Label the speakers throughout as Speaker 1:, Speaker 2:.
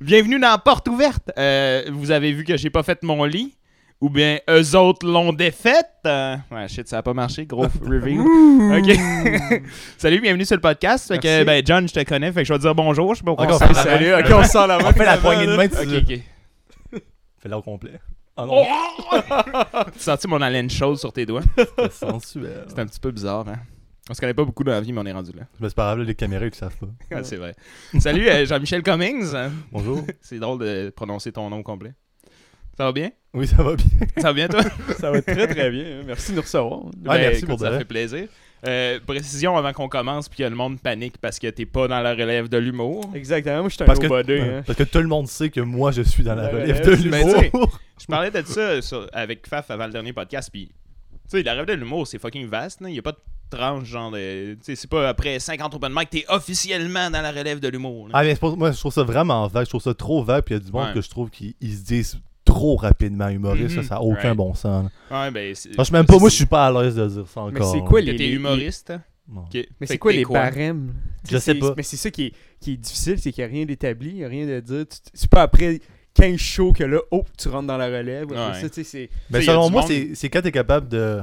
Speaker 1: Bienvenue dans Porte ouverte. Euh, vous avez vu que j'ai pas fait mon lit ou bien eux autres l'ont défaite. Euh, ouais, shit, ça a pas marché, gros reveal. OK. Salut, bienvenue sur le podcast. Fait que,
Speaker 2: Merci.
Speaker 1: ben, John, je te connais, fait que je vais te dire bonjour. Je sais pas pourquoi
Speaker 2: Ok, on
Speaker 1: on
Speaker 2: fait
Speaker 1: s'en
Speaker 2: salut.
Speaker 1: va.
Speaker 2: Ok, on sent la main.
Speaker 3: On fait la poignée de main. tu
Speaker 1: OK, OK.
Speaker 3: Fais-la au complet. Ah non,
Speaker 1: Oh! Tu senti mon haleine chaude sur tes doigts?
Speaker 3: c'est sensuel.
Speaker 1: C'est un petit peu bizarre, hein? On se connaît pas beaucoup dans la vie, mais on est rendu là.
Speaker 3: Mais c'est pas grave, là, les caméras, ils le savent pas.
Speaker 1: Ouais, c'est vrai. Salut, euh, Jean-Michel Cummings.
Speaker 3: Bonjour.
Speaker 1: C'est drôle de prononcer ton nom au complet. Ça va bien?
Speaker 3: Oui, ça va bien.
Speaker 1: Ça va bien, toi?
Speaker 2: Ça va très très bien. hein. Merci de nous recevoir.
Speaker 3: Ouais, Ah, merci
Speaker 1: Ben, écoute,
Speaker 3: pour de
Speaker 1: Ça
Speaker 3: vrai.
Speaker 1: fait plaisir. Euh, précision avant qu'on commence, puis que le monde panique parce que t'es pas dans la relève de l'humour.
Speaker 2: Exactement, moi je suis un
Speaker 3: Parce
Speaker 2: gros
Speaker 3: que,
Speaker 2: body.
Speaker 3: ouais,
Speaker 2: hein.
Speaker 3: parce que tout le monde sait que moi, je suis dans la
Speaker 2: La
Speaker 3: relève de
Speaker 2: relève,
Speaker 1: ben,
Speaker 3: l'humour.
Speaker 1: Je parlais de ça euh, sur- avec Faf avant le dernier podcast, puis tu sais, la relève de l'humour, c'est fucking vaste. Il y a pas de tranche, genre de. Tu sais, c'est pas après 50 open mic que t'es officiellement dans la relève de l'humour. là.
Speaker 3: Ah, mais c'est pour- moi, je trouve ça vraiment vague. Je trouve ça trop vague. Puis il y a du monde
Speaker 1: Ouais.
Speaker 3: que je trouve qui ils se disent trop rapidement humoriste.
Speaker 1: Mhm.
Speaker 3: Ça, ça n'a aucun
Speaker 1: Right.
Speaker 3: bon sens. là.
Speaker 1: Ouais, ben. c'est-
Speaker 3: Franchement, même pas moi, Ah. je
Speaker 1: c'est-
Speaker 3: suis pas à l'aise de dire ça encore.
Speaker 2: Mais c'est
Speaker 3: là.
Speaker 2: quoi
Speaker 1: Que
Speaker 2: les.
Speaker 1: t'es
Speaker 2: les-
Speaker 1: humoriste. hein?
Speaker 3: Non.
Speaker 1: Ok.
Speaker 2: Mais
Speaker 1: Fait
Speaker 2: c'est
Speaker 1: que
Speaker 2: quoi
Speaker 1: t'es
Speaker 2: les barèmes Tu
Speaker 3: Je sais
Speaker 2: c'est-
Speaker 3: pas.
Speaker 2: Mais c'est ça qui est, qui est difficile, c'est qu'il n'y a rien d'établi, il n'y a rien de dire. Tu- tu- C'est pas après 15 shows que là, oh, tu rentres dans la relève. Après
Speaker 1: Ouais.
Speaker 2: ça, tu sais, c'est.
Speaker 3: Mais
Speaker 1: Tu sais, y a
Speaker 3: selon
Speaker 1: du
Speaker 3: moi,
Speaker 1: monde-
Speaker 3: c'est c'est quand t'es capable de.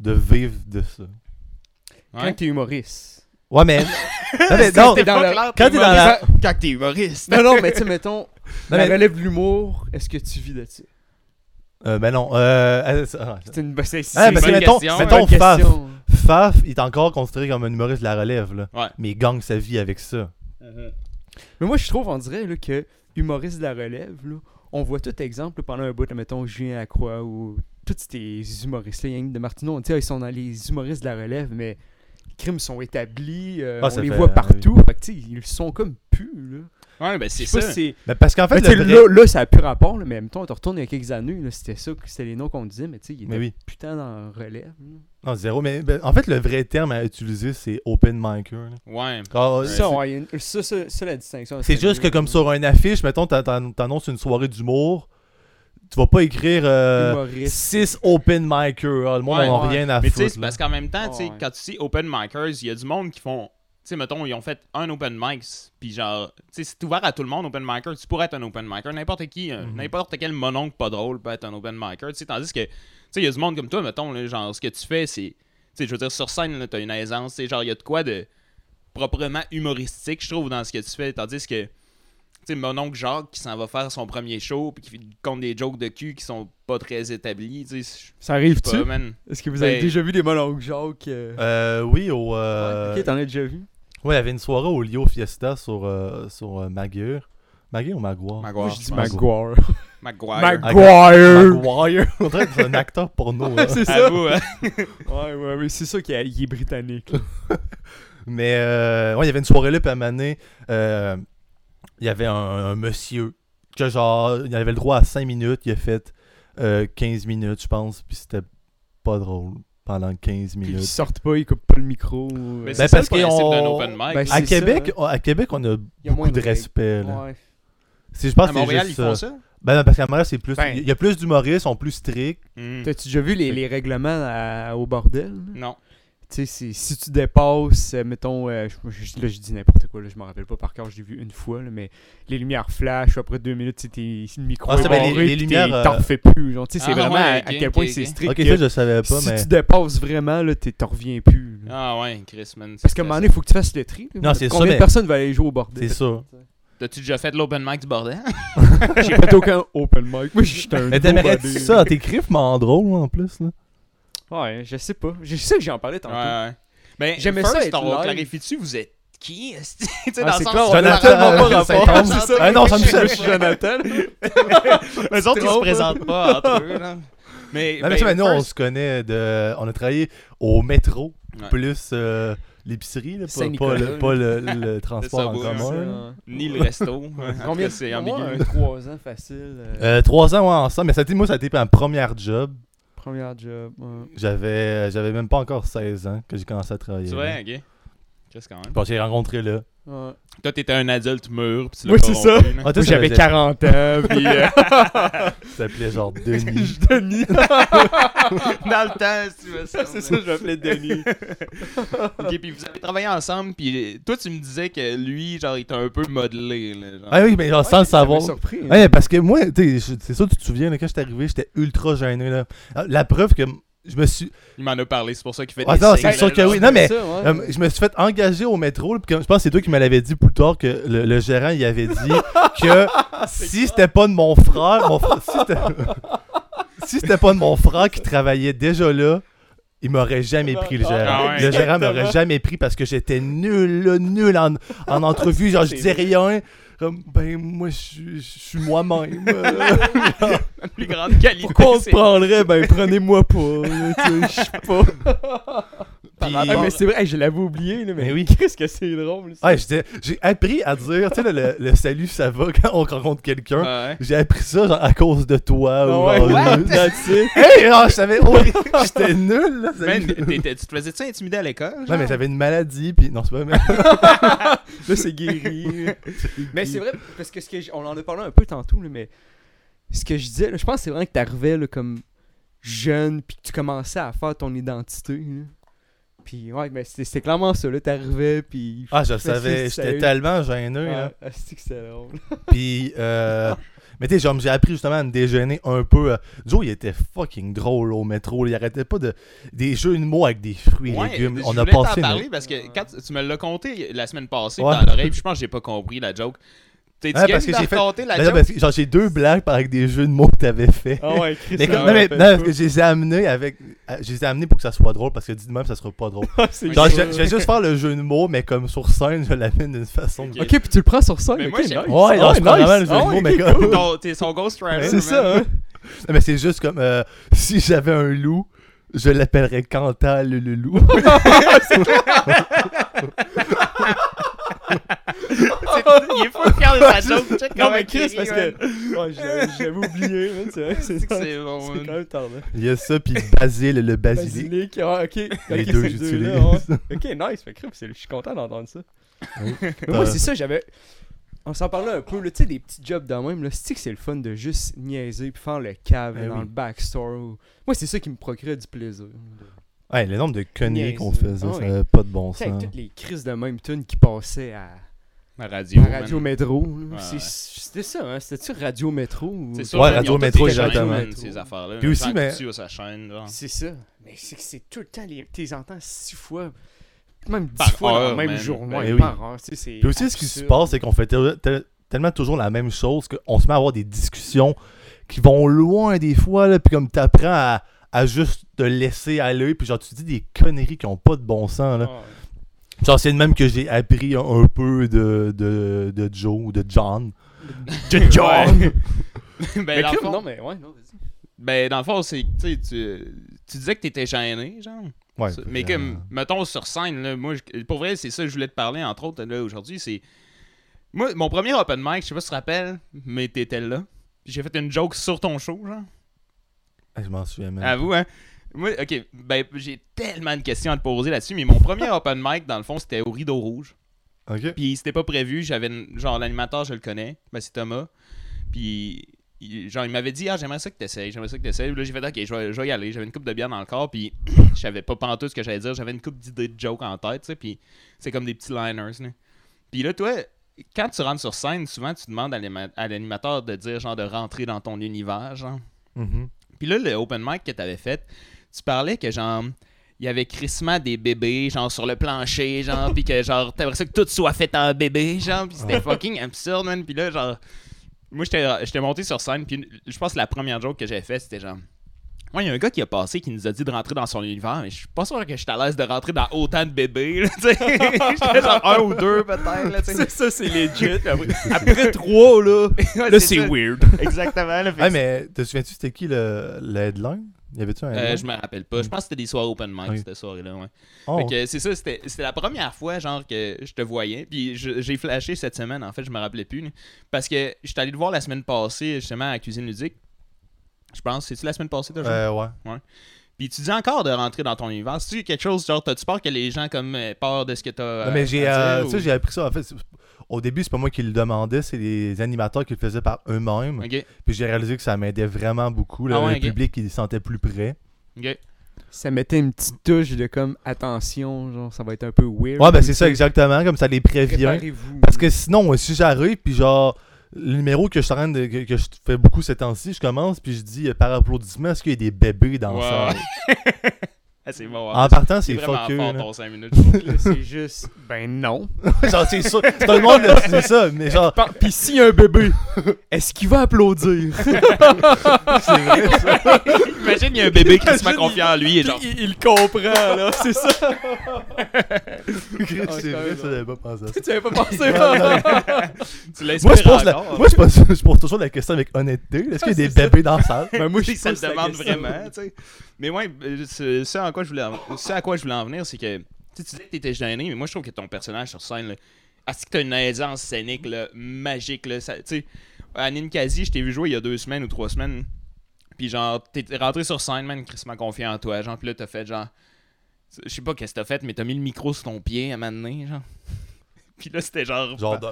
Speaker 3: de vivre de ça.
Speaker 1: Ouais.
Speaker 2: Quand t'es humoriste.
Speaker 3: Ouais, mais. non, mais
Speaker 2: Quand
Speaker 3: non,
Speaker 2: t'es dans
Speaker 1: pas
Speaker 2: la-
Speaker 1: clair,
Speaker 3: quand t'es dans la-
Speaker 1: humoriste. Quand t'es humoriste.
Speaker 2: Non, non, mais tu sais, mettons,
Speaker 3: Non,
Speaker 2: la
Speaker 3: mais-
Speaker 2: relève de l'humour, est-ce que tu vis de ça
Speaker 3: Euh, ben non. euh, ah, c'est- ah,
Speaker 2: C'est une. C'est c'est-
Speaker 3: Ah, mais
Speaker 1: bonne
Speaker 3: c'est mettons,
Speaker 1: question.
Speaker 3: mettons
Speaker 2: c'est une
Speaker 3: Faf.
Speaker 2: question.
Speaker 3: Faf, il est encore considéré comme un humoriste de la relève, là.
Speaker 1: Ouais.
Speaker 3: Mais il gagne sa vie avec ça.
Speaker 2: Mais moi, je trouve, on dirait là, que humoriste de la relève, là, on voit tout exemple là, pendant un bout, là, mettons Julien Lacroix ou tous ces humoristes-là, Yannick de Martineau, on dit, ah, ils sont dans les humoristes de la relève, mais les crimes sont établis, euh,
Speaker 3: Ah,
Speaker 2: on
Speaker 3: ça
Speaker 2: les
Speaker 3: fait-
Speaker 2: voit
Speaker 3: ah,
Speaker 2: partout. Fait que, tu sais, ils sont comme pu. Là.
Speaker 1: Ouais, ben c'est
Speaker 2: Je sais
Speaker 1: ça.
Speaker 2: pas si c'est.
Speaker 3: Mais parce qu'en fait,
Speaker 2: Mais tu sais,
Speaker 3: le vrai-
Speaker 2: là, là, ça a plus rapport, là, mais mettons, on te retourne il y a quelques années, là, c'était ça, que c'était les noms qu'on disait, mais tu sais, il
Speaker 3: Mais
Speaker 2: était
Speaker 3: oui.
Speaker 2: putain dans la relève. là.
Speaker 3: Non, zéro. Mais ben, en fait, le vrai terme à utiliser, c'est open micer. là.
Speaker 1: Ouais.
Speaker 3: Ah,
Speaker 1: Ouais,
Speaker 3: c'est-
Speaker 2: ça, ouais, il y a une- ça, ça- ça, la distinction.
Speaker 3: c'est juste que comme sur une affiche, mettons, t'an- t'an- t'annonces une soirée d'humour, tu vas pas écrire
Speaker 2: Humoriste.
Speaker 3: 6 open micers. Ah, le monde
Speaker 1: Ouais,
Speaker 3: n'en a
Speaker 2: ouais.
Speaker 3: rien à
Speaker 1: Mais tu sais,
Speaker 3: foutre.
Speaker 1: c'est
Speaker 3: là.
Speaker 1: parce qu'en même temps, tu sais,
Speaker 2: Ouais.
Speaker 1: quand tu sais open micers, il y a du monde qui font. Tu sais, mettons, ils ont fait un open mic, puis genre, tu sais, c'est ouvert à tout le monde, open micer. Tu pourrais être un open micer. N'importe qui, euh,
Speaker 3: Mhm.
Speaker 1: n'importe quel mononcle pas drôle peut être un open micer. Tu sais, tandis que, tu sais, il y a du monde comme toi, mettons, là, genre, ce que tu fais, c'est. Tu sais, je veux dire, sur scène, là, t'as une aisance. Tu sais, genre, il y a de quoi de proprement humoristique, je trouve, dans ce que tu fais. Tandis que, tu sais, mon oncle Jacques qui s'en va faire son premier show, puis qui compte des jokes de cul qui sont pas très établis, tu sais,
Speaker 2: Ça
Speaker 1: je
Speaker 2: arrive-tu
Speaker 1: sais pas, man.
Speaker 2: Est-ce que vous
Speaker 1: Ben-
Speaker 2: avez déjà vu des monologues Jacques euh,
Speaker 3: Euh, oui, au. euh,
Speaker 2: Ok, t'en as déjà vu
Speaker 3: ouais, il y avait une soirée au Lio Fiesta sur, euh, sur euh, Maguire. Maguire ou Maguire
Speaker 1: Maguire,
Speaker 2: Moi, je dis
Speaker 1: je pense.
Speaker 2: Maguire.
Speaker 1: Maguire.
Speaker 2: Ah, Maguire!
Speaker 3: Maguire. On dirait que c'est un acteur porno. là.
Speaker 2: C'est ça?
Speaker 1: Avoue, hein.
Speaker 2: Ouais, ouais, mais c'est ça qu'il est- il est britannique. là.
Speaker 3: Mais euh, ouais, il y avait une soirée là, puis à un moment donné, euh, il y avait un, un monsieur que genre, il avait le droit à 5 minutes, il a fait euh, 15 minutes, je pense, puis c'était pas drôle pendant 15
Speaker 2: Puis ils
Speaker 3: minutes.
Speaker 2: sortent pas, ils coupent pas le micro. euh.
Speaker 1: Mais
Speaker 3: Ben,
Speaker 1: c'est ça le
Speaker 3: parce qu'ils
Speaker 1: principe
Speaker 3: ont-
Speaker 1: d'un open mic.
Speaker 2: Ben,
Speaker 3: À
Speaker 2: c'est ça,
Speaker 3: Québec,
Speaker 2: hein.
Speaker 3: on- à Québec, on a
Speaker 2: y a moins
Speaker 3: beaucoup de
Speaker 2: de règles.
Speaker 3: respect. là.
Speaker 2: Ouais.
Speaker 3: C'est- Je pense
Speaker 1: à
Speaker 3: que c'est
Speaker 1: Montréal,
Speaker 3: juste
Speaker 1: ils font
Speaker 3: ça.
Speaker 1: ça.
Speaker 3: Ben non, parce qu'à Montréal, c'est plus.
Speaker 2: Ben.
Speaker 3: Il y a plus d'humoristes, sont plus stricts.
Speaker 1: Hmm.
Speaker 2: T'as-tu déjà vu les, les règlements à- au bordel? là?
Speaker 1: Non.
Speaker 2: Tu sais, c'est- si tu dépasses, euh, mettons, euh, je- je- là je dis n'importe quoi, là, je m'en rappelle pas par cœur, je l'ai vu une fois, là, mais les lumières flash, ou après deux minutes, tu sais, t'es- le micro
Speaker 3: Ah,
Speaker 2: est
Speaker 3: c'est
Speaker 1: ben,
Speaker 3: vrai, les-
Speaker 2: barré,
Speaker 3: les
Speaker 2: puis
Speaker 3: lumières,
Speaker 2: t'es- t'en
Speaker 3: euh,
Speaker 2: refais plus. genre, tu sais, c'est
Speaker 1: Ah,
Speaker 2: vraiment
Speaker 1: ouais,
Speaker 2: à,
Speaker 1: ok,
Speaker 2: à quel
Speaker 1: ok,
Speaker 2: point
Speaker 1: ok.
Speaker 2: c'est strict.
Speaker 3: Ok,
Speaker 2: que
Speaker 3: ça, je savais pas,
Speaker 2: si
Speaker 3: mais.
Speaker 2: tu dépasses vraiment, là, t'es- t'en reviens plus. là.
Speaker 1: Ah ouais, Chris, man.
Speaker 2: Parce qu'à un moment donné, il faut que tu fasses le tri. là.
Speaker 3: Non, c'est
Speaker 2: Combien
Speaker 3: ça, mais-
Speaker 2: de personnes va aller jouer au bordel?
Speaker 3: C'est sûr.
Speaker 1: T'as-tu déjà fait de l'open mic du bordel?
Speaker 2: J'ai fait aucun open mic. Moi, je suis un.
Speaker 3: Mais t'aimerais-tu ça? T'écris vraiment drôle, en plus. Là.
Speaker 2: Ouais, je sais pas. Je sais que j'en parlais
Speaker 1: ouais,
Speaker 2: tantôt.
Speaker 1: ouais. Ben,
Speaker 2: J'aimais
Speaker 1: first,
Speaker 2: ça être
Speaker 1: on
Speaker 2: live.
Speaker 1: clarifie-tu, vous êtes qui? esti? tu sais,
Speaker 2: Ah,
Speaker 1: dans le
Speaker 2: c'est
Speaker 1: sens
Speaker 2: clair,
Speaker 1: on
Speaker 2: on a
Speaker 1: leur
Speaker 3: Jonathan,
Speaker 1: répond pas
Speaker 3: euh,
Speaker 1: rapport.
Speaker 3: Saint-Anne.
Speaker 1: C'est
Speaker 3: Ah non, ça me
Speaker 2: Moi,
Speaker 3: fait-
Speaker 2: je suis Jonathan.
Speaker 1: Les autres, ils se
Speaker 2: trompes.
Speaker 1: présentent pas entre eux, là. Mais,
Speaker 3: Non, mais
Speaker 1: ben,
Speaker 3: ça, mais nous, on
Speaker 1: first-
Speaker 3: se connaît de. On a travaillé au métro,
Speaker 1: Ouais.
Speaker 3: plus euh, l'épicerie, là, pas,
Speaker 2: Saint-Nicolas.
Speaker 3: pas le, pas le- le transport en
Speaker 1: Subway,
Speaker 3: commun. là.
Speaker 1: Ni le resto. En tout
Speaker 2: Combien hein?
Speaker 1: cas, c'est ambigu.
Speaker 2: Moi, un 3 ans facile. euh,
Speaker 3: Euh, trois ans, ouais, ensemble. Mais ça, a été- moi, ça a été ma première job. euh,
Speaker 2: Première job. ouais.
Speaker 3: J'avais j'avais même pas encore 16 ans que j'ai commencé à travailler.
Speaker 1: C'est
Speaker 3: là.
Speaker 1: vrai, ok. Qu'est-ce quand même?
Speaker 3: Puis on s'est rencontrés là.
Speaker 2: Ouais.
Speaker 1: Toi, t'étais un adulte mûr, pis tu l'as
Speaker 2: Oui,
Speaker 1: pas
Speaker 2: c'est
Speaker 1: rompu,
Speaker 2: ça.
Speaker 1: là.
Speaker 3: Ah, toi,
Speaker 2: Moi,
Speaker 3: ça
Speaker 2: j'avais
Speaker 3: faisait-
Speaker 2: 40 ans, puis euh,
Speaker 3: Ça s'appelait genre Denis.
Speaker 2: je- Denis.
Speaker 1: Dans le temps, si tu veux ça.
Speaker 2: c'est ça, je m'appelais Denis.
Speaker 1: Ok, puis vous avez travaillé ensemble, puis euh, toi, tu me disais que lui, genre, il était un peu modelé, là. genre.
Speaker 3: ah oui, mais genre sans le savoir.
Speaker 2: surpris. hein.
Speaker 3: Ouais, parce que moi, tu sais, je- c'est ça, tu te souviens, là, quand j'étais arrivé, j'étais ultra gêné. Là. Ah, La preuve que m- je me suis.
Speaker 1: Il m'en a parlé, c'est pour ça qu'il fait
Speaker 3: Ah
Speaker 1: des
Speaker 3: non,
Speaker 1: signes,
Speaker 3: c'est sûr
Speaker 1: là,
Speaker 3: que
Speaker 1: genre.
Speaker 3: oui. Non, mais,
Speaker 2: hein. C'est ça, ouais.
Speaker 3: euh, je me suis fait engager au métro. là, puis comme- je pense que c'est toi qui me l'avais dit plus tard que le, le gérant il avait dit que si c'était pas de mon frère, mon frère- si c'était si c'était pas de mon frère qui travaillait déjà là, il m'aurait jamais pris le gérant.
Speaker 1: Ah ouais.
Speaker 3: Le gérant m'aurait
Speaker 2: Exactement.
Speaker 3: jamais pris parce que j'étais nul, là, nul en, en entrevue. Genre, je disais rien. Comme, Ben, moi, je suis- je suis moi-même. euh.
Speaker 1: La plus grande qualité.
Speaker 2: Pourquoi on se
Speaker 1: c'est-
Speaker 2: prendrait? Ben, prenez-moi pas. là, tu sais, Je sais pas.
Speaker 3: Puis-
Speaker 2: Ah, mais c'est vrai, je l'avais oublié, là, mais
Speaker 3: Mais oui.
Speaker 2: qu'est-ce que c'est drôle. ça.
Speaker 3: Ah, je disais- j'ai appris à dire, tu sais, le, le- le salut, ça va quand on rencontre quelqu'un.
Speaker 1: Ouais.
Speaker 3: J'ai appris ça genre, à cause de toi.
Speaker 2: Ah
Speaker 3: ou
Speaker 2: ouais.
Speaker 3: genre,
Speaker 1: What?
Speaker 3: le-
Speaker 2: That's it.
Speaker 3: Hey, ah, je savais, oh, j'étais nul. Là, salut.
Speaker 1: Man, Ben, t'étais- tu te faisais-tu intimider à l'école?
Speaker 3: non, Ben, mais j'avais une maladie, puis non, c'est pas vrai.
Speaker 2: Là, c'est guéri. mais c'est vrai, parce que, ce que j- on en a parlé un peu tantôt, là, mais ce que je disais, là, je pense que c'est vraiment que t'arrivais là, comme jeune, puis que tu commençais à faire ton identité. là. Puis ouais, mais c'est c'est clairement ça, là, t'arrivais, puis...
Speaker 3: Ah, je le
Speaker 2: Monsieur,
Speaker 3: savais, j'étais
Speaker 2: tu savais.
Speaker 3: tellement gêneux. Là.
Speaker 2: Ouais, ah, c'est que c'est drôle.
Speaker 3: Puis, euh, mais tu sais, genre, j'ai appris justement à me déjeuner un peu. euh, Joe, il était fucking drôle au métro. là. Il arrêtait pas de. Des jeux de mots avec des fruits et
Speaker 1: Ouais,
Speaker 3: légumes.
Speaker 1: je
Speaker 3: On a
Speaker 1: voulais t'en
Speaker 3: passé. une-
Speaker 1: parler parce que quand tu- tu me l'as compté la semaine passée
Speaker 3: Ouais.
Speaker 1: dans l'oreille, puis je pense que j'ai pas compris la joke. T'es
Speaker 3: Ouais,
Speaker 1: dit
Speaker 3: parce que j'ai fait-
Speaker 1: raconté la
Speaker 3: Ben non,
Speaker 1: joke.
Speaker 3: parce que, genre, j'ai deux blagues avec des jeux de mots que t'avais fait.
Speaker 2: Ah ouais, Chris,
Speaker 3: Mais
Speaker 2: ça
Speaker 3: comme-
Speaker 2: me
Speaker 3: non, mais
Speaker 2: rappelle
Speaker 3: non, parce
Speaker 2: pas.
Speaker 3: que je les ai amenés avec. euh, Je les ai amenés pour que ça soit drôle parce que dis même ça sera pas drôle.
Speaker 2: Ah, c'est
Speaker 3: Genre, je,
Speaker 2: ça.
Speaker 3: je vais juste faire le jeu de mots, mais comme sur scène, je l'amène d'une façon.
Speaker 1: Ok.
Speaker 2: Ok, puis tu le prends sur scène,
Speaker 1: Mais
Speaker 2: ok,
Speaker 1: moi, j'ai-
Speaker 2: nice.
Speaker 1: Ouais,
Speaker 3: Ouais, genre, je prends
Speaker 2: nice.
Speaker 3: vraiment le jeu
Speaker 2: Ah
Speaker 3: de
Speaker 2: ouais,
Speaker 3: mots,
Speaker 2: ok,
Speaker 3: mais
Speaker 2: cool.
Speaker 3: comme.
Speaker 1: Ton- T'es son ghost rider.
Speaker 3: Oh C'est ça, hein. Non, mais c'est juste comme. euh, si j'avais un loup, je l'appellerais Cantal le loup.
Speaker 1: Il est fou de faire de la joke. Check
Speaker 2: Non,
Speaker 1: comment
Speaker 2: mais
Speaker 1: il
Speaker 2: Chris,
Speaker 1: rit,
Speaker 2: parce
Speaker 1: ouais.
Speaker 2: que ouais, j'avais j'avais oublié, man, c'est vrai que c'est
Speaker 1: C'est que
Speaker 2: c'est
Speaker 1: c'est bon.
Speaker 2: quand
Speaker 1: man.
Speaker 2: même tard, là.
Speaker 3: Il y a ça, puis Basile le basilic.
Speaker 2: Basilic, ah, ok. Les
Speaker 3: Les deux, j'utilise.
Speaker 2: ah. Ok, nice, fait que Chris, c'est- je suis content d'entendre ça.
Speaker 3: Oui.
Speaker 2: Mais moi, c'est ça, j'avais. On s'en parlait un peu, là, tu sais, des petits jobs de même, là. C'est que c'est le fun de juste niaiser puis faire le cave
Speaker 3: Ben
Speaker 2: dans
Speaker 3: oui.
Speaker 2: le backstore. ou- Moi, c'est ça qui me procurait du plaisir.
Speaker 3: Ouais, le nombre de conneries
Speaker 2: Niaise.
Speaker 3: qu'on faisait,
Speaker 2: Ah
Speaker 3: ça
Speaker 2: ouais.
Speaker 3: n'avait pas de bon
Speaker 2: Tu sais, avec
Speaker 3: sens.
Speaker 2: toutes les crises de même tune qui passaient à,
Speaker 1: La
Speaker 2: à
Speaker 1: radio.
Speaker 2: Radio
Speaker 1: man.
Speaker 2: Métro.
Speaker 1: Ouais,
Speaker 2: là. C'est-
Speaker 1: ouais.
Speaker 2: C'était ça, hein? C'était-tu Radio Métro ou...
Speaker 1: C'est sûr,
Speaker 3: Ouais,
Speaker 1: man,
Speaker 3: Radio
Speaker 1: ils ont
Speaker 3: Métro,
Speaker 1: toutes des chaînes,
Speaker 3: exactement.
Speaker 1: man, Ces affaires-là.
Speaker 3: Puis
Speaker 1: là,
Speaker 3: aussi,
Speaker 1: Jean
Speaker 3: mais-
Speaker 1: Coutu a sa chaîne, genre.
Speaker 2: C'est ça. Mais c'est que c'est tout le temps, les... t'es entends six fois, même dix
Speaker 1: Par
Speaker 2: fois dans
Speaker 1: heure,
Speaker 2: la même
Speaker 1: man.
Speaker 2: journée,
Speaker 3: Ben oui.
Speaker 2: par heure. tu sais, c'est
Speaker 3: Puis aussi, ce qui se
Speaker 2: absurde.
Speaker 3: passe, c'est qu'on fait tel- tel- tellement toujours la même chose qu'on se met à avoir des discussions qui vont loin des fois, là, puis comme t'apprends à, à juste te laisser aller, puis genre tu dis des conneries qui ont pas de bon sens. Là.
Speaker 2: Ah,
Speaker 3: Genre, c'est le même que j'ai appris un, un peu de, de, de Joe ou de John.
Speaker 2: ouais.
Speaker 1: John! Ben,
Speaker 2: Mais
Speaker 1: dans le
Speaker 2: crime,
Speaker 1: fond-
Speaker 2: non, mais ouais, non, vas-y.
Speaker 1: ben, dans le fond, c'est. tu sais, Tu tu disais que t'étais gêné, genre.
Speaker 3: Ouais,
Speaker 1: Ça, mais
Speaker 3: euh,
Speaker 1: comme, mettons sur scène, là, moi, je- pour vrai, c'est ça que je voulais te parler, entre autres, là, aujourd'hui, c'est... Moi, mon premier open mic, je sais pas si tu te rappelles, mais t'étais là. J'ai fait une joke sur ton show, genre.
Speaker 3: ah, Je m'en souviens même.
Speaker 1: Avoue, hein. Moi, ok, ben, j'ai tellement de questions à te poser là-dessus, mais mon premier open mic, dans le fond, c'était au Rideau Rouge.
Speaker 3: Ok.
Speaker 1: Puis c'était pas prévu, j'avais une- genre l'animateur, je le connais, ben c'est Thomas. Puis il- genre il m'avait dit "Ah, j'aimerais ça que t'essayes, j'aimerais ça que t'essayes." Là, j'ai fait "OK, je vais, je vais y aller, j'avais une coupe de bière dans le corps puis je savais pas pantoute ce que j'allais dire, j'avais une coupe d'idées de jokes en tête, tu sais, puis c'est comme des petits liners là. Puis là toi, quand tu rentres sur scène, souvent tu demandes à l'anima- à l'animateur de dire genre de rentrer dans ton univers, genre.
Speaker 3: Mhm.
Speaker 1: Puis là, le open mic que t'avais fait, tu parlais que genre. Il y avait crissement des bébés, genre sur le plancher, genre, puis que genre, t'aimerais ça que tout soit fait en bébé, genre, puis c'était fucking absurde, man. Puis là, genre, moi, j'étais j'étais monté sur scène, puis je pense que la première joke que j'avais fait, c'était genre, moi, il y a un gars qui a passé qui nous a dit de rentrer dans son univers, mais je suis pas sûr que je suis à l'aise de rentrer dans autant de bébés, là, tu sais. J'étais genre un ou deux, peut-être, là, tu sais.
Speaker 2: Ça, ça, c'est legit. Après,
Speaker 1: Après
Speaker 2: trois, là,
Speaker 1: Ouais,
Speaker 2: là c'est
Speaker 1: ça.
Speaker 2: weird.
Speaker 1: Exactement, là. fait
Speaker 3: Ah,
Speaker 1: que-
Speaker 3: mais te souviens-tu, c'était qui le, le headline Y avait-tu un
Speaker 1: Euh, je
Speaker 3: headline
Speaker 1: me rappelle pas. Je pense que c'était des soirs open mic,
Speaker 3: Ok.
Speaker 1: cette soirée-là, ouais.
Speaker 3: Oh,
Speaker 1: Fait que c'est ça, c'était c'était la première fois genre que je te voyais. Puis je- j'ai flashé cette semaine, en fait, je me rappelais plus. là. Parce que je suis allé te voir la semaine passée, justement, à Cuisine Ludique. Je pense, c'est-tu la semaine passée, toi, Jean?
Speaker 3: euh, ouais.
Speaker 1: Puis tu dis encore de rentrer dans ton univers. C'est-tu quelque chose, genre, t'as-tu peur que les gens, comme, aient peur de ce que t'as. euh,
Speaker 3: Non, mais j'ai,
Speaker 1: à
Speaker 3: euh,
Speaker 1: dire,
Speaker 3: ça,
Speaker 1: ou-
Speaker 3: j'ai appris ça. En fait, c'est- au début, c'est pas moi qui le demandais, c'est les animateurs qui le faisaient par eux-mêmes.
Speaker 1: Ok,
Speaker 3: Puis j'ai réalisé que ça m'aidait vraiment beaucoup. là,
Speaker 1: Ah ouais,
Speaker 3: le
Speaker 1: ok.
Speaker 3: public, il se sentait plus près.
Speaker 1: ok.
Speaker 2: Ça mettait une petite touche de comme attention, genre ça va être un peu weird.
Speaker 3: Ouais, ben c'est ça, exactement. Comme ça les prévient.
Speaker 2: Préparez-vous.
Speaker 3: Parce que sinon, euh, si j'arrive, puis genre, le numéro que je, suis en train de- que, que je fais beaucoup ces temps-ci, je commence, puis je dis euh, par applaudissement, est-ce qu'il y a des bébés dans
Speaker 1: Ouais.
Speaker 3: ça
Speaker 1: Ah, c'est bon.
Speaker 3: En partant, c'est
Speaker 1: vraiment
Speaker 3: fuck you,
Speaker 1: fort
Speaker 3: là.
Speaker 1: ton 5 minutes. je trouve.
Speaker 2: Là, c'est juste ben non.
Speaker 3: Genre, c'est ça. Tout le monde le dit ça, mais genre,
Speaker 2: Pan- Pis s'il y a un bébé, est-ce qu'il va applaudir
Speaker 3: c'est vrai.
Speaker 1: Imagine, il y a un bébé qui se met
Speaker 2: Imagine,
Speaker 1: confiant en lui et genre.
Speaker 2: il, il comprend là, c'est ça.
Speaker 3: C'est vrai,
Speaker 2: t'as
Speaker 3: ça,
Speaker 2: raison.
Speaker 3: j'avais pas pensé à ça.
Speaker 2: tu avais pas pensé hein?
Speaker 1: Tu
Speaker 3: Moi, je
Speaker 1: l'inspires
Speaker 3: pose, la-
Speaker 1: encore.
Speaker 3: moi, je pose- je pose toujours la question avec honnêteté. Est-ce qu'il y a des bébés dans la salle?
Speaker 2: Ben, moi
Speaker 1: Tu sais que ça
Speaker 2: pose
Speaker 1: le
Speaker 2: la
Speaker 1: demande
Speaker 2: question.
Speaker 1: vraiment, tu sais. Mais ouais, euh, ce, ce à quoi je voulais en, ce à quoi je voulais en venir, c'est que tu sais, tu disais que t'étais gêné, mais moi je trouve que ton personnage sur scène, là, est-ce que t'as une aisance scénique là, magique, là, ça- tu sais, à Ninkasi, je t'ai vu jouer il y a deux semaines ou trois semaines, puis genre, t'es rentré sur scène, man, crissement confiant en toi, genre, puis là t'as fait genre, je sais pas qu'est-ce que t'as fait, mais t'as mis le micro sur ton pied à un moment donné, genre. Puis là, c'était genre.
Speaker 3: Genre, de-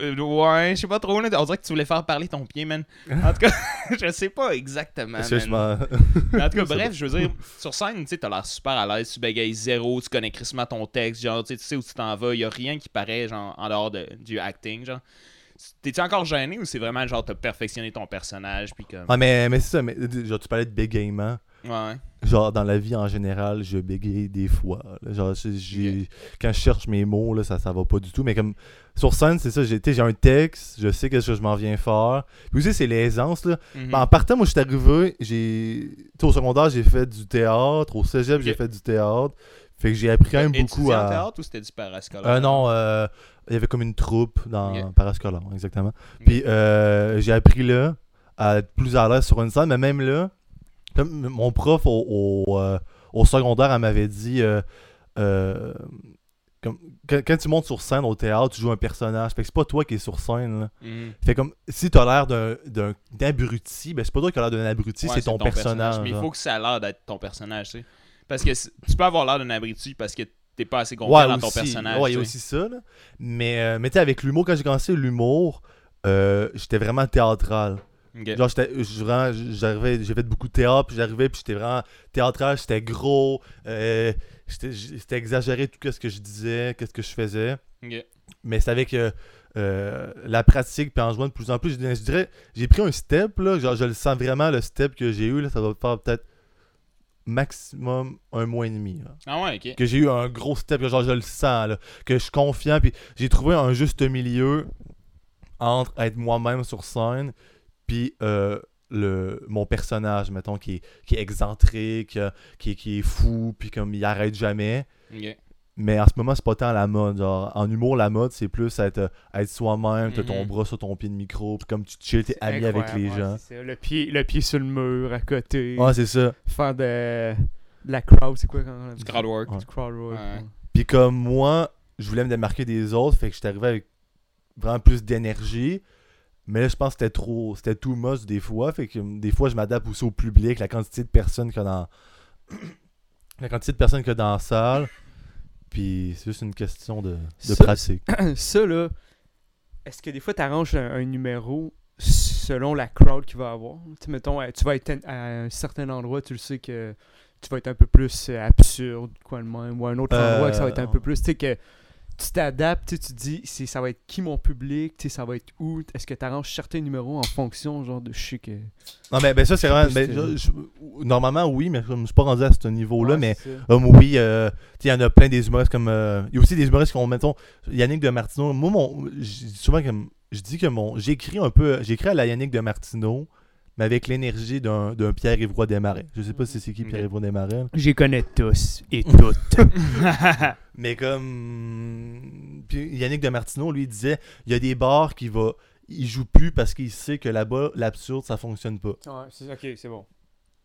Speaker 1: Euh, ouais, je sais pas trop. là. On dirait que tu voulais faire parler ton pied, man. En tout cas, je sais pas exactement.
Speaker 3: Parce que je
Speaker 1: man.
Speaker 3: m'en-
Speaker 1: Mais en tout cas, bref, je veux dire, sur scène, tu sais, t'as l'air super à l'aise, tu bégayes zéro, tu connais crissement ton texte, genre, tu sais, tu sais où tu t'en vas, y a rien qui paraît, genre, en dehors de, du acting, genre. T'es-tu encore gêné ou c'est vraiment, genre, t'as perfectionné ton personnage, puis comme.
Speaker 3: Ah, mais, mais c'est ça, mais, genre, tu parlais de bégaiement.
Speaker 1: Ouais.
Speaker 3: Genre, dans la vie en général, je bégaye des fois. là. Genre, j'ai- j'ai- quand je cherche mes mots, là, ça, ça va pas du tout. Mais comme sur scène, c'est ça, j'ai tu sais, j'ai un texte, je sais qu'est-ce que je m'en viens faire. Puis aussi, c'est l'aisance. là.
Speaker 1: Mhm.
Speaker 3: Ben, en partant, moi, je suis arrivé, j'ai. tu sais, Au secondaire, j'ai fait du théâtre. Au cégep, j'ai
Speaker 1: Ok.
Speaker 3: fait du théâtre. Fait que j'ai appris quand même beaucoup
Speaker 1: Étudiant
Speaker 3: à.
Speaker 1: en théâtre ou c'était du parascolaire?
Speaker 3: Euh, non, euh, il y avait comme une troupe dans
Speaker 1: Ok.
Speaker 3: parascolaire, exactement. Puis euh, j'ai appris là à être plus à l'aise sur une scène, mais même là, comme m- mon prof au, au, euh, au secondaire, elle m'avait dit euh, euh, comme, quand, quand tu montes sur scène au théâtre, tu joues un personnage. Fait que c'est pas toi qui es sur scène. là.
Speaker 1: Mhm. Ouais,
Speaker 3: Fait comme si t'as l'air d'un- d'un abruti, ben c'est pas toi qui as l'air d'un abruti, c'est ton, personnage.
Speaker 1: Mais il
Speaker 3: genre.
Speaker 1: faut que ça a l'air d'être ton personnage, tu sais. Parce que c'est- tu peux avoir l'air d'un abruti parce que t'es pas assez confiant
Speaker 3: ouais,
Speaker 1: dans
Speaker 3: aussi,
Speaker 1: ton personnage.
Speaker 3: Ouais, il y
Speaker 1: tu
Speaker 3: a
Speaker 1: sais.
Speaker 3: aussi ça. là. Mais, euh, mais tu sais, avec l'humour, quand j'ai commencé l'humour, euh, j'étais vraiment théâtral.
Speaker 1: Ok.
Speaker 3: Genre, j'étais- je- vraiment, j'arrivais, j'ai fait beaucoup de théâtre, puis j'arrivais, puis j'étais vraiment théâtral, j'étais gros, euh, j'étais j'étais exagéré tout ce que je disais, qu'est-ce que je faisais.
Speaker 1: Ok.
Speaker 3: Mais c'est avec euh, euh, la pratique, puis en jouant de plus en plus, je, dirais- je dirais, j'ai pris un step, là, genre, je le sens vraiment, le step que j'ai eu, là, ça doit faire peut-être maximum un mois et demi. là
Speaker 1: Ah ouais, ok.
Speaker 3: que j'ai eu un gros step, que genre je le sens, là, que je suis confiant, puis j'ai trouvé un juste milieu entre être moi-même sur scène, puis euh, le, mon personnage, mettons, qui est, qui est excentrique, euh, qui, est- qui est fou, puis comme il arrête jamais.
Speaker 1: Ok.
Speaker 3: Mais en ce moment, c'est pas tant la mode. genre, en humour, la mode, c'est plus être, euh, être soi-même, t'as ton
Speaker 1: Mhm.
Speaker 3: bras sur ton pied de micro, puis comme tu chill, t'es ami avec les
Speaker 2: Mm-hmm. Incroyable, ouais,
Speaker 3: gens.
Speaker 2: c'est ça. Le pied, le pied sur le mur, à côté.
Speaker 3: Ouais, c'est ça.
Speaker 2: Faire de de la crowd, c'est quoi quand on a
Speaker 1: Du
Speaker 2: dit
Speaker 1: crowd work.
Speaker 3: Ouais.
Speaker 2: Du crowd work,
Speaker 1: Ouais.
Speaker 2: ouais.
Speaker 3: Puis comme moi, je voulais me démarquer des autres, fait que j'étais arrivé avec vraiment plus d'énergie. Mais là, je pense que c'était trop, c'était too much des fois. Fait que hum, des fois, je m'adapte aussi au public, la quantité de personnes qu'il y a dans. la quantité de personnes qu'il y a dans la salle. Puis c'est juste une question de, de
Speaker 2: Ça-
Speaker 3: pratique.
Speaker 2: ça là, est-ce que des fois t'arranges un, un numéro selon la crowd qu'il va avoir? Tu sais, mettons, euh, tu vas être à à un certain endroit, tu le sais que tu vas être un peu plus euh, absurde, quoi de même, ou à un autre
Speaker 3: Euh,
Speaker 2: endroit que ça va être un peu
Speaker 3: ouais.
Speaker 2: plus, tu sais que tu t'adaptes, tu sais, tu dis c'est ça va être qui mon public, tu sais, ça va être où, est-ce que t'arranges certains numéros en fonction genre de je sais que
Speaker 3: Non, mais ben, ça, c'est vraiment.
Speaker 2: Plus
Speaker 3: ben,
Speaker 2: de-
Speaker 3: je- je- normalement, oui, mais comme je suis pas rendu à ce niveau-là.
Speaker 2: Ouais,
Speaker 3: Oh, mais
Speaker 2: c'est ça.
Speaker 3: Comme oui, euh, tu sais, il y en a plein des humoristes comme. euh, Il y a aussi des humoristes qui ont, mettons, Yannick de Martino. Moi, mon, je dis souvent que m- je dis que mon. J'écris un peu. J'écris à la Yannick de Martino, mais avec l'énergie d'un d'un Pierre-Yvroy Desmarais. Je sais pas si c'est qui
Speaker 1: Ok.
Speaker 3: Pierre-Yvroy Desmarais. là.
Speaker 2: Je les connais tous et toutes.
Speaker 3: Mais comme. Puis Yannick de Martino, lui, il disait il y a des bars qui va. Il joue plus parce qu'il sait que là-bas, l'absurde, ça fonctionne pas.
Speaker 2: ouais, c'est ok, c'est bon.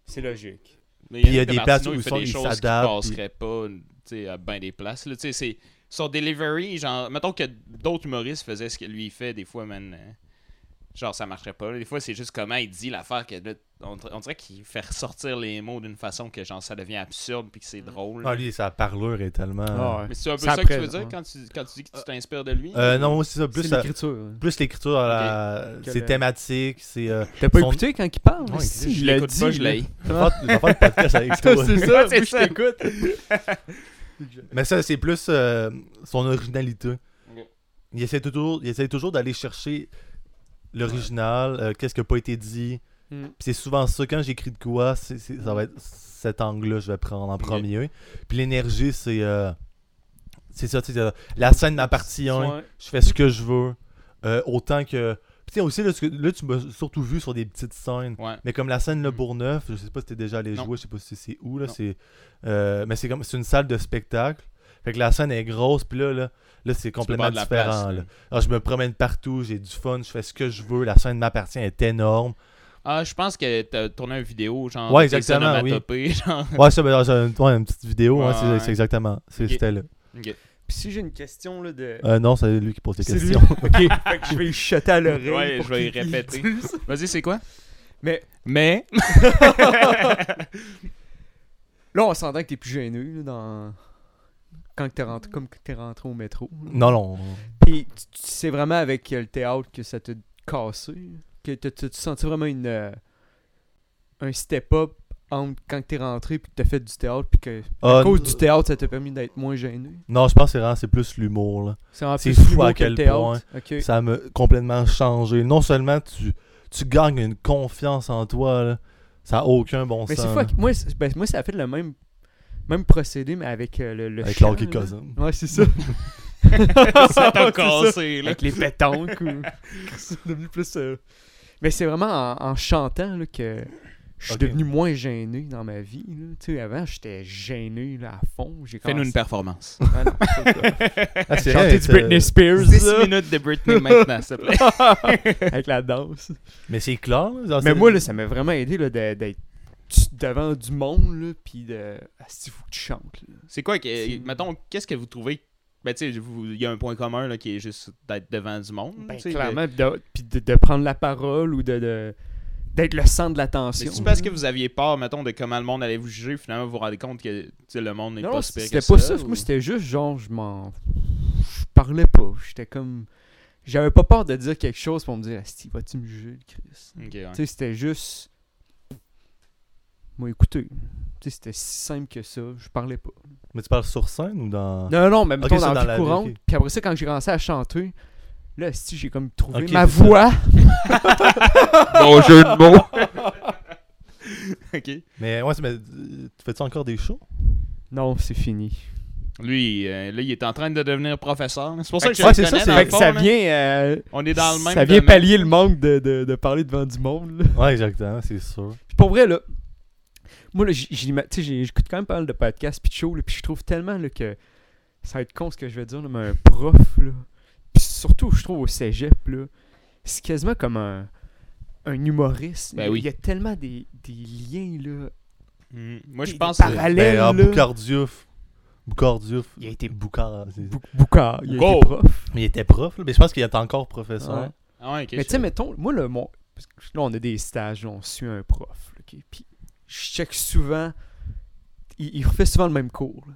Speaker 2: C'est logique.
Speaker 1: Mais
Speaker 3: Puis il y a
Speaker 1: Yannick
Speaker 3: des
Speaker 1: Martineau, il
Speaker 3: places où
Speaker 1: fait
Speaker 3: ça,
Speaker 1: des
Speaker 3: il
Speaker 1: choses qui
Speaker 3: s'adapte,
Speaker 1: passeraient pas tu sais, à bien des places. là. Tu sais, c'est- son delivery, genre, mettons que d'autres humoristes faisaient ce que lui il fait des fois, man. euh, genre ça marcherait pas. Des fois, c'est juste comment il dit l'affaire que là, on, on dirait qu'il fait ressortir les mots d'une façon que genre ça devient absurde puis que c'est drôle.
Speaker 3: Ah, lui, sa parlure est tellement.
Speaker 2: Ah ouais.
Speaker 1: Mais c'est un peu
Speaker 2: Ça
Speaker 1: ça, que tu veux
Speaker 2: présente,
Speaker 1: dire
Speaker 2: ouais.
Speaker 1: quand tu, quand tu dis que tu t'inspires de lui
Speaker 3: Euh, non, c'est ça. Plus,
Speaker 2: C'est
Speaker 3: la-
Speaker 2: l'écriture. hein.
Speaker 3: plus l'écriture, dans la-
Speaker 2: Que
Speaker 3: c'est
Speaker 2: le-
Speaker 3: thématique, c'est. euh,
Speaker 2: T'as pas
Speaker 3: Son-
Speaker 2: écouté quand il parle?
Speaker 3: Non, il
Speaker 2: si,
Speaker 3: dit,
Speaker 1: Je
Speaker 2: il l'a
Speaker 1: l'écoute
Speaker 2: dit,
Speaker 1: pas, je
Speaker 2: là.
Speaker 1: l'ai.
Speaker 3: je vais faire- je vais faire le podcast avec toi.
Speaker 2: C'est ça,
Speaker 1: C'est
Speaker 2: moi, je
Speaker 1: ça.
Speaker 2: t'écoute.
Speaker 3: Mais ça, c'est plus euh, son originalité.
Speaker 1: Ok.
Speaker 3: Il essaie toujours, il essaie toujours d'aller chercher l'original, euh, qu'est-ce qui n'a pas été dit.
Speaker 2: Mm.
Speaker 3: Puis c'est souvent ça, quand j'écris de quoi, c'est- c'est- ça va être cet angle-là que je vais prendre en premier. Puis l'énergie, c'est. euh, c'est ça, tu sais, euh, la scène m'appartient,
Speaker 2: Ouais.
Speaker 3: je fais ce que je veux. euh, autant que. Puis tu sais, aussi, là, ce que- là, tu m'as surtout vu sur des petites scènes.
Speaker 1: Ouais.
Speaker 3: Mais comme la scène Le
Speaker 2: Mm.
Speaker 3: Bourgneuf, je sais pas si t'es déjà allé
Speaker 1: Non.
Speaker 3: jouer, je sais pas si c'est où là,
Speaker 1: Non.
Speaker 3: c'est euh, mais c'est comme c'est une salle de spectacle. Fait que la scène est grosse, puis là là, là c'est complètement
Speaker 1: avoir de la
Speaker 3: différent.
Speaker 1: place,
Speaker 3: là.
Speaker 1: là.
Speaker 3: Alors, je me promène partout, j'ai du fun, je fais ce que je veux, la scène m'appartient, elle est énorme.
Speaker 1: Ah, je pense que t'as tourné une vidéo genre
Speaker 3: Ouais,
Speaker 1: de tes
Speaker 3: exactement, oui.
Speaker 1: onomatopées, genre.
Speaker 3: Ouais, ça ben, dans un- ouais, une petite vidéo, hein,
Speaker 1: Ouais,
Speaker 3: c'est
Speaker 1: ouais.
Speaker 3: c'est exactement, c'est-
Speaker 1: Ok.
Speaker 3: c'était là.
Speaker 1: Ok.
Speaker 2: Puis si j'ai une question là, de.
Speaker 3: Euh, non, c'est lui qui pose les
Speaker 2: C'est lui.
Speaker 3: questions.
Speaker 2: ok, fait que je vais lui chuter à l'oreille.
Speaker 1: Ah, Ouais,
Speaker 2: pour
Speaker 1: je vais y
Speaker 2: qu'il- qu'il
Speaker 1: répéter.
Speaker 2: dise.
Speaker 1: Vas-y, c'est quoi
Speaker 2: Mais-
Speaker 1: mais
Speaker 2: Là, on s'entend que t'es plus gêné là, dans... quand que t'es rentré, comme que t'es rentré au métro. là.
Speaker 3: non non.
Speaker 2: Puis tu- tu- c'est vraiment avec euh, le théâtre que ça t'a cassé. Que t'as- t'as t'as senti vraiment une, euh, un step-up entre quand que t'es rentré puis que t'as fait du théâtre. Puis que à
Speaker 3: Ah,
Speaker 2: cause
Speaker 3: n-
Speaker 2: du théâtre, ça t'a permis d'être moins gêné.
Speaker 3: Non, je pense que c'est vraiment c'est plus l'humour là.
Speaker 2: C'est en
Speaker 3: C'est
Speaker 2: plus
Speaker 3: fou
Speaker 2: plus beau
Speaker 3: à
Speaker 2: que
Speaker 3: quel
Speaker 2: le théâtre.
Speaker 3: point.
Speaker 2: Ok.
Speaker 3: Ça m'a complètement changé. Non seulement tu tu gagnes une confiance en toi là, ça a aucun bon
Speaker 2: Mais
Speaker 3: sens.
Speaker 2: c'est
Speaker 3: là.
Speaker 2: fuck. Moi, c'est- ben, moi, ça a fait le même, même procédé, mais avec euh, le, le
Speaker 3: Avec
Speaker 2: chant,
Speaker 3: Clark et
Speaker 2: là.
Speaker 3: Cousin.
Speaker 2: Ouais, c'est ça.
Speaker 1: ça t'a
Speaker 2: C'est ça.
Speaker 1: cassé là.
Speaker 2: Avec les pétanques. ou- c'est devenu plus. euh, Mais c'est vraiment en, en chantant là, que je suis
Speaker 3: Ok.
Speaker 2: devenu moins gêné dans ma vie. là. Tu sais, avant, j'étais gêné là, à fond. J'ai
Speaker 1: Fais-nous une
Speaker 2: commencé-
Speaker 1: performance.
Speaker 2: Ah non, c'est ça.
Speaker 3: Ah, c'est vrai,
Speaker 2: Chanter du
Speaker 3: ça-
Speaker 2: Britney Spears
Speaker 1: 10
Speaker 2: là,
Speaker 1: minutes de Britney maintenant, s'il te plaît.
Speaker 2: avec la danse.
Speaker 3: Mais Ah, c'est clair. là, dans
Speaker 2: Mais
Speaker 3: cette-
Speaker 2: moi, là, ça m'a vraiment aidé là, de- d'être tu- devant du monde, là, puis de. Ah, si vous que tu chantes, là.
Speaker 1: C'est quoi
Speaker 2: C'est-
Speaker 1: que. Mettons, qu'est-ce que vous trouvez. Ben, tu sais, vous- il y a un point commun là, qui est juste d'être devant du monde.
Speaker 2: Ben,
Speaker 1: tu sais, de-
Speaker 2: clairement, puis de, puis de- de prendre la parole ou de. de- d'être le centre de
Speaker 1: Mais
Speaker 2: l'attention.
Speaker 1: c'est parce que vous aviez peur, mettons, de comment le monde allait vous juger, finalement, vous vous rendez compte que tu sais, le monde n'est
Speaker 2: Non,
Speaker 1: pas
Speaker 2: non,
Speaker 1: super
Speaker 2: c'était pas ça. Moi, c'était juste genre, je m'en. Je parlais pas. J'étais comme. J'avais pas peur de dire quelque chose pour me dire, Asti, vas-tu me juger, le Christ? Tu sais, c'était juste. Moi, écoutez. Tu sais, c'était si simple que ça. Je parlais pas.
Speaker 3: Mais tu parles sur scène ou dans.
Speaker 2: Non, non, mais mettons
Speaker 3: ça, dans
Speaker 2: dans la vie
Speaker 3: la vie,
Speaker 2: courante.
Speaker 3: Ah. ok.
Speaker 2: Puis après ça, quand j'ai commencé à chanter, là, si j'ai comme trouvé
Speaker 3: Ok,
Speaker 2: ma
Speaker 3: c'est ça.
Speaker 2: voix.
Speaker 1: Bon jeu de mots. ok.
Speaker 3: Mais ouais, c'est- mais, euh, tu fais-tu encore des shows
Speaker 2: Non, c'est fini.
Speaker 1: Lui, euh, là, il est en train de devenir professeur. là. C'est pour ça que je
Speaker 3: Ouais,
Speaker 1: le
Speaker 3: c'est ça,
Speaker 1: connais,
Speaker 3: c'est
Speaker 1: dans
Speaker 2: Fait
Speaker 1: le
Speaker 2: que
Speaker 1: fond,
Speaker 2: ça
Speaker 1: là.
Speaker 2: vient. euh,
Speaker 1: On est dans le même
Speaker 2: ça vient
Speaker 1: domaine.
Speaker 2: pallier le manque de, de, de parler devant du monde, là.
Speaker 3: Ouais, exactement, c'est sûr.
Speaker 2: Puis pour vrai, là, moi, là, j- j'ai- tu sais, j'ai- j'écoute quand même pas mal de podcasts puis de shows, là, puis je trouve tellement là, que ça va être con ce que je vais dire, là, mais un prof, là, puis surtout, je trouve au cégep, là, c'est quasiment comme un, un humoriste.
Speaker 1: Ben
Speaker 2: Il-
Speaker 1: oui.
Speaker 2: Il y a tellement des, des liens, là,
Speaker 1: Mm. Moi, je
Speaker 2: des-
Speaker 1: pense
Speaker 2: des
Speaker 1: que-
Speaker 2: parallèles,
Speaker 3: Ben, alors,
Speaker 2: là.
Speaker 3: Boucardiouf. Boucardiouf.
Speaker 2: Il a été
Speaker 3: Boucard. c'est-
Speaker 2: Bou- Boucard, il a été
Speaker 1: Go.
Speaker 2: prof.
Speaker 3: Mais il était prof, là. Mais je pense qu'il est encore professeur.
Speaker 2: Ouais.
Speaker 1: Ah ouais, ok,
Speaker 2: Mais
Speaker 1: je-
Speaker 2: tu sais, mettons, moi, le mon... parce que là, on a des stages, là, on suit un prof. là, ok? Puis je check souvent, il, il refait souvent le même cours. là.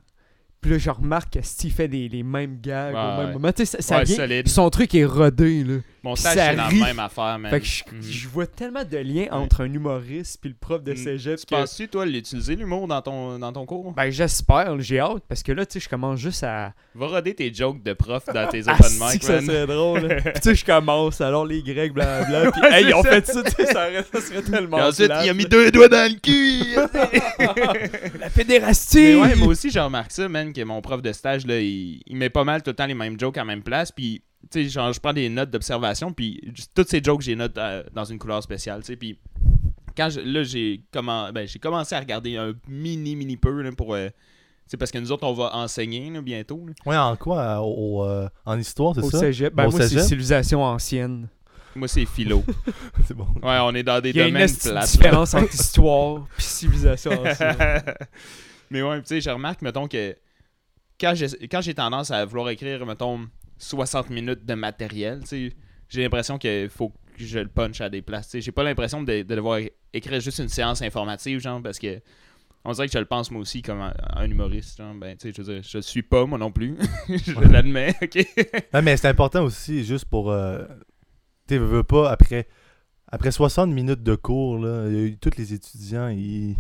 Speaker 2: Puis là, je remarque que Steve fait des, les mêmes gags au
Speaker 1: Ouais,
Speaker 2: même
Speaker 1: ouais.
Speaker 2: moment. Tu sais, ça, ça
Speaker 1: Ouais,
Speaker 2: vient-
Speaker 1: solide.
Speaker 2: son truc est rodé. Là.
Speaker 1: Mon
Speaker 2: Puis
Speaker 1: stage,
Speaker 2: ça
Speaker 1: c'est la
Speaker 2: rit.
Speaker 1: même affaire, man.
Speaker 2: Fait que je,
Speaker 1: Mhm.
Speaker 2: je vois tellement de liens entre un humoriste puis le prof de
Speaker 1: Mm.
Speaker 2: cégep.
Speaker 1: Tu
Speaker 2: que-
Speaker 1: penses-tu, toi, l'utiliser l'humour dans ton, dans ton cours?
Speaker 2: Ben, j'espère, là, j'ai hâte, parce que là, tu sais, je commence juste à.
Speaker 1: Va roder tes jokes de prof dans tes
Speaker 2: Ah,
Speaker 1: open
Speaker 2: si
Speaker 1: mic,
Speaker 2: que ça
Speaker 1: man.
Speaker 2: serait drôle. là. Puis tu sais, je commence, alors les Grecs, blablabla. Puis,
Speaker 1: Ouais,
Speaker 2: hey,
Speaker 1: c'est
Speaker 2: ils ont
Speaker 1: ça.
Speaker 2: fait ça, tu sais, ça, aurait- ça serait tellement.
Speaker 1: Puis ensuite,
Speaker 2: plate,
Speaker 1: il a mis
Speaker 2: là.
Speaker 1: deux doigts dans le cul!
Speaker 2: La pédérastie!
Speaker 1: Mais ouais, moi aussi, j'ai remarqué ça, man, que mon prof de stage, là, il, il met pas mal tout le temps les mêmes jokes à la même place. Puis, tu sais, genre, je prends des notes d'observation, puis j- toutes ces jokes, j'ai note euh, dans une couleur spéciale, tu sais. Puis, quand je- là, j'ai commen- ben, j'ai commencé à regarder un mini, mini peu, là, pour. euh, tu sais, parce que nous autres, on va enseigner là, bientôt. là.
Speaker 3: Ouais, en quoi euh, au- au, euh, En histoire, c'est
Speaker 2: Au
Speaker 3: ça
Speaker 2: cégep. Ben,
Speaker 3: Au
Speaker 2: moi, c'est
Speaker 3: cégep?
Speaker 2: civilisation ancienne.
Speaker 1: Moi, c'est philo.
Speaker 3: C'est bon.
Speaker 1: Ouais, on est dans des
Speaker 2: Il y a une
Speaker 1: domaines
Speaker 2: esti de
Speaker 1: plates, là.
Speaker 2: différence entre histoire et civilisation ancienne.
Speaker 1: Mais ouais, tu sais, je remarque, mettons, que quand j'ai quand j'ai tendance à vouloir écrire, mettons, 60 minutes de matériel, tu sais, j'ai l'impression qu'il faut, je le punch à des places. tu sais. J'ai pas l'impression de, de devoir écrire juste une séance informative, genre, parce que on dirait que je le pense moi aussi comme un, un humoriste. Genre, ben, tu sais, je veux dire, je le suis pas moi non plus. je l'admets, ok?
Speaker 3: Ouais, mais c'est important aussi, juste pour. euh, tu sais, veux, veux pas, après, après 60 minutes de cours, là, il y a eu- tous les étudiants, ils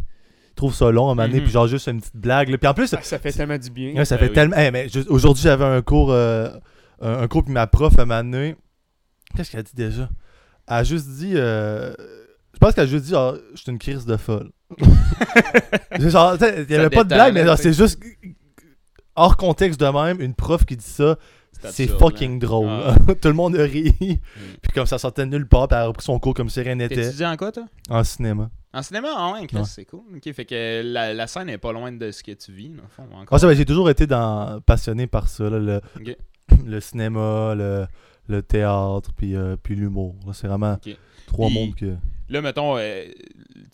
Speaker 3: trouvent ça long à un moment donné,
Speaker 1: Mhm.
Speaker 3: puis genre juste une petite blague. là. Puis en plus,
Speaker 2: Ah, ça fait tellement du bien.
Speaker 3: Ouais, ça
Speaker 1: Ben
Speaker 3: fait
Speaker 1: oui.
Speaker 3: tellement. Hey, mais je- Aujourd'hui, j'avais un cours, euh, un, un cours, puis ma prof, à donné Qu'est-ce qu'elle a dit déjà Elle a juste dit. euh, Je pense qu'elle a juste dit, genre, je suis une crise de folle. genre, tu sais, il n'y
Speaker 1: Ça
Speaker 3: avait pas de
Speaker 1: détend,
Speaker 3: blague, mais
Speaker 1: là,
Speaker 3: genre,
Speaker 1: tu sais.
Speaker 3: c'est juste. Hors contexte de même, une prof qui dit ça, c'est
Speaker 1: absurde,
Speaker 3: fucking
Speaker 1: hein.
Speaker 3: drôle.
Speaker 1: Ah.
Speaker 3: Tout le monde a ri. Puis comme ça sortait de nulle part, puis elle a repris son cours comme si rien n'était.
Speaker 1: T'étudies en quoi, toi?
Speaker 3: En cinéma.
Speaker 1: En cinéma, en Chris,
Speaker 3: Ouais.
Speaker 1: c'est cool. Ok, fait que la, la scène est pas loin de ce que tu vis, dans le fond,
Speaker 3: Ah,
Speaker 1: encore.
Speaker 3: ça, ben, j'ai toujours été dans... passionné par ça, là, le...
Speaker 1: Ok.
Speaker 3: le cinéma, le, le théâtre, puis, euh, puis l'humour. Là, C'est vraiment
Speaker 1: Ok.
Speaker 3: trois
Speaker 1: Puis-
Speaker 3: mondes que...
Speaker 1: Là, mettons, euh,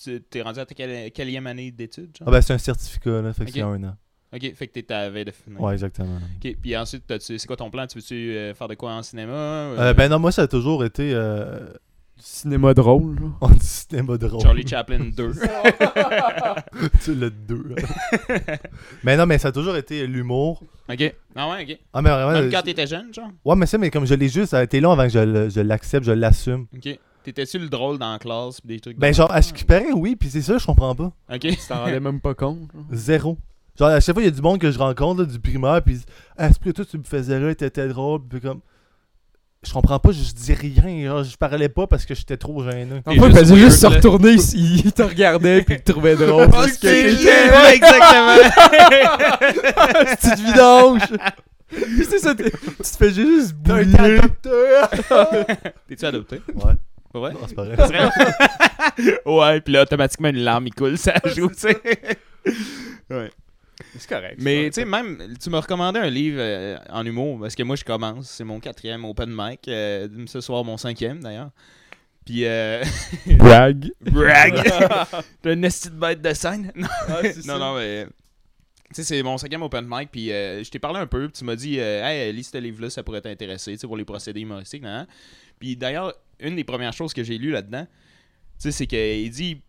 Speaker 1: tu t'es rendu à ta quelle, quellième année d'études, genre?
Speaker 3: Ah ben, c'est un certificat, là, fait que
Speaker 1: Ok.
Speaker 3: c'est un an.
Speaker 1: Ok, fait que t'es à la veille de finir.
Speaker 3: Ouais, exactement.
Speaker 1: Ok, puis ensuite, t'as-tu- c'est quoi ton plan? Tu veux-tu euh, faire de quoi en cinéma?
Speaker 3: Euh, ben non, moi, ça a toujours été... euh,
Speaker 2: Cinéma drôle. là.
Speaker 3: On dit cinéma drôle.
Speaker 1: Charlie Chaplin 2.
Speaker 3: Tu le deux. hein. mais non, mais ça a toujours été l'humour.
Speaker 1: ok. Ah ouais, ok.
Speaker 3: Ah, mais vraiment...
Speaker 1: Même
Speaker 3: euh,
Speaker 1: quand t'étais jeune, genre?
Speaker 3: Ouais, mais ça, mais comme je l'ai juste, ça a été long avant que je le- je l'accepte, je l'assume.
Speaker 1: Ok. T'étais-tu le drôle dans la classe? pis des trucs
Speaker 3: Ben
Speaker 1: de-
Speaker 3: genre, à ce qui paraît, oui, puis c'est ça, je comprends pas.
Speaker 1: Ok.
Speaker 2: Tu t'en rendais même pas compte. là.
Speaker 3: Zéro. Genre, à chaque fois, il y a du monde que je rencontre, là, du primaire, puis ils disent Ah, c'est que toi, tu me faisais rire, t'étais drôle, puis comme. Je comprends pas, je dis rien, genre, je parlais pas parce que j'étais trop gêné.
Speaker 1: T'es
Speaker 2: Après, il
Speaker 1: juste
Speaker 2: faisait juste se
Speaker 1: weird, là.
Speaker 2: retourner, il il te regardait puis il te trouvait drôle. parce que
Speaker 1: c'est
Speaker 2: t'étais-
Speaker 1: ouais, exactement!
Speaker 2: petite vidange. Tu sais, ça, t'es- tu te fais juste bouillir.
Speaker 1: T'es-tu adopté?
Speaker 3: Ouais,
Speaker 1: Pour vrai?
Speaker 3: non, c'est pas vrai.
Speaker 1: C'est vrai? ouais, puis là, automatiquement, une larme, il coule, ça joue, tu sais.
Speaker 2: C'est correct.
Speaker 1: Mais tu sais, même, tu m'as recommandé un livre euh, en humour, parce que moi, je commence. C'est mon quatrième open mic. euh, ce soir, mon cinquième, d'ailleurs. Puis, euh,
Speaker 2: brag.
Speaker 1: brag! T'as une esti de bête de scène. Non, Ah, non, non, mais. Tu sais, c'est mon cinquième open mic, puis euh, je t'ai parlé un peu, puis tu m'as dit, euh, hey, lis ce livre-là, ça pourrait t'intéresser, tu sais, pour les procédés humoristiques, nan, nan. Puis d'ailleurs, une des premières choses que j'ai lues là-dedans, tu sais, c'est qu'il dit, tu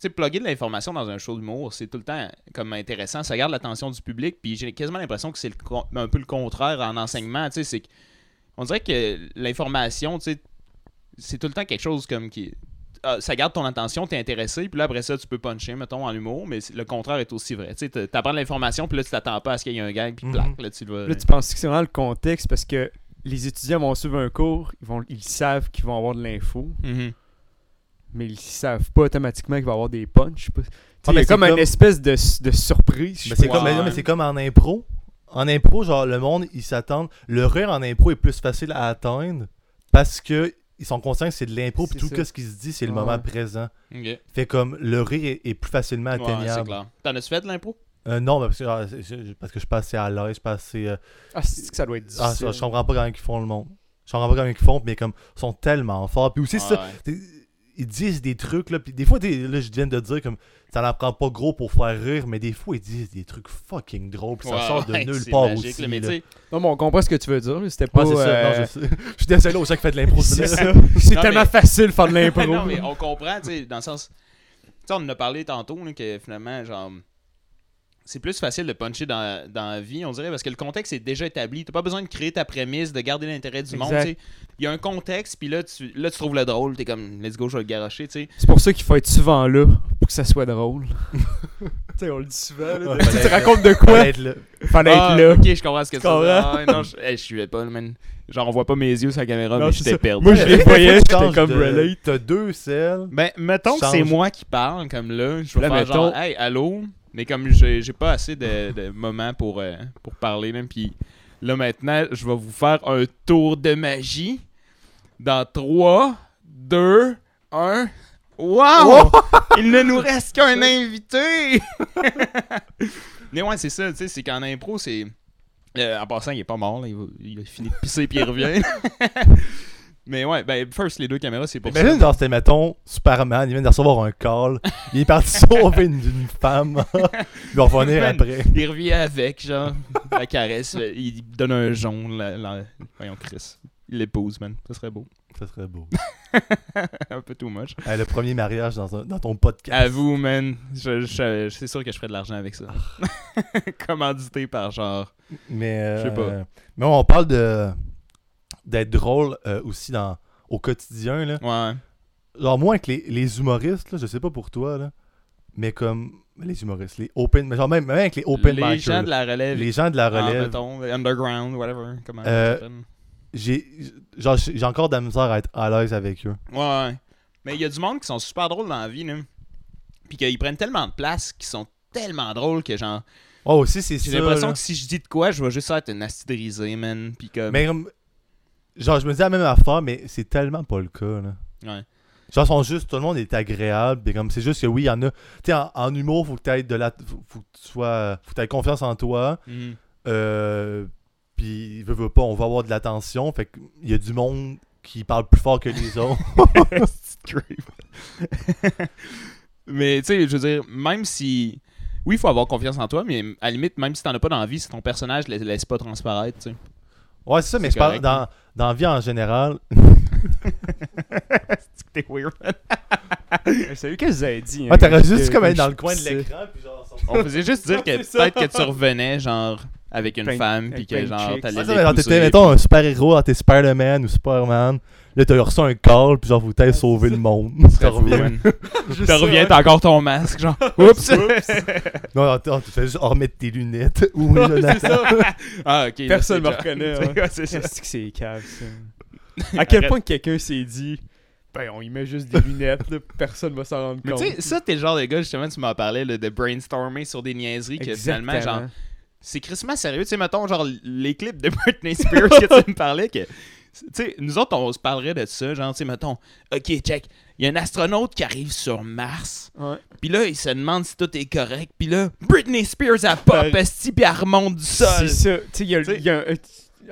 Speaker 1: sais, plugger de l'information dans un show d'humour, c'est tout le temps comme intéressant, ça garde l'attention du public, puis j'ai quasiment l'impression que c'est le con- un peu le contraire en enseignement, tu sais, c'est que- on dirait que l'information, tu sais, c'est tout le temps quelque chose comme qui ah, ça garde ton attention, t'es intéressé, puis là après ça tu peux puncher, mettons, en humour, mais c'est- le contraire est aussi vrai. Tu sais, t- t'apprends de l'information, puis là tu t'attends pas à ce qu'il y ait un gag, puis
Speaker 3: Mhm.
Speaker 1: plaque, là tu le
Speaker 2: Là, tu penses que c'est vraiment le contexte parce que les étudiants vont suivre un cours, ils, vont, ils savent qu'ils vont avoir de l'info,
Speaker 1: Mhm.
Speaker 2: mais ils savent pas automatiquement qu'il va y avoir des punchs. Je sais pas. Tu sais,
Speaker 3: Ah,
Speaker 2: il y
Speaker 3: mais
Speaker 2: a
Speaker 3: c'est
Speaker 2: comme, une
Speaker 3: comme-
Speaker 2: espèce de, de surprise. je
Speaker 3: Mais Ben, c'est
Speaker 2: pense.
Speaker 3: comme, mais non, mais c'est comme en impro. En impro, genre, le monde, ils s'attendent. Le rire en impro est plus facile à atteindre parce que ils sont conscients que c'est de l'impro, puis
Speaker 2: C'est
Speaker 3: tout
Speaker 2: ça.
Speaker 3: que ce qui se dit, c'est le
Speaker 2: Ah,
Speaker 3: moment
Speaker 2: ouais.
Speaker 3: présent.
Speaker 1: Ok.
Speaker 3: Fait comme le rire est, est plus facilement
Speaker 1: Ouais, c'est
Speaker 3: atteignable.
Speaker 1: clair. T'en as-tu fait de l'impro?
Speaker 3: Euh, non, mais parce que, ah, c'est- c'est- parce que je suis pas assez à l'aise, je suis pas assez. euh,
Speaker 2: Ah, c'est que ça doit être difficile.
Speaker 3: ah, ça, je comprends pas comment ils font le monde. Je comprends pas comment ils font, mais comme ils sont tellement forts. Puis aussi,
Speaker 1: Ouais,
Speaker 3: ça,
Speaker 1: ouais.
Speaker 3: t'es- ils disent des trucs, là. Puis des fois, t'es- là, je viens de dire, comme ça n'en prend pas gros pour faire rire, mais des fois, ils disent des trucs fucking drôles, puis ça
Speaker 1: Ouais,
Speaker 3: sort de
Speaker 1: ouais,
Speaker 3: nulle
Speaker 1: c'est
Speaker 3: part
Speaker 1: magique,
Speaker 3: aussi.
Speaker 1: là, mais tu
Speaker 3: là.
Speaker 1: sais,
Speaker 2: Non, mais on comprend ce que tu veux dire. là, C'était pas.
Speaker 3: Ouais, Ah, c'est ça. Non, je
Speaker 2: euh,
Speaker 3: sais. Je suis désolé aux gens qui font de l'impro.
Speaker 2: c'est
Speaker 3: là.
Speaker 2: ça. C'est
Speaker 1: Non,
Speaker 2: tellement
Speaker 1: mais-
Speaker 2: facile de faire de l'impro.
Speaker 1: non, mais on comprend, tu sais, dans le sens. Tu sais, on en a parlé tantôt, là, que finalement, genre. C'est plus facile de puncher dans, dans la vie, on dirait, parce que le contexte est déjà établi. T'as pas besoin de créer ta prémisse, de garder l'intérêt du monde, tu
Speaker 2: Exact.
Speaker 1: sais. Il y a un contexte, puis là tu, là, tu trouves le drôle, t'es comme, let's go, je vais le garocher, tu sais.
Speaker 2: C'est pour ça qu'il faut être souvent là, pour que ça soit drôle. tu sais, on le dit souvent. Là,
Speaker 3: Ouais,
Speaker 2: de- tu
Speaker 3: fallait
Speaker 2: te
Speaker 3: être là.
Speaker 2: racontes de quoi
Speaker 3: Fallait être là.
Speaker 2: Fallait
Speaker 1: Ah,
Speaker 2: être là.
Speaker 1: Ok, je comprends ce que tu
Speaker 2: comprends?
Speaker 1: Ah, non, je, hey, je suivais pas, man. Genre, on voit pas mes yeux sur la caméra,
Speaker 2: Non,
Speaker 1: mais
Speaker 2: c'est
Speaker 1: j'étais
Speaker 2: ça.
Speaker 1: perdu.
Speaker 2: Moi, je les voyais,
Speaker 3: Tu
Speaker 2: j'étais
Speaker 3: changes
Speaker 2: comme
Speaker 3: de-
Speaker 2: relate.
Speaker 3: T'as deux selles.
Speaker 1: Ben, mettons que
Speaker 3: Change.
Speaker 1: c'est moi qui parle, comme là, je vais
Speaker 2: Là,
Speaker 1: faire genre,
Speaker 2: mettons-
Speaker 1: hey, allô, mais comme j'ai j'ai pas assez de, de moments pour, euh, pour parler, même, puis là, maintenant, je vais vous faire un tour de magie dans 3, 2, 1. Wow! Il ne nous reste qu'un invité! mais ouais, c'est ça, tu sais, c'est qu'en impro, c'est. Euh, en passant, il est pas mort, là, il, va- il a fini de pisser puis il revient. mais ouais, ben, first, les deux caméras, c'est pour ça.
Speaker 3: Imagine, genre, c'était, mettons, Superman, il vient de recevoir un call, il est parti sauver une, une femme, il va revenir
Speaker 1: Man.
Speaker 3: après.
Speaker 1: Il revient avec, genre, la caresse. euh, Il donne un jonc. La, la- Voyons, Chris. Il l'épouse, man. Ça serait beau.
Speaker 3: Ça serait beau.
Speaker 1: un peu too much.
Speaker 3: Hey, Euh, le premier mariage dans, un- dans ton podcast.
Speaker 1: Avoue, man, je, je- je- c'est sûr que je ferais de l'argent avec ça. Commandité par genre.
Speaker 3: Mais, euh,
Speaker 1: Je sais pas.
Speaker 3: mais on parle de d'être drôle euh, aussi dans au quotidien. Là.
Speaker 1: Ouais.
Speaker 3: Genre, moi, avec les, les humoristes, là, je sais pas pour toi, là, mais comme les humoristes, les open. Mais genre, même, même avec les open
Speaker 1: les
Speaker 3: micers,
Speaker 1: gens de
Speaker 3: là,
Speaker 1: la relève.
Speaker 3: les gens de la
Speaker 1: ah,
Speaker 3: relève,
Speaker 1: mettons, underground, whatever. Comment on
Speaker 3: Euh,
Speaker 1: s'appelle.
Speaker 3: j'ai genre, j'ai j'ai encore de la misère à être à l'aise avec eux.
Speaker 1: Ouais, ouais. Mais il y a du monde qui sont super drôles dans la vie, là. Puis qu'ils prennent tellement de place, qu'ils sont tellement drôles que genre.
Speaker 3: Oh, aussi, c'est ça.
Speaker 1: J'ai l'impression
Speaker 3: là.
Speaker 1: que euh, si je dis de quoi, je vais juste être une acidrisée, man. Puis comme.
Speaker 3: Mais comme, genre, je me dis la même affaire, mais c'est tellement pas le cas. Là.
Speaker 1: Ouais.
Speaker 3: Genre, sont juste, tout le monde est agréable. pis comme, c'est juste que oui, il y en a. Tu sais, en, en humour, faut que t'aies de la. Faut, faut que tu sois. Faut que t'aies confiance en toi.
Speaker 1: Mhm.
Speaker 3: Euh, puis, veux, veux pas, on va avoir de l'attention. Fait qu'il y a du monde qui parle plus fort que les autres.
Speaker 1: C'est grave. mais tu sais, je veux dire, même si. Oui, il faut avoir confiance en toi, mais à la limite, même si t'en as pas dans la vie, si ton personnage le laisse pas transparaître, tu sais.
Speaker 3: Ouais, c'est ça, mais
Speaker 1: C'est
Speaker 3: je parle
Speaker 1: correct,
Speaker 3: dans, dans la vie en général.
Speaker 1: C'est que t'es weird.
Speaker 2: C'est lui que vous avez dit. hein?
Speaker 1: Ah,
Speaker 3: Ouais, t'aurais juste comme être dans le coin de l'écran. Puis genre, sortir-
Speaker 1: On faisait juste dire que
Speaker 3: C'est ça.
Speaker 1: peut-être que tu revenais, genre, avec une
Speaker 2: Plein-
Speaker 1: femme, puis
Speaker 2: avec
Speaker 1: que,
Speaker 2: plein de
Speaker 1: genre,
Speaker 2: chicks.
Speaker 1: t'allais.
Speaker 3: Ouais,
Speaker 1: les
Speaker 3: ça, mais genre,
Speaker 1: pousser,
Speaker 3: t'étais, mettons, un super-héros, genre, t'es Spider-Man ou Superman. Là, t'as reçu un call, puis genre, faut que t'ailles sauver le monde.
Speaker 1: puis
Speaker 3: T'en
Speaker 1: serais fou,
Speaker 3: reviens.
Speaker 1: man.
Speaker 2: Juste
Speaker 1: Te
Speaker 2: ça,
Speaker 1: reviens,
Speaker 2: ouais.
Speaker 1: t'as encore ton masque, genre. Oups!
Speaker 3: Non, non, t'as- tu fais juste oh, remettre tes lunettes. Ou
Speaker 2: Ouais,
Speaker 3: Jonathan.
Speaker 2: c'est ça.
Speaker 1: ah, ok. là,
Speaker 2: Personne
Speaker 1: c'est
Speaker 2: me reconnaît,
Speaker 1: C'est-
Speaker 2: ouais.
Speaker 1: ouais, c'est ça.
Speaker 2: C'est que c'est cave, ça. À quel
Speaker 1: Arrête.
Speaker 2: point quelqu'un s'est dit, ben on y met juste des lunettes, là, personne va s'en rendre
Speaker 1: Mais
Speaker 2: compte.
Speaker 1: tu sais, ça, t'es le genre de gars, justement, tu m'en parlais, là, de brainstormer sur des niaiseries que finalement, genre, c'est crissement sérieux. Tu sais, mettons, genre, les clips de Britney Spears que tu me parlais, que, tu sais, nous autres, on se parlerait de ça, genre, tu sais, mettons, OK, check, il y a un astronaute qui arrive sur Mars,
Speaker 2: Ouais.
Speaker 1: puis là, il se demande si tout est correct, puis là, Britney Spears, elle pop,
Speaker 2: Ben,
Speaker 1: esti, puis elle remonte du sol.
Speaker 2: C'est ça. Tu sais, il y a,
Speaker 1: Tu sais-
Speaker 2: il y a un.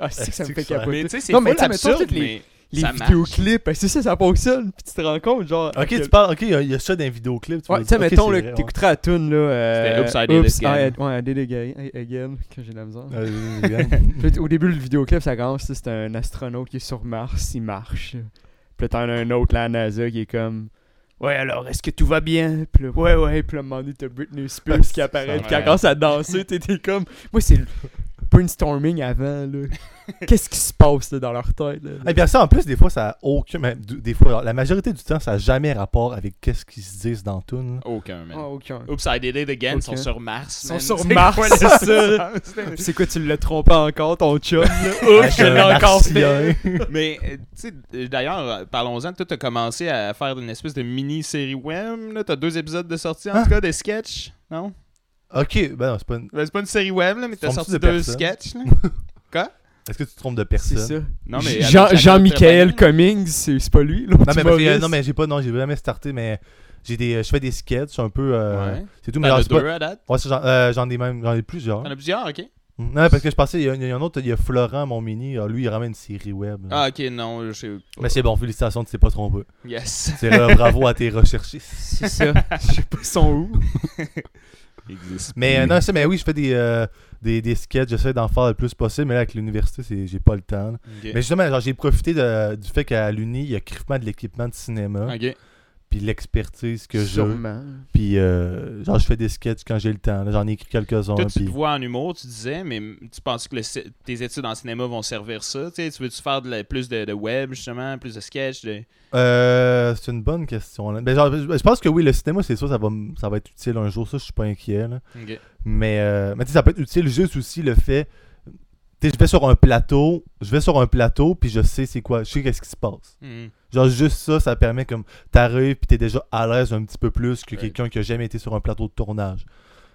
Speaker 2: Ah, c'est que ça me
Speaker 3: Est-ce
Speaker 2: fait
Speaker 3: que ça-
Speaker 1: Mais
Speaker 2: capoter.
Speaker 1: tu sais, c'est
Speaker 2: Non, mais
Speaker 1: full
Speaker 2: tu sais, mettons,
Speaker 1: absurde,
Speaker 2: toutes les-
Speaker 1: mais
Speaker 2: Les
Speaker 1: ça marche.
Speaker 2: vidéoclips, parce que ça, ça fonctionne. Puis tu te rends compte, genre.
Speaker 3: Ok,
Speaker 2: que-
Speaker 3: tu parles, ok, il y, a- il y a ça dans les vidéoclips.
Speaker 2: Ouais,
Speaker 3: me
Speaker 2: tu sais,
Speaker 3: dis, ok,
Speaker 2: mettons,
Speaker 3: c'est
Speaker 2: là,
Speaker 3: vrai,
Speaker 2: que t'écouterais la tune, là. euh,
Speaker 1: C'était Oops, I Did It
Speaker 2: Oops,
Speaker 1: Again.
Speaker 2: I- ouais, I Did It Again- Again, que j'ai de la misère.
Speaker 3: ouais. Euh, regarde.
Speaker 2: Puis là, au début, le vidéoclip, ça commence, c'est un astronaute qui est sur Mars, il marche. Puis là, t'en as un autre, là, à NASA, qui est comme... Ouais, alors, est-ce que tout va bien? Puis là, ouais, ouais. Puis là, à un moment donné, t'as Britney Spears qui apparaît, puis qui
Speaker 1: Ouais.
Speaker 2: commence à danser. T'es t'es comme... Moi, c'est le brainstorming avant, là. Qu'est-ce qui se passe, là, dans leur tête, là?
Speaker 3: Et bien ça, en plus, des fois, ça a aucun. mais d- des fois, alors, la majorité du temps, ça n'a jamais rapport avec qu'est-ce qu'ils se disent dans Toon.
Speaker 1: Aucun, man.
Speaker 2: Ah, aucun.
Speaker 1: Oops, I did it again, ils sont
Speaker 2: Ok.
Speaker 1: sur Mars.
Speaker 2: Ils sont
Speaker 1: man.
Speaker 2: sur
Speaker 1: C'est
Speaker 2: Mars,
Speaker 1: quoi le
Speaker 2: c'est ça.
Speaker 1: sens?
Speaker 2: C'est quoi, tu l'as trompé encore, ton chum, là? Oups, je l'ai
Speaker 3: euh,
Speaker 2: encore fait!
Speaker 1: Mais, euh, tu sais, euh, d'ailleurs, euh, parlons-en, toi, t'as commencé à faire une espèce de mini-série web, là. T'as deux épisodes de sortie, en
Speaker 3: Hein?
Speaker 1: tout cas, des sketchs, non?
Speaker 3: Ok, ben non, c'est pas une-
Speaker 1: Ben, c'est pas une série web, là, mais t'as
Speaker 3: Sont-tu
Speaker 1: sorti
Speaker 3: de
Speaker 1: deux
Speaker 3: personnes?
Speaker 1: sketchs, là.
Speaker 3: Est-ce que tu te trompes de
Speaker 2: C'est
Speaker 3: personne
Speaker 2: ça.
Speaker 1: Non, avec
Speaker 2: Jean-
Speaker 1: Jacob
Speaker 2: Jean-Michael
Speaker 1: Trépanier,
Speaker 2: Cummings, c'est c'est pas lui, l'autre
Speaker 3: Non, mais, parce que,
Speaker 2: humoriste.
Speaker 3: euh, non, mais j'ai pas, non, j'ai jamais starté, mais j'ai des, je fais des sketchs un peu. euh,
Speaker 1: Ouais.
Speaker 3: C'est tout, mais
Speaker 1: T'en
Speaker 3: genre,
Speaker 1: as
Speaker 3: c'est pas-
Speaker 1: deux à date?
Speaker 3: Ouais, c'est genre, euh, j'en ai même, j'en ai plusieurs. Mm.
Speaker 1: T'en as plusieurs, ok?
Speaker 3: Non, parce que je pensais, il y, a- il y a un autre, il y a Florent, mon mini, euh, lui, il ramène une série web. là.
Speaker 1: Ah, ok, non, je sais pas.
Speaker 3: Mais c'est bon, félicitations, tu t'es pas trompé.
Speaker 1: Yes.
Speaker 3: C'est là, bravo à tes recherchistes.
Speaker 2: C'est ça. Je sais pas, ils sont où.
Speaker 1: Existe.
Speaker 3: Mais euh, non, c'est, mais oui, je fais des, euh, des, des sketchs, j'essaie d'en faire le plus possible, mais là, avec l'université, c'est, j'ai pas le temps. là. Mais justement, genre, j'ai profité de- du fait qu'à l'Uni, il y a criffement de l'équipement de cinéma,
Speaker 1: Ok.
Speaker 3: puis l'expertise que j'ai.
Speaker 2: Sûrement.
Speaker 3: Puis, euh, genre, je fais des sketchs quand j'ai le temps. là. J'en ai écrit quelques-uns.
Speaker 1: Toi, tu
Speaker 3: puis-
Speaker 1: te vois en humour, tu disais, mais tu penses que le ci- tes études en cinéma vont servir ça? Tu sais, tu veux-tu faire de la- plus de, de web, justement, plus de sketch? de-
Speaker 3: Euh, c'est une bonne question. là. Ben, genre, je je pense que oui, le cinéma, c'est sûr, ça va, m- ça va être utile un jour. Ça, je suis pas inquiet. là.
Speaker 1: Ok.
Speaker 3: Mais, euh, mais tu sais, ça peut être utile juste aussi le fait. Tu sais, je vais sur un plateau, je vais sur un plateau, puis je sais c'est quoi, je sais qu'est-ce qui se passe.
Speaker 1: Mhm.
Speaker 3: Genre, juste ça, ça permet comme t'arrives, puis t'es déjà à l'aise un petit peu plus que
Speaker 1: Right.
Speaker 3: quelqu'un qui a jamais été sur un plateau de tournage.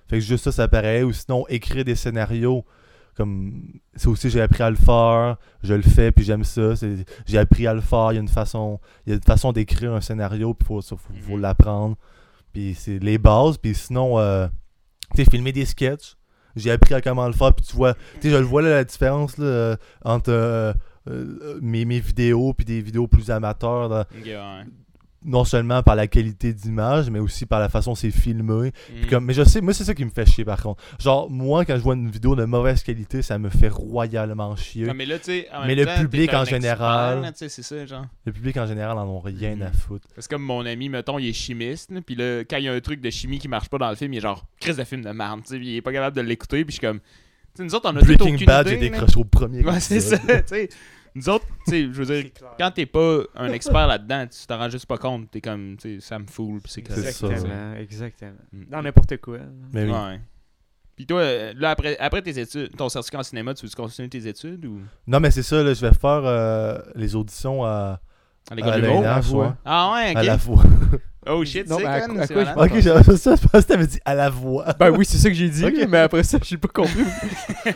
Speaker 3: Fait que juste ça, ça paraît. Ou sinon, écrire des scénarios, comme ça aussi, j'ai appris à le faire, je le fais, puis j'aime ça. c'est- J'ai appris à le faire. Il y a une façon, il y a une façon d'écrire un scénario, puis faut, ça, faut, faut
Speaker 1: Mhm.
Speaker 3: l'apprendre. Puis c'est les bases. Puis sinon, euh, tu sais, filmer des sketchs. J'ai appris à comment le faire, puis tu vois, tu sais, je le vois là, la différence là, euh, entre euh, euh, mes, mes vidéos puis des vidéos plus amateurs là,
Speaker 1: Ok, ouais.
Speaker 3: non seulement par la qualité d'image, mais aussi par la façon dont c'est filmé. Puis
Speaker 1: Mm.
Speaker 3: comme- mais je sais, moi, c'est ça qui me fait chier, par contre. Genre, moi, quand je vois une vidéo de mauvaise qualité, ça me fait royalement chier.
Speaker 1: Ah, mais là, tu sais, en
Speaker 3: Mais
Speaker 1: même
Speaker 3: le
Speaker 1: temps, t'es
Speaker 3: public
Speaker 1: un
Speaker 3: en
Speaker 1: expert,
Speaker 3: général-
Speaker 1: là, tu sais, C'est ça, genre.
Speaker 3: Le public, en général, en ont rien
Speaker 1: Mm.
Speaker 3: à foutre.
Speaker 1: Parce que comme mon ami, mettons, il est chimiste, là, puis là, quand il y a un truc de chimie qui marche pas dans le film, il est genre, crise de film de merde, tu sais, puis il est pas capable de l'écouter, puis je suis comme, tu sais, nous autres, on a tout
Speaker 3: Breaking
Speaker 1: aucune
Speaker 3: Bad, j'ai
Speaker 1: idée, là.
Speaker 3: décroché au premier.
Speaker 1: Ouais, c'est ça,
Speaker 3: épisode.
Speaker 1: tu sais. Nous autres, tu sais, je veux dire, quand t'es pas un expert là-dedans, tu t'en rends juste pas compte, t'es comme, tu sais, ça me foule, puis c'est correct.
Speaker 3: ça,
Speaker 2: Exactement, exactement.
Speaker 1: Mm.
Speaker 2: Dans n'importe quoi. là.
Speaker 3: Mais oui.
Speaker 1: Ouais. Puis toi, euh, là, après, après tes études, ton certificat en cinéma, tu veux continuer tes études ou
Speaker 3: Non, mais c'est ça, là, je vais faire euh, les auditions à,
Speaker 1: à
Speaker 3: à
Speaker 1: l'école
Speaker 3: la
Speaker 1: d'humour?
Speaker 3: Lance,
Speaker 2: voix.
Speaker 3: ouais.
Speaker 1: Ah ouais,
Speaker 3: À
Speaker 1: ok.
Speaker 3: la voix.
Speaker 1: Oh shit,
Speaker 2: Non,
Speaker 1: c'est
Speaker 2: mais à
Speaker 1: con,
Speaker 2: quoi- à
Speaker 1: c'est
Speaker 2: quoi
Speaker 1: malade.
Speaker 3: ok, j'avais ça, je pensais que t'avais dit à la voix.
Speaker 2: Ben oui, c'est ça que j'ai dit,
Speaker 3: Ok.
Speaker 2: là, mais après ça, j'ai pas compris.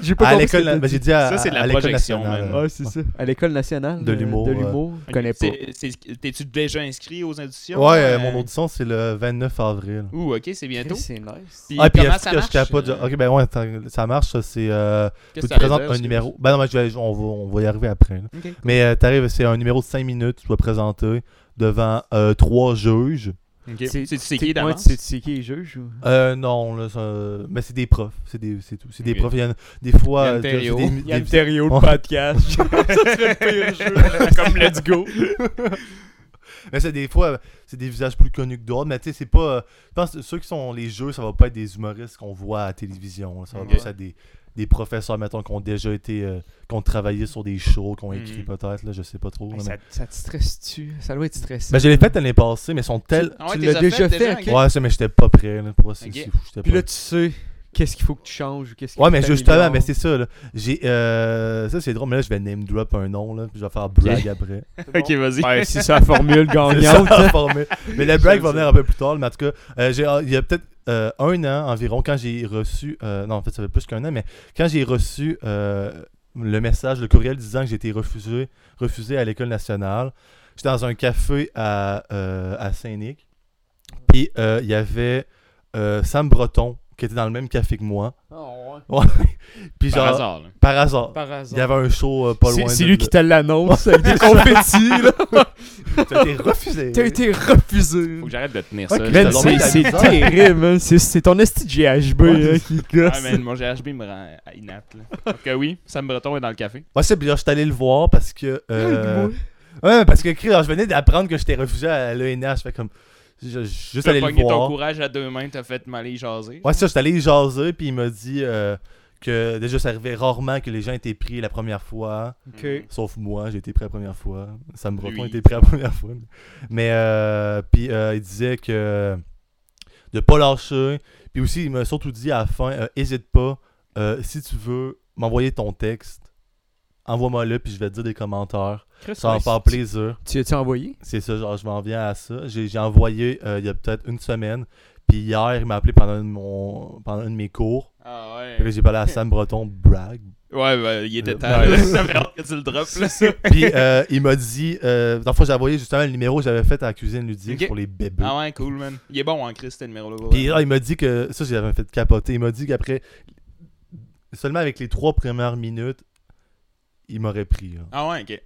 Speaker 2: J'ai pas
Speaker 3: À
Speaker 2: compris ce que
Speaker 3: l'école,
Speaker 2: t'as
Speaker 3: ben,
Speaker 2: dit.
Speaker 3: j'ai dit à,
Speaker 1: Ça, c'est de la
Speaker 3: à l'école
Speaker 1: projection,
Speaker 3: nationale,
Speaker 1: man.
Speaker 3: euh,
Speaker 2: Ouais, c'est ça. À l'école nationale
Speaker 3: De
Speaker 2: euh,
Speaker 3: l'humour,
Speaker 2: De
Speaker 3: ouais.
Speaker 2: l'humour, je connais pas.
Speaker 1: C'est- c'est- T'es-tu déjà inscrit aux
Speaker 3: Ouais,
Speaker 1: auditions?
Speaker 3: euh,
Speaker 1: Euh,
Speaker 3: mon audition, c'est le 29 avril.
Speaker 1: Ouh, ok, c'est bientôt.
Speaker 2: C'est nice.
Speaker 1: Puis
Speaker 3: ah, puis
Speaker 1: comment
Speaker 3: est-ce
Speaker 1: ça
Speaker 3: que je
Speaker 1: marche?
Speaker 3: capote?
Speaker 1: euh,
Speaker 3: Ok, ben ouais, attends, ça marche, ça, c'est. Euh,
Speaker 1: qu'est-ce que
Speaker 3: tu te
Speaker 1: ça
Speaker 3: présentes
Speaker 1: réserve,
Speaker 3: un
Speaker 1: c'est-
Speaker 3: numéro. Ben non, mais je vais- on, va, on va y arriver après. là.
Speaker 1: Ok.
Speaker 3: Mais euh, t'arrives, c'est un numéro de 5 minutes, tu dois présenter devant euh, trois juges.
Speaker 1: Ok. C'est c'est qui
Speaker 2: ouais,
Speaker 1: d'avance?
Speaker 2: C'est c'est qui les juges ou-
Speaker 3: Euh, non, là, ça- mais c'est des profs, c'est des, c'est tout. C'est des
Speaker 1: Ok.
Speaker 3: profs, il y en a des fois.
Speaker 1: Yann
Speaker 3: euh, t'as-
Speaker 1: Terriot.
Speaker 3: c'est des- des-
Speaker 2: Thériault,
Speaker 3: Ouais.
Speaker 2: podcast. ça serait le pire jeu. Comme Let's Go.
Speaker 3: Mais c'est des fois, euh, c'est des visages plus connus que d'autres. Mais tu sais, c'est pas. euh, Je pense que ceux qui sont les jeux, ça va pas être des humoristes qu'on voit à la télévision. là. Ça va
Speaker 1: Ok.
Speaker 3: plus être des, des professeurs, mettons, qui ont déjà été. euh, qui ont travaillé sur des shows, qui ont écrit
Speaker 1: Mhm.
Speaker 3: peut-être, là, je sais pas trop. là,
Speaker 2: Hey,
Speaker 3: mais-
Speaker 2: Ça, ça te stresse-tu? Ça doit être stressant.
Speaker 3: Ben, je l'ai fait l'année passée, mais sont tels.
Speaker 1: Ah ouais,
Speaker 2: tu
Speaker 1: t'es
Speaker 2: l'as
Speaker 1: ça
Speaker 2: déjà fait,
Speaker 1: ok.
Speaker 2: ok.
Speaker 3: Ouais, ça, mais j'étais pas prêt. Là, pour c'est
Speaker 1: Ok.
Speaker 3: c'est fou, j'étais
Speaker 2: Puis
Speaker 3: pas-
Speaker 2: là, tu sais qu'est-ce qu'il faut que tu changes ou qu'est-ce qu'il
Speaker 3: Ouais,
Speaker 2: faut
Speaker 3: mais
Speaker 2: que
Speaker 3: justement,
Speaker 2: t'améliores.
Speaker 3: mais c'est ça. Là. J'ai, euh, ça, c'est drôle, mais là, je vais name drop un nom, là, puis je vais faire brag après.
Speaker 1: Ok, vas-y.
Speaker 2: Ben, si c'est la formule
Speaker 3: C'est ça,
Speaker 2: gagnante.
Speaker 3: la formule. mais la brag
Speaker 1: J'aime
Speaker 3: va
Speaker 1: ça.
Speaker 3: venir un peu plus tard, mais en tout cas, euh, j'ai- il y a peut-être euh, un an environ, quand j'ai reçu. euh, non, en fait, ça fait plus qu'un an, mais quand j'ai reçu euh, le message, le courriel disant que j'étais refusé, refusé à l'École nationale, j'étais dans un café à, euh, à Saint-Nic, puis euh, il y avait euh, Sam Breton qui était dans le même café que moi.
Speaker 2: Oh, ouais.
Speaker 3: Puis
Speaker 1: Par
Speaker 3: genre,
Speaker 1: hasard, là.
Speaker 3: par hasard.
Speaker 2: Par
Speaker 3: Il y
Speaker 2: hasard.
Speaker 3: avait un show euh, pas
Speaker 2: C'est-
Speaker 3: loin.
Speaker 2: C'est
Speaker 3: de
Speaker 2: lui
Speaker 3: là.
Speaker 2: qui te l'annonce avec des confettis, là.
Speaker 3: T'as été refusé.
Speaker 2: T'as été refusé.
Speaker 1: Faut que j'arrête de tenir
Speaker 3: Ok,
Speaker 1: ça.
Speaker 3: Ben,
Speaker 2: Man,
Speaker 1: ça
Speaker 2: c'est
Speaker 1: fait
Speaker 2: c'est
Speaker 1: longtemps.
Speaker 2: terrible, hein. C'est- c'est ton esti de GHB
Speaker 3: Ouais,
Speaker 2: hein, qui gosse.
Speaker 1: Ah, man, mon GHB me rend euh, inapte, là. Donc, euh, oui, Sam Breton est dans le café.
Speaker 3: Moi, c'est puis là, je suis allé le voir parce que.
Speaker 2: Ah,
Speaker 3: euh, Ouais, parce que cri, alors, je venais d'apprendre que j'étais refusé à l'ENH. Fait comme. je- je- Juste
Speaker 1: T'as
Speaker 3: allé le
Speaker 1: pogné ton
Speaker 3: voir.
Speaker 1: courage à deux mains, t'as fait m'aller jaser.
Speaker 3: Ouais, c'est ça, je suis allé jaser, puis il m'a dit euh, que déjà, ça arrivait rarement que les gens étaient pris la première fois.
Speaker 2: Ok.
Speaker 1: Mm.
Speaker 3: Sauf moi, j'ai été prêt la première fois. Sam Breton
Speaker 1: Lui.
Speaker 3: était prêt la première fois. Mais euh, puis euh, il disait que de pas lâcher. Puis aussi, il m'a surtout dit à la fin, euh, hésite pas. euh, si tu veux m'envoyer ton texte, envoie-moi le puis je vais te dire des commentaires. Ça va me faire plaisir.
Speaker 2: Tu as-tu envoyé?
Speaker 3: C'est ça, genre je m'en viens à ça. J'ai j'ai envoyé euh, il y a peut-être une semaine. Puis hier, il m'a appelé pendant, un de mon, pendant un de mes cours.
Speaker 1: Ah ouais.
Speaker 3: Puis là, j'ai parlé à Sam Breton, brag,
Speaker 1: Ouais, ben, il était
Speaker 3: Euh,
Speaker 1: temps.
Speaker 3: ouais.
Speaker 1: là. Ça fait hâte que tu le drops, là.
Speaker 3: Puis euh, il m'a dit, euh, dans le fond, j'avais envoyé justement le numéro que j'avais fait à la cuisine ludique
Speaker 1: Ok.
Speaker 3: pour les bébés.
Speaker 1: Ah ouais, cool, man. Il est bon en Christ, ce numéro-là. pour
Speaker 3: Puis
Speaker 1: vrai.
Speaker 3: là, il m'a dit que ça, j'avais fait capoter. Il m'a dit qu'après, seulement avec les trois premières minutes, il m'aurait pris. là.
Speaker 1: Ah ouais, ok.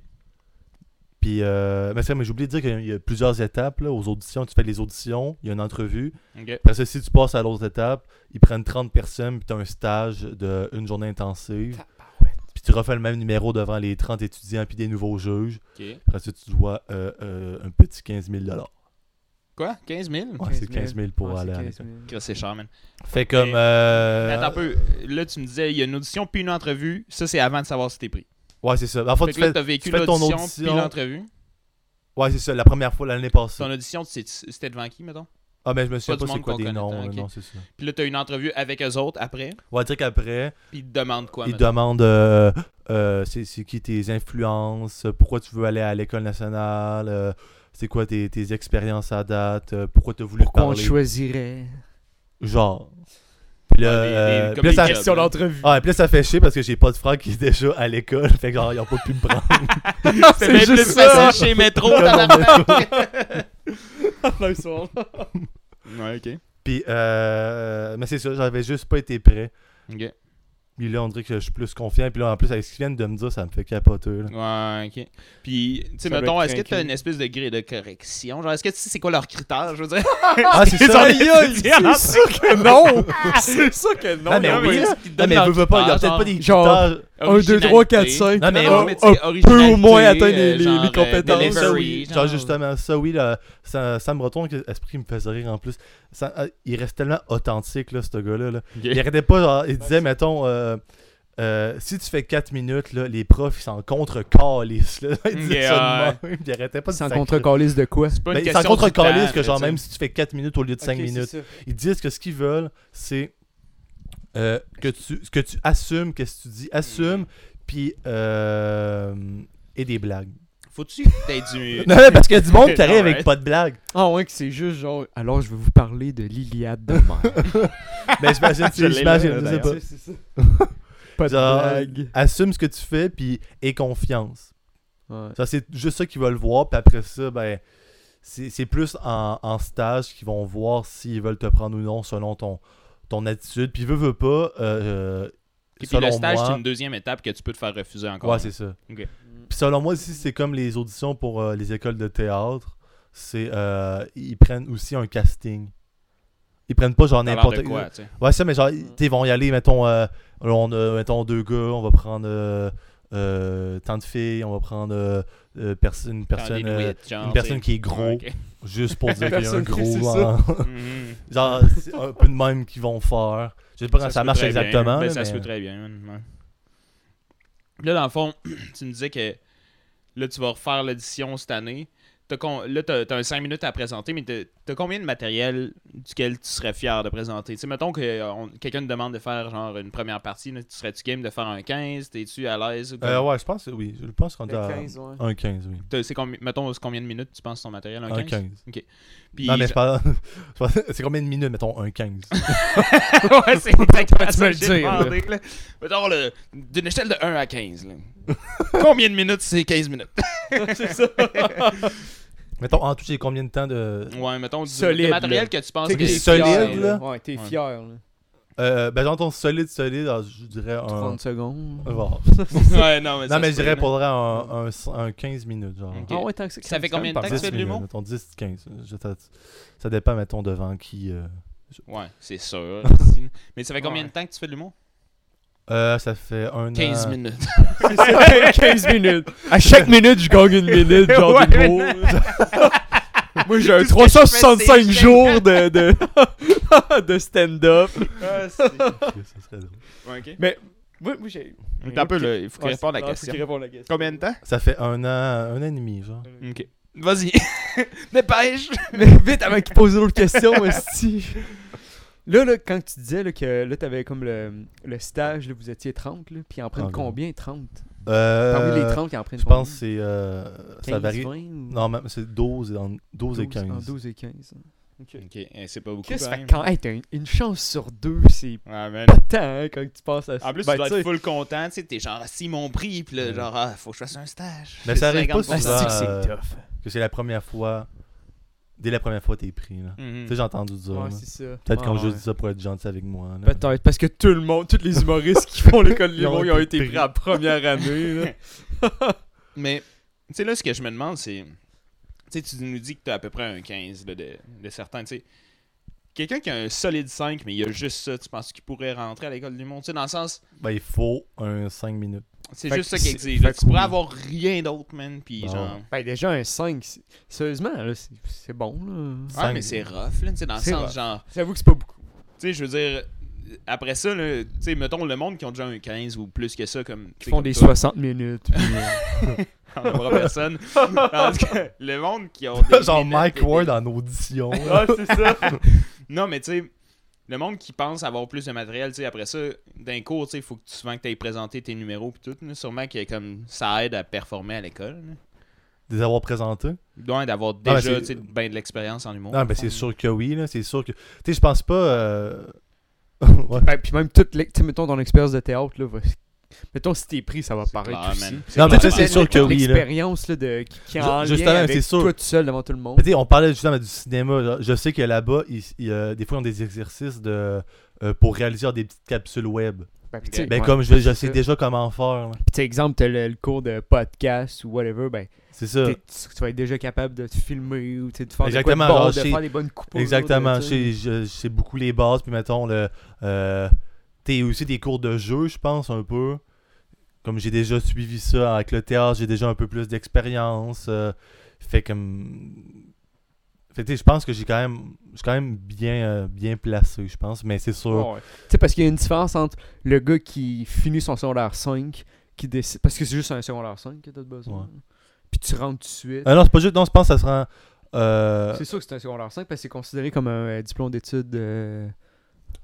Speaker 3: Puis, euh, mais c'est vrai, mais j'ai oublié de dire qu'il y a plusieurs étapes là, aux auditions. Tu fais les auditions, il y a une entrevue.
Speaker 1: Ok.
Speaker 3: Après ça, si tu passes à l'autre étape, ils prennent 30 personnes, puis tu as un stage de une journée intensive. Puis tu refais le même numéro devant les 30 étudiants, puis des nouveaux juges.
Speaker 1: Ok.
Speaker 3: Après ça, tu dois euh, euh, un petit 15 000
Speaker 1: Quoi 15 000
Speaker 3: Ouais, c'est 15 000 pour
Speaker 2: Ouais,
Speaker 3: aller
Speaker 2: c'est
Speaker 3: à
Speaker 2: 15 000.
Speaker 1: Chris, C'est cher, man.
Speaker 3: Fait comme.
Speaker 1: Mais-
Speaker 3: euh,
Speaker 1: Attends un peu. Là, tu me disais, il y a une audition puis une entrevue. Ça, c'est avant de savoir si t'es pris.
Speaker 3: Ouais, c'est ça. En fait,
Speaker 1: fait
Speaker 3: tu
Speaker 1: que là,
Speaker 3: fais...
Speaker 1: t'as vécu
Speaker 3: tu fais ton
Speaker 1: l'audition
Speaker 3: audition.
Speaker 1: puis l'entrevue.
Speaker 3: Ouais, c'est ça, la première fois l'année passée.
Speaker 1: Ton audition, tu sais- c'était devant qui, mettons
Speaker 3: Ah, mais je me souviens
Speaker 1: Pas
Speaker 3: pas,
Speaker 1: du
Speaker 3: c'est
Speaker 1: monde
Speaker 3: quoi
Speaker 1: qu'on
Speaker 3: des
Speaker 1: connaît,
Speaker 3: noms.
Speaker 1: attends,
Speaker 3: là,
Speaker 1: ok.
Speaker 3: Non, c'est ça.
Speaker 1: Puis là, t'as une entrevue avec eux autres après.
Speaker 3: On va dire qu'après,
Speaker 1: Puis ils te demandent quoi
Speaker 3: ils
Speaker 1: mettons?
Speaker 3: demandent euh, euh, c'est c'est qui tes influences, pourquoi tu veux aller à l'école nationale, euh, c'est quoi tes, tes expériences à date, euh, pourquoi t'as voulu
Speaker 2: Pourquoi on le
Speaker 3: parler.
Speaker 2: choisirait?
Speaker 3: Genre. Puis là,
Speaker 1: Ouais, des- des-
Speaker 3: euh,
Speaker 1: Ah, comme
Speaker 3: puis là,
Speaker 1: des
Speaker 3: ça...
Speaker 1: questions. Question
Speaker 2: d'entrevue.
Speaker 3: Ah, et puis là, ça fait chier parce que j'ai pas de frère qui est déjà à l'école. Fait que genre, ils ont pas pu me prendre. Ah,
Speaker 1: C'est même plus facile chez Métro, tabarnak. Ouais, ok.
Speaker 3: euh, Puis, euh, mais c'est ça, j'avais juste pas été prêt.
Speaker 1: Ok.
Speaker 3: Puis là, on dirait que je suis plus confiant. Puis là, en plus, avec ce qu'ils viennent de me dire, ça me fait capoter. là.
Speaker 1: Ouais, ok. Puis, tu sais,
Speaker 2: Ça doit
Speaker 1: mettons,
Speaker 2: être
Speaker 1: est-ce que tu as
Speaker 2: craqué.
Speaker 1: une espèce de grille de correction Genre, est-ce que tu sais c'est quoi leurs critères Je veux dire,
Speaker 3: Ah, c'est
Speaker 1: Ils
Speaker 3: ça! Ah.
Speaker 1: ont- Aïe, aïe, c'est
Speaker 2: sûr que non! C'est sûr que non!
Speaker 3: Non, mais
Speaker 1: non, mais
Speaker 3: oui,
Speaker 1: est-ce
Speaker 3: là.
Speaker 1: qu'ils te
Speaker 3: Non, Ah, mais
Speaker 1: donnent
Speaker 3: veux, veux pas, il y a
Speaker 1: leur
Speaker 3: peut-être pas
Speaker 1: guitare,
Speaker 3: des
Speaker 2: genre-
Speaker 3: guitares.
Speaker 2: 1, 2, 3, 4, 5.
Speaker 3: Non, mais
Speaker 1: Non,
Speaker 3: on-
Speaker 1: Ah, mais tu
Speaker 2: on
Speaker 1: sais, originalité,
Speaker 2: au moins atteindre
Speaker 1: euh,
Speaker 2: les- les-
Speaker 1: genre,
Speaker 2: les
Speaker 1: euh,
Speaker 2: compétences.
Speaker 3: Non, ça
Speaker 1: delivery,
Speaker 3: oui. Genre, justement, ça oui, là, ça, ça me retourne que Esprit me faisait rire en plus. Ça- ah, il reste tellement authentique, là, ce gars-là. là.
Speaker 1: Ok.
Speaker 3: Il arrêtait pas, genre, il disait, mettons, euh, euh, si tu fais 4 minutes, là, les profs, ils s'en contre-calissent. là. Il disait ça de même. Il arrêtait pas de
Speaker 2: C'est en
Speaker 3: sacrer.
Speaker 2: contre-calice de quoi?
Speaker 1: C'est pas une
Speaker 3: Ben, ils s'en
Speaker 1: question de
Speaker 3: contre-calissent
Speaker 1: temps,
Speaker 3: que, genre,
Speaker 1: tu sais.
Speaker 3: même si tu fais 4 minutes au lieu de 5 minutes, ils disent que ce qu'ils veulent, c'est euh, que, tu, que tu assumes qu'est-ce que tu dis. Assume,
Speaker 1: Mm.
Speaker 3: puis. euh, et des blagues.
Speaker 1: Faut-tu que t'aies du.
Speaker 3: Non, mais parce qu'il y a du monde qui
Speaker 1: Non,
Speaker 3: arrive
Speaker 1: ouais.
Speaker 3: avec pas de blagues.
Speaker 2: Ah ouais, que c'est juste genre, alors je vais vous parler de l'Iliade de mer.
Speaker 3: Mais j'imagine,
Speaker 1: Je l'ai,
Speaker 3: Ben, j'imagine,
Speaker 1: là,
Speaker 3: je sais
Speaker 1: d'ailleurs.
Speaker 3: pas.
Speaker 2: Pas de
Speaker 3: Genre,
Speaker 2: blague.
Speaker 3: Assume ce que tu fais, puis aie confiance.
Speaker 2: Ouais.
Speaker 3: Ça, c'est juste ça qu'ils veulent voir, puis après ça, ben, c'est c'est plus en, en stage qu'ils vont voir s'ils veulent te prendre ou non selon ton, ton attitude. Puis veux, veux pas, euh, euh,
Speaker 1: Et puis
Speaker 3: selon
Speaker 1: le stage,
Speaker 3: moi...
Speaker 1: c'est une deuxième étape que tu peux te faire refuser encore.
Speaker 3: Ouais, c'est ça.
Speaker 1: Ok.
Speaker 3: Puis selon moi, si c'est comme les auditions pour euh, les écoles de théâtre, c'est euh, ils prennent aussi un casting. Ils prennent pas genre
Speaker 1: T'as l'air
Speaker 3: n'importe
Speaker 1: de quoi, tu sais.
Speaker 3: Ouais, ça, mais genre, tu sais, ils vont y aller, mettons, euh, on a, mettons, deux gars, on va prendre euh, euh, tant de filles, on va prendre euh, euh, perso-
Speaker 1: Dans
Speaker 3: une
Speaker 1: des
Speaker 3: personne, euh,
Speaker 1: Inuits, genre,
Speaker 3: une personne
Speaker 1: tu sais.
Speaker 3: qui est gros,
Speaker 1: Ouais,
Speaker 3: juste pour dire qu'il y a un
Speaker 2: Personne qui fait
Speaker 3: gros.
Speaker 2: ça.
Speaker 3: en-
Speaker 1: ok. Mhm.
Speaker 3: genre, c'est un peu de même qu'ils vont faire. Je sais pas quand ça,
Speaker 1: se peut
Speaker 3: marche
Speaker 1: très bien.
Speaker 3: exactement.
Speaker 1: Ben,
Speaker 3: là,
Speaker 1: ça se
Speaker 3: mais-
Speaker 1: peut très bien. man. Ouais. Puis Là, dans le fond, tu me disais que là, tu vas refaire l'audition cette année. T'as con- Là, tu as, 5 minutes à présenter, mais t'as t'as combien de matériel duquel tu serais fier de présenter? Tu sais, mettons que euh, on- quelqu'un te demande de faire genre une première partie, là, tu serais-tu game de faire un 15? T'es-tu à l'aise? ou
Speaker 3: Euh,
Speaker 1: comme-
Speaker 3: ouais, je pense, oui. Je pense qu'on est à
Speaker 2: ouais.
Speaker 3: un 15, oui.
Speaker 1: t'as- c'est combi- Mettons, c'est combien de minutes tu penses ton matériel? Un
Speaker 3: Un
Speaker 1: 15?
Speaker 3: 15.
Speaker 1: Puis-
Speaker 3: non, mais je parle. je pense- C'est combien de minutes, mettons, un 15
Speaker 1: ouais, c'est exactement
Speaker 2: tu
Speaker 1: ça
Speaker 2: me
Speaker 1: que
Speaker 2: le
Speaker 1: j'ai
Speaker 2: dire, là.
Speaker 1: demandé. Là. Mettons, là, d'une échelle de 1 à 15. là. Combien de minutes, c'est 15 minutes? c'est ça.
Speaker 3: Mettons, en tout, j'ai combien de temps de.
Speaker 1: Ouais, mettons, du
Speaker 2: Solide,
Speaker 1: le matériel
Speaker 2: là.
Speaker 1: que tu penses
Speaker 2: T'es
Speaker 1: que
Speaker 3: solide, solide, là.
Speaker 2: Ouais, t'es
Speaker 1: Ouais.
Speaker 2: fier, là.
Speaker 3: Euh, ben, j'entends solide, solide, alors, je dirais un.
Speaker 2: 30 Ah. secondes.
Speaker 3: Genre.
Speaker 1: Ouais, non, mais, ça
Speaker 3: Non, mais
Speaker 1: se
Speaker 3: je
Speaker 1: peut,
Speaker 3: dirais
Speaker 1: là.
Speaker 3: pour le vrai un, un, un 15 minutes, genre.
Speaker 1: Ok.
Speaker 2: Ah ouais, tant que ça.
Speaker 1: Ça fait combien de temps que tu
Speaker 3: 10
Speaker 1: fais de
Speaker 3: minutes,
Speaker 1: l'humour?
Speaker 3: mettons, 10, 15. Je t'a- ça dépend, mettons, devant qui. euh.
Speaker 1: Ouais, c'est sûr. mais ça fait combien de temps que tu fais de l'humour?
Speaker 3: Euh, ça fait un
Speaker 1: 15
Speaker 3: an.
Speaker 1: minutes.
Speaker 2: C'est ça, 15 minutes. À chaque minute, je gagne une minute, genre
Speaker 1: Ouais,
Speaker 2: d'humour. Moi, j'ai un
Speaker 1: Tout ce que je fais, c'est
Speaker 2: 365
Speaker 1: je
Speaker 2: jours de, de, de stand-up.
Speaker 1: Ah, c'est-
Speaker 3: Ça serait drôle.
Speaker 1: Ouais, ok.
Speaker 2: Mais, moi, moi j'ai.
Speaker 1: Attends un peu, là, il faut qu'il
Speaker 2: Ouais,
Speaker 1: réponde à la
Speaker 2: non, Ah, faut qu'il
Speaker 1: question.
Speaker 2: réponde à la question.
Speaker 1: Combien de temps?
Speaker 3: Ça fait un an, un an et demi, genre.
Speaker 1: Ok. Vas-y. Dépêche!
Speaker 2: Mais vite avant qu'il pose l'autre question, aussi. Là, là, quand tu disais là, que là, t'avais comme le, le stage, là, vous étiez 30, là, puis ils en prennent
Speaker 3: Ah,
Speaker 2: combien 30
Speaker 3: Euh,
Speaker 2: Parmi Ah les 30, ils en prennent
Speaker 3: Je
Speaker 2: combien
Speaker 3: pense que c'est. euh, ça
Speaker 2: 15,
Speaker 3: varie.
Speaker 2: 20 ou-
Speaker 3: Non, même, c'est 12, et en- 12 et
Speaker 2: 12, en
Speaker 3: 15.
Speaker 2: 12 et 15. hein.
Speaker 1: Ok, eh, c'est pas beaucoup.
Speaker 2: Chris,
Speaker 1: quand
Speaker 2: fait
Speaker 1: même.
Speaker 2: quand hey, t'as une, une chance sur deux, c'est
Speaker 1: Ouais, man.
Speaker 2: pas tant hein, quand tu passes à ça.
Speaker 1: En plus,
Speaker 2: Ben,
Speaker 1: tu dois
Speaker 2: tu
Speaker 1: être
Speaker 2: sais,
Speaker 1: full content, tu sais, t'es genre, ah, si mon prix, pis là,
Speaker 3: Ouais.
Speaker 1: genre, ah, faut que je fasse un stage.
Speaker 3: Mais
Speaker 1: C'est
Speaker 3: ça arrive pas
Speaker 1: 50%.
Speaker 3: souvent.
Speaker 2: asti que Ah, c'est
Speaker 3: euh,
Speaker 2: tough.
Speaker 3: Que c'est la première fois. Dès la première fois, t'es pris, là.
Speaker 1: Mhm.
Speaker 3: Tu sais, j'ai entendu dire.
Speaker 2: Ouais,
Speaker 3: là.
Speaker 2: c'est ça.
Speaker 3: Peut-être qu'on
Speaker 2: Ouais,
Speaker 3: juste
Speaker 2: ouais.
Speaker 3: dit ça pour être gentil avec moi. là.
Speaker 2: Peut-être, parce que tout le monde, tous les humoristes qui font l'école de
Speaker 3: Ils ont
Speaker 2: l'humour, ils ont
Speaker 3: été
Speaker 2: été pris
Speaker 3: pris.
Speaker 2: à première année. là.
Speaker 1: Mais, tu sais, là, ce que je me demande, c'est. Tu sais, tu nous dis que t'as à peu près un 15 là, de, de certains, tu sais. Quelqu'un qui a un solide 5, mais il a juste ça, tu penses qu'il pourrait rentrer à l'école du monde? Tu sais, dans le sens,
Speaker 3: Ben, il faut un 5 minutes.
Speaker 1: c'est
Speaker 2: Fait
Speaker 1: juste ça
Speaker 2: que
Speaker 1: qu'il
Speaker 2: c'est-
Speaker 1: exige. là.
Speaker 2: fait
Speaker 1: tu
Speaker 2: que
Speaker 1: pourrais
Speaker 2: oui.
Speaker 1: avoir rien d'autre, man, pis
Speaker 3: Ah
Speaker 1: genre.
Speaker 3: ouais.
Speaker 2: Ben déjà un 5, c'est- sérieusement, là, c'est- c'est bon là.
Speaker 1: Ouais,
Speaker 3: Cinq.
Speaker 1: mais c'est rough, là, tu sais, dans le
Speaker 2: C'est
Speaker 1: sens,
Speaker 2: rough.
Speaker 1: genre.
Speaker 2: J'avoue que c'est pas beaucoup.
Speaker 1: Tu sais, je veux dire, après ça, là, tu sais, mettons le monde qui ont déjà un 15 ou plus que ça, comme. tu
Speaker 2: Ils
Speaker 1: sais,
Speaker 2: font
Speaker 1: comme
Speaker 2: des
Speaker 1: toi.
Speaker 2: 60 minutes. puis, euh,
Speaker 1: On n'aura personne. Parce que le monde qui ont des
Speaker 3: Genre
Speaker 1: minutes
Speaker 3: Mike
Speaker 1: et des-
Speaker 3: Ward en audition. là.
Speaker 1: Ah, c'est ça. non, mais tu sais, le monde qui pense avoir plus de matériel, tu sais, après ça, d'un cours, tu sais, il faut que tu, souvent que tu ailles présenter tes numéros puis tout. là. Sûrement que comme ça aide à performer à l'école. là.
Speaker 3: Des avoir présentés.
Speaker 1: Loin d'avoir
Speaker 3: Ah, ben,
Speaker 1: déjà,
Speaker 3: c'est-
Speaker 1: tu sais, ben de l'expérience en humour.
Speaker 3: Non, ben c'est sûr que oui, là. C'est sûr que. Tu sais, je pense pas. euh, ouais.
Speaker 2: ben, puis même toute, l'ex- tu sais, mettons ton expérience de théâtre là, va- mettons si t'es pris, ça va paraître
Speaker 1: clair,
Speaker 2: aussi.
Speaker 1: Ah, man.
Speaker 3: Non, mais
Speaker 1: clair.
Speaker 3: ça, c'est
Speaker 2: Toute
Speaker 3: sûr
Speaker 2: la-
Speaker 3: que
Speaker 2: toute
Speaker 3: oui, là.
Speaker 2: L'expérience là de qui, qui est en
Speaker 3: Ju- justement,
Speaker 2: lien avec
Speaker 3: c'est sûr.
Speaker 2: toi tout seul devant tout le
Speaker 3: Mais
Speaker 2: monde.
Speaker 3: tu sais, on parlait justement du cinéma. là. Je sais que là-bas, ils- ils, euh, des fois, ils ont des exercices de, euh, pour réaliser des petites capsules web.
Speaker 2: Ben, puis, tu sais,
Speaker 3: Ben,
Speaker 2: ouais,
Speaker 3: comme je, je
Speaker 2: c'est
Speaker 3: sais
Speaker 2: ça.
Speaker 3: déjà comment faire. là.
Speaker 2: Puis, tu sais, exemple, t'as le, le cours de podcast ou whatever, ben,
Speaker 3: C'est ça.
Speaker 2: t'es- tu tu vas être déjà capable de te filmer ou tu sais, de faire, des
Speaker 3: Exactement,
Speaker 2: de, bon,
Speaker 3: genre,
Speaker 2: de
Speaker 3: chez-
Speaker 2: faire des bonnes coupures.
Speaker 3: Exactement.
Speaker 2: de-
Speaker 3: Je
Speaker 2: tu sais.
Speaker 3: sais- je je sais beaucoup les bases. Puis, mettons, le, euh, t'es aussi des cours de jeu, je pense, un peu. Comme j'ai déjà suivi ça avec le théâtre, j'ai déjà un peu plus d'expérience. euh, fait comme. Fait que, tu sais, je pense que j'ai quand même. Je suis quand même bien, euh, bien placé, je pense. Mais c'est sûr.
Speaker 2: Ouais, ouais. Tu sais, parce qu'il y a une différence entre le gars qui finit son secondaire 5, qui décide. Parce que c'est juste un secondaire 5 que t'as de besoin.
Speaker 3: Ouais.
Speaker 2: Puis tu rentres tout de suite.
Speaker 1: Euh,
Speaker 3: Ah non, c'est pas juste. Non, je pense que ça sera. euh,
Speaker 2: c'est sûr que c'est un secondaire 5 parce que c'est considéré comme un euh, diplôme d'études, euh,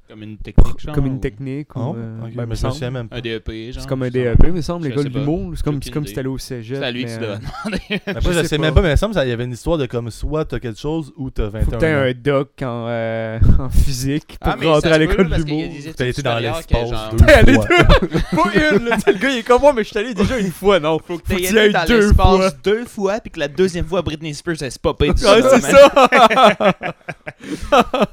Speaker 1: Comme une technique, genre.
Speaker 2: comme une
Speaker 1: ou Ah
Speaker 2: technique.
Speaker 3: ah non?
Speaker 2: ou, euh,
Speaker 3: Ok, mais
Speaker 2: ben, me
Speaker 3: je me
Speaker 2: semble.
Speaker 3: souviens même pas.
Speaker 1: Un DEP, genre.
Speaker 2: C'est comme un
Speaker 1: je sais
Speaker 2: DEP,
Speaker 1: pas.
Speaker 2: il me semble,
Speaker 1: Je
Speaker 2: le gars
Speaker 1: sais
Speaker 2: de
Speaker 1: pas.
Speaker 2: l'humour. C'est comme,
Speaker 1: Aucune
Speaker 2: c'est comme si
Speaker 1: idée.
Speaker 2: t'allais au cégep.
Speaker 1: C'est à lui que
Speaker 2: mais,
Speaker 1: tu
Speaker 2: euh,
Speaker 1: devais demander.
Speaker 3: Après,
Speaker 2: Je
Speaker 3: je,
Speaker 2: sais
Speaker 3: sais
Speaker 2: pas.
Speaker 3: même pas, mais il me semble qu'il y avait une histoire de comme soit t'as quelque chose ou t'as
Speaker 2: Faut que
Speaker 3: 21
Speaker 2: t'aies
Speaker 3: ans.
Speaker 2: un doc en, euh, en physique
Speaker 1: Ah,
Speaker 2: pour rentrer à l'école de l'humour.
Speaker 3: T'as été dans l'espace deux
Speaker 2: T'es allé
Speaker 3: fois.
Speaker 2: deux Pas une, là. Tu sais, Le gars, il est comme moi, mais je suis allé déjà une fois, non.
Speaker 1: Faut que
Speaker 2: Faut
Speaker 1: t'aies
Speaker 2: qu'il y aille
Speaker 1: été dans
Speaker 2: deux fois.
Speaker 1: l'espace deux fois, puis que la deuxième fois, Britney Spears, elle se popait du
Speaker 2: Ah,
Speaker 1: sol,
Speaker 2: c'est
Speaker 1: man.
Speaker 2: ça!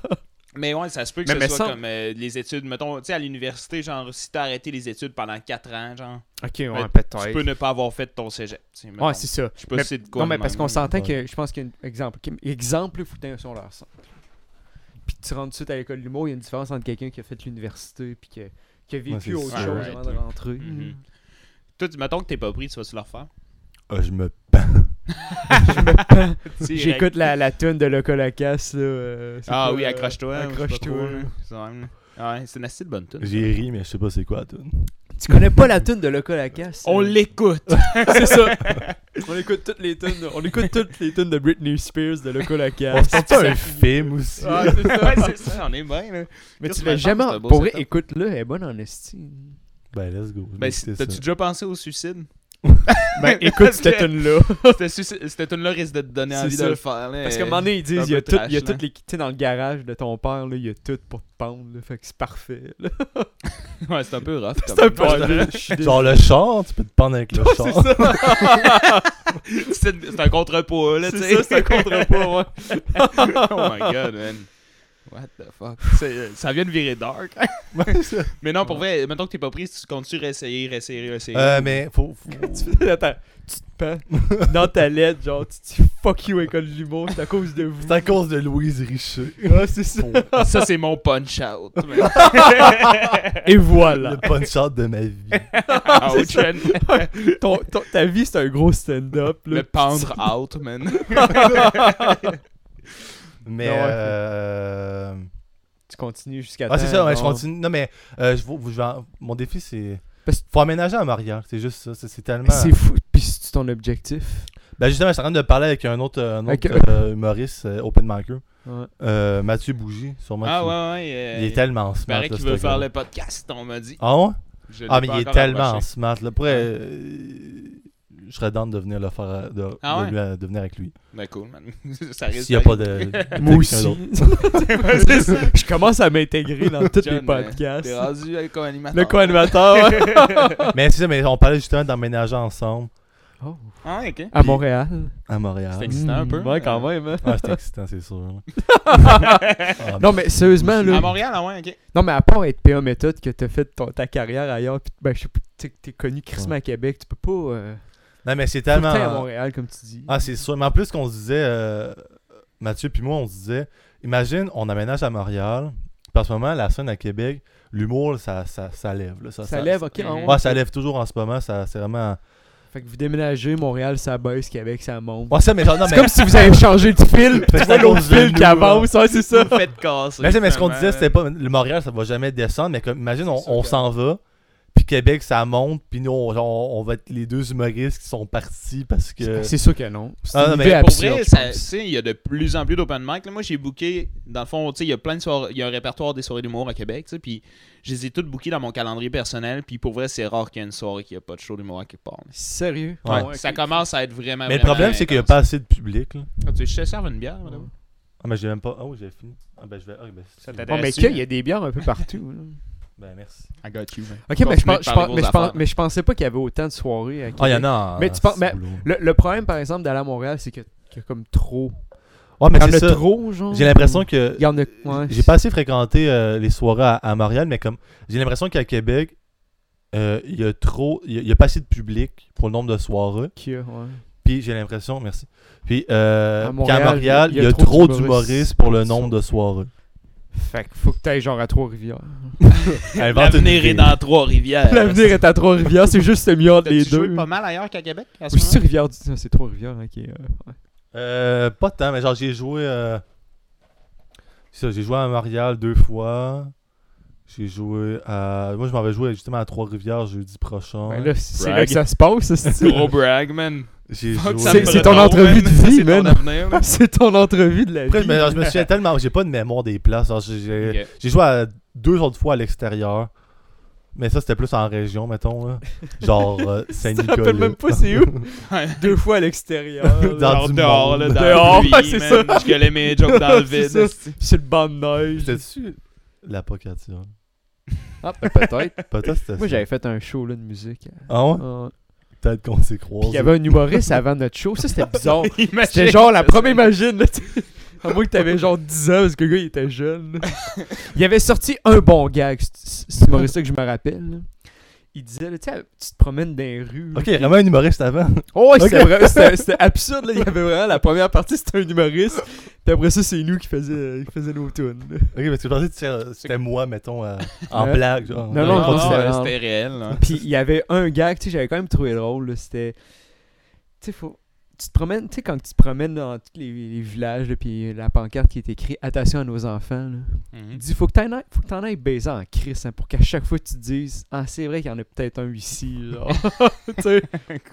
Speaker 1: Mais ouais, ça se peut que
Speaker 2: Mais
Speaker 1: ce
Speaker 2: me
Speaker 1: soit
Speaker 2: semble-
Speaker 1: comme euh, les études, mettons, tu sais, à l'université, genre, si t'as arrêté les études pendant 4 ans, genre,
Speaker 2: ok, ouais,
Speaker 1: Mais tu peux
Speaker 2: peut-être.
Speaker 1: ne pas avoir fait ton cégep, tu sais, mettons.
Speaker 2: Ouais, c'est ça.
Speaker 1: Je sais pas
Speaker 2: Mais-
Speaker 1: si c'est de quoi
Speaker 2: Non,
Speaker 1: de
Speaker 2: mais parce
Speaker 1: même,
Speaker 2: qu'on
Speaker 1: là.
Speaker 2: s'entend
Speaker 3: ouais.
Speaker 2: que, je pense qu'il y a un exemple. ok, Exemple, il faut que t'aies un son leur centre. Puis tu rentres tout de suite à l'école de l'humour, il y a une différence entre quelqu'un qui a fait l'université puis que- qui a
Speaker 3: Ouais, c'est
Speaker 2: vécu autre
Speaker 1: ça.
Speaker 2: chose
Speaker 1: Ouais,
Speaker 2: avant de
Speaker 1: ouais.
Speaker 2: rentrer. Mm-hmm.
Speaker 1: Mhm. Toi, tu- mettons que t'es pas pris, tu vas-tu le refaire?
Speaker 3: Ah, je me pends.
Speaker 1: Direct.
Speaker 2: J'écoute la, la tune de Loco Lacasse. là, euh, c'est
Speaker 1: Ah
Speaker 2: quoi,
Speaker 1: oui,
Speaker 2: euh,
Speaker 1: accroche-toi. ou je sais pas
Speaker 2: Accroche-toi.
Speaker 1: trop, hein. là. C'est même, là. Ouais, c'est une assez de bonne tune.
Speaker 3: J'ai ri, mais je sais pas c'est quoi, tout.
Speaker 2: Tu connais pas la tune de Loco Lacasse
Speaker 1: On
Speaker 2: euh?
Speaker 1: l'écoute.
Speaker 2: C'est ça. On écoute toutes les tunes. On écoute toutes les tunes de Britney Spears, de Loco
Speaker 3: On
Speaker 2: Lacasse.
Speaker 3: se tente un film aussi.
Speaker 1: Ah, c'est ça, ouais, c'est ça, on est bien, là.
Speaker 2: Mais tu
Speaker 1: Qu'est-ce
Speaker 2: l'as
Speaker 1: qu'on
Speaker 2: jamais.
Speaker 1: pense, c'est un beau
Speaker 2: Pour vrai,
Speaker 1: setup.
Speaker 2: écoute-le, elle est bonne en estime.
Speaker 3: Ben, let's go. Je
Speaker 1: Ben,
Speaker 3: vais
Speaker 1: si-
Speaker 3: écouter
Speaker 1: t'as-tu
Speaker 3: ça.
Speaker 1: déjà pensé au suicide?
Speaker 2: Ben écoute
Speaker 1: Parce
Speaker 2: cette
Speaker 1: que-
Speaker 2: tune là.
Speaker 1: C'était suicide- Cette tune-là risque de te donner
Speaker 2: C'est
Speaker 1: envie
Speaker 2: ça.
Speaker 1: de le faire, là.
Speaker 2: Parce qu'à un moment donné, ils
Speaker 1: Euh, un peu
Speaker 2: disent, il y a tout, il y
Speaker 1: trash, là.
Speaker 2: a toutes les. Tu sais, dans le garage de ton père, là, il y a tout pour te pendre, là, Fait que c'est parfait, là.
Speaker 1: Ouais, c'est un peu rough.
Speaker 2: C'est un peu.
Speaker 1: comme-
Speaker 2: là, je suis
Speaker 3: Genre le char, tu peux te pendre avec le char.
Speaker 2: C'est ça,
Speaker 1: C'est c'est un contrepoids, là, tu sais.
Speaker 2: c'est ça, ça comptera pas, ouais.
Speaker 1: oh my god, man. What the fuck? C'est- Ça vient de virer dark.
Speaker 3: Ouais, c'est ça.
Speaker 1: Mais non, pour vrai, mettons que t'es pas pris, tu comptes-tu réessayer, réessayer, réessayer?
Speaker 3: Euh, mais faut. faut-
Speaker 2: Tu- Attends, tu te pends dans ta lettre, genre, tu te dis fuck you, école de l'humour, c'est à cause de vous.
Speaker 3: C'est à cause de Louise Richer.
Speaker 2: Ouais, c'est ça.
Speaker 1: Ça, c'est mon punch-out.
Speaker 2: Et voilà.
Speaker 3: Le punch out de ma vie.
Speaker 1: Ouch, man.
Speaker 2: Ton, ton- ta vie, c'est un gros stand-up. là.
Speaker 1: Le pendre-out, man.
Speaker 3: Mais.
Speaker 2: Non, ouais.
Speaker 3: euh,
Speaker 2: Tu continues jusqu'à
Speaker 3: Ah, c'est
Speaker 2: temps,
Speaker 3: ça, ouais, je
Speaker 2: genre.
Speaker 3: continue. Non, mais euh, je, vous- je vais en- mon défi, c'est.
Speaker 2: Parce-
Speaker 3: Faut aménager un mariage, c'est juste ça. C'est c'est tellement.
Speaker 2: Mais C'est fou. Puis c'est ton objectif.
Speaker 3: Ben, justement, je suis en train de parler avec un autre, un autre
Speaker 2: Ok.
Speaker 3: euh, humoriste, euh, Open Micer.
Speaker 2: Ouais.
Speaker 3: Euh, Mathieu Bougie, sûrement.
Speaker 1: Ah
Speaker 3: qui-
Speaker 1: ouais, ouais. euh,
Speaker 3: Il est tellement
Speaker 1: Il
Speaker 3: smart.
Speaker 1: paraît
Speaker 3: là,
Speaker 1: qu'il
Speaker 3: ce
Speaker 1: veut faire
Speaker 3: gars-là.
Speaker 1: le podcast, on m'a dit.
Speaker 3: Ah ouais?
Speaker 1: Je l'ai
Speaker 3: Ah, mais
Speaker 1: pas
Speaker 3: il est
Speaker 1: encore
Speaker 3: tellement
Speaker 1: approché.
Speaker 3: smart. Là. Pour, euh, je serais down de venir le faire, euh, de,
Speaker 1: Ah
Speaker 3: de
Speaker 1: ouais?
Speaker 3: lui, euh, de venir avec lui.
Speaker 1: Ben cool, man. ça risque
Speaker 3: S'il n'y a pas de. de
Speaker 2: Moi aussi.
Speaker 3: quelqu'un d'autre.
Speaker 1: c'est ça.
Speaker 2: je commence à m'intégrer dans tous les
Speaker 1: John, euh,
Speaker 2: podcasts.
Speaker 1: T'es rendu euh, comme animateur.
Speaker 2: Le co-animateur. ouais.
Speaker 3: mais c'est ça, mais on parlait justement d'emménager ensemble
Speaker 2: Oh.
Speaker 1: Ah, ok.
Speaker 2: À Montréal.
Speaker 3: à Montréal.
Speaker 1: C'est excitant un
Speaker 2: Mm,
Speaker 1: peu.
Speaker 2: Ouais, quand même. hein.
Speaker 3: Ah, c'est excitant, c'est sûr. là. Ah,
Speaker 2: Non, mais sérieusement,
Speaker 1: À
Speaker 2: là.
Speaker 1: Montréal, ah ouais, ok.
Speaker 2: Non, mais à part être PA méthode que t'as fait ton- ta carrière ailleurs, puis ben, je sais pas, tu sais que t'es connu Christmas à Québec, tu peux pas. Euh,
Speaker 3: non, mais c'est
Speaker 2: tout le temps
Speaker 3: tellement.
Speaker 2: à Montréal, comme tu dis.
Speaker 3: Ah, c'est sûr. Mais en plus, qu'on se disait, euh, Mathieu puis moi, on se disait, imagine, on aménage à Montréal. Puis en ce moment, la scène à Québec, l'humour, ça, ça, ça lève. là. Ça,
Speaker 2: ça
Speaker 3: ça-
Speaker 2: lève, ok. en
Speaker 1: Ouais,
Speaker 2: haut.
Speaker 3: Ouais, ça lève toujours en ce moment. Ça, c'est vraiment.
Speaker 2: Fait que vous déménagez, Montréal, ça baisse, Québec, ça monte.
Speaker 3: Ouais, ça, mais genre, non,
Speaker 2: C'est
Speaker 3: mais.
Speaker 2: comme si vous avez changé de fil, puis
Speaker 3: Fait
Speaker 2: tu
Speaker 3: que
Speaker 2: vois
Speaker 3: ça
Speaker 2: l'autre
Speaker 3: cause de
Speaker 2: fil qui
Speaker 3: nous, hein.
Speaker 2: avance, ouais, c'est ça.
Speaker 1: Vous faites casser.
Speaker 3: Mais, c'est- mais ce qu'on
Speaker 1: finalement,
Speaker 3: disait,
Speaker 1: là.
Speaker 3: c'était pas. Le Montréal, ça va jamais descendre, mais comme, imagine, on,
Speaker 1: C'est sûr
Speaker 3: on
Speaker 1: que-
Speaker 3: s'en va, puis Québec, ça monte, puis nous, on, genre, on va être les deux humoristes qui sont partis parce que.
Speaker 2: C'est sûr que non. C'est
Speaker 3: Ah, non,
Speaker 2: une
Speaker 3: mais
Speaker 2: idée
Speaker 3: pour
Speaker 1: Pour
Speaker 2: absurde,
Speaker 1: vrai,
Speaker 2: je
Speaker 1: ça- tu
Speaker 2: pense.
Speaker 1: sais, il y a de plus en plus d'open mic. là. Moi, j'ai booké, dans le fond, tu sais, il y a plein de soirées, il y a un répertoire des soirées d'humour à Québec, tu sais, puis je les ai toutes bookées dans mon calendrier personnel, puis pour vrai, c'est rare qu'il y ait une soirée qui a pas de show d'humour à quelque part. là.
Speaker 2: Sérieux?
Speaker 3: Ouais.
Speaker 2: Ah, ok.
Speaker 1: Ça commence à être vraiment.
Speaker 3: Mais le
Speaker 1: vraiment
Speaker 3: problème, c'est qu'il n'y a
Speaker 1: Ah intense.
Speaker 3: pas assez de public, là.
Speaker 1: Ah, tu veux que je te serve une bière, madame?
Speaker 3: Ah, mais j'ai même pas. Ah oui, j'ai fini. Ah, ben, je vais. Ah, ben,
Speaker 1: Ça
Speaker 3: c'est-
Speaker 1: t'intéresse?
Speaker 2: Oh, mais
Speaker 1: Intéressé.
Speaker 2: qu'il y a des bières un peu partout. là.
Speaker 3: ben, merci.
Speaker 1: I got you, man.
Speaker 2: Ok, mais je,
Speaker 1: Continuez
Speaker 2: pense,
Speaker 1: de parler
Speaker 2: je pense-
Speaker 1: vos
Speaker 2: mais, je
Speaker 1: affaires.
Speaker 2: pense, mais je pensais pas qu'il y avait autant de soirées à Québec.
Speaker 3: Ah, il y en a. en-
Speaker 2: Mais tu penses-
Speaker 3: c'est
Speaker 2: mais-
Speaker 3: boulot.
Speaker 2: le, le problème, par exemple, d'aller à Montréal, c'est que- qu'il y a comme trop.
Speaker 3: Ouais, mais
Speaker 2: Il y en
Speaker 3: c'est
Speaker 2: a
Speaker 3: ça.
Speaker 2: trop, genre.
Speaker 3: J'ai l'impression que.
Speaker 2: Il y en a. ouais,
Speaker 3: J'ai pas assez fréquenté euh, les soirées à, à Montréal, mais comme. J'ai l'impression qu'à Québec, euh, il y a trop. Il y a- il y a pas assez de public pour le nombre de soirées.
Speaker 2: qu'il y a, ouais.
Speaker 3: Puis j'ai l'impression, merci. Puis euh,
Speaker 2: À
Speaker 3: qu'à
Speaker 2: Montréal,
Speaker 3: Montréal, il y a, trop d'humoristes pour le nombre de soirées.
Speaker 2: Fait que faut que t'ailles genre à Trois-Rivières.
Speaker 3: Invente une
Speaker 1: L'avenir
Speaker 3: idée.
Speaker 1: est dans
Speaker 3: Euh,
Speaker 1: Trois-Rivières.
Speaker 2: L'avenir est à Trois-Rivières, c'est juste le mieux entre
Speaker 1: T'as-tu
Speaker 2: les
Speaker 1: joué
Speaker 2: deux.
Speaker 1: pas mal ailleurs qu'à Québec à ce
Speaker 2: Ou c'est
Speaker 1: moment-là?
Speaker 2: Rivière du Non, c'est Trois-Rivières hein, qui est. euh, ouais.
Speaker 3: Euh, pas tant, mais genre j'ai joué. euh, c'est ça, j'ai joué à Montréal deux fois. J'ai joué à. Moi, je m'en vais jouer justement à Trois-Rivières jeudi prochain.
Speaker 2: Ben là, c'est c'est là
Speaker 1: brag.
Speaker 2: que ça se passe, c'est-
Speaker 1: Gros brag, man.
Speaker 3: j'ai
Speaker 1: Fuck,
Speaker 3: joué-
Speaker 1: ça me
Speaker 2: C'est- c'est
Speaker 1: bretonne,
Speaker 2: ton
Speaker 1: man.
Speaker 2: entrevue de vie,
Speaker 1: C'est ton
Speaker 2: man.
Speaker 1: avenir, là.
Speaker 2: C'est ton entrevue de la
Speaker 3: Après,
Speaker 2: vie.
Speaker 3: mais genre, je me souviens tellement. J'ai pas de mémoire des places. genre, j'ai- j'ai
Speaker 1: Ok.
Speaker 3: j'ai joué à deux autres fois à l'extérieur. Mais ça, c'était plus en région, mettons. là. Genre euh,
Speaker 2: Je me rappelle
Speaker 3: Saint-Nicolas.
Speaker 2: même pas c'est où. Deux fois à l'extérieur.
Speaker 3: Dans
Speaker 2: là.
Speaker 1: Genre
Speaker 3: du
Speaker 1: dehors,
Speaker 3: monde.
Speaker 1: là, dans
Speaker 2: Dehors,
Speaker 1: la pluie,
Speaker 2: c'est
Speaker 1: man. Je gueulais mes jokes dans le vide.
Speaker 2: C'est ça, Sur le banc de neige.
Speaker 3: C'était-tu la Pocatière?
Speaker 2: Ah, ben, peut-être.
Speaker 3: Peut-être c'était
Speaker 2: Moi,
Speaker 3: ça.
Speaker 2: j'avais fait un show là, de musique. hein.
Speaker 3: Ah ouais?
Speaker 2: Ah.
Speaker 3: Peut-être qu'on s'est
Speaker 2: Puis il y
Speaker 3: croisés.
Speaker 2: avait un humoriste avant notre show. Ça, c'était bizarre.
Speaker 1: Imagine.
Speaker 2: C'était genre la première imagine. Là, tu sais. à moins que t'avais genre 10 ans parce que le gars, il était jeune. là. Il avait sorti un bon gag. c'est- C'est humoriste que je me rappelle. là. Il disait, là, tu sais, tu te promènes dans les rues. là,
Speaker 3: Ok, vraiment un humoriste avant.
Speaker 2: Oh, ouais,
Speaker 3: Ok.
Speaker 2: c'était vrai- c'était c'était absurde. Là. Il y avait vraiment la première partie, c'était un humoriste. Puis après ça, c'est nous qui faisions qui faisait nos tunes. là.
Speaker 3: Ok, parce que je pensais que c'était- c'était moi, mettons, euh, en
Speaker 2: Ouais.
Speaker 3: blague. genre.
Speaker 2: Non, non,
Speaker 3: on continue.
Speaker 2: non,
Speaker 1: c'était-
Speaker 2: non.
Speaker 1: c'était réel. là.
Speaker 2: Puis il y avait un gag, tu sais, j'avais quand même trouvé drôle. là, C'était. Tu sais, faut. Tu te promènes, tu sais, quand tu te promènes dans tous les, les villages, là, puis la pancarte qui est écrite Attention à nos enfants, là. Il
Speaker 1: Mhm.
Speaker 2: dit faut que t'en ailles, faut que t'en ailles baiser en Chris hein, pour qu'à chaque fois tu te dises ah c'est vrai qu'il y en a peut-être un ici genre tu sais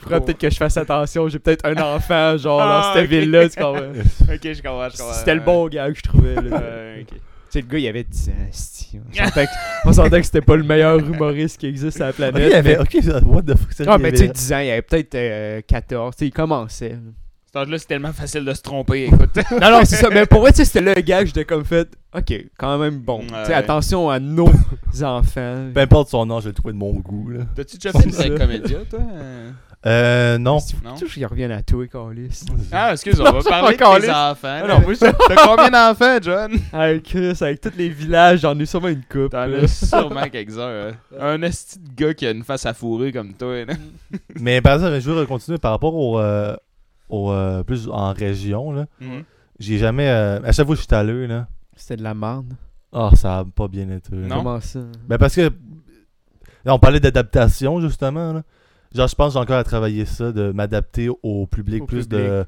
Speaker 2: faudrait peut-être que je fasse attention j'ai peut-être un enfant genre
Speaker 1: Ah,
Speaker 2: dans cette
Speaker 1: ok.
Speaker 2: ville là tu comprends
Speaker 1: Ok, je comprends, je comprends.
Speaker 2: c'était le bon gars que je trouvais là.
Speaker 1: Euh, ok.
Speaker 2: tu sais le gars il avait 10 ans asti, on sentait que, on sentait que c'était pas le meilleur humoriste qui existe sur la
Speaker 3: Ok,
Speaker 2: planète
Speaker 3: il y avait.
Speaker 2: mais-
Speaker 3: Ok, what the fuck, c'est
Speaker 2: ah
Speaker 3: il y
Speaker 2: mais
Speaker 3: avait-
Speaker 2: tu sais 10 ans il avait peut-être euh, 14 tu sais il commençait là.
Speaker 1: Cet âge-là, c'est tellement facile de se tromper, écoute.
Speaker 2: Non, non, c'est ça. Mais pour moi, tu sais, c'était le gag, j'étais comme fait, ok, quand même bon. Tu sais,
Speaker 1: Ouais.
Speaker 2: attention à nos enfants.
Speaker 3: Peu importe son nom, je le trouvais de mon goût, là.
Speaker 1: T'as-tu déjà fait
Speaker 2: C'est
Speaker 1: le
Speaker 2: ça.
Speaker 1: comédia, toi euh?
Speaker 3: Euh, non.
Speaker 1: Non.
Speaker 2: Tu sais, j'y reviens à toi, Carlis.
Speaker 1: Ah, excuse, on va parler de
Speaker 2: encore
Speaker 1: tes
Speaker 2: lisse.
Speaker 1: enfants.
Speaker 2: Ah
Speaker 1: là.
Speaker 2: non, moi, je-
Speaker 1: T'as combien d'enfants, John
Speaker 2: avec Chris, avec tous les villages, j'en ai sûrement une coupe.
Speaker 1: T'en
Speaker 2: là.
Speaker 1: as sûrement quelques-uns. hein. Un esti de gars qui a une face à fourrer comme toi. hein. là.
Speaker 3: mais par exemple, je veux continuer par rapport au. euh, au euh, plus en région, là. J'ai jamais. euh, à chaque fois que je suis allé, là.
Speaker 2: C'était de la merde.
Speaker 3: Ah, ça a pas bien été. là.
Speaker 1: Non.
Speaker 2: Comment ça?
Speaker 3: Ben parce que. Là, on parlait d'adaptation, justement, là. Genre, je pense que j'ai encore à travailler ça, de m'adapter au public
Speaker 2: Au
Speaker 3: plus
Speaker 2: public.
Speaker 3: de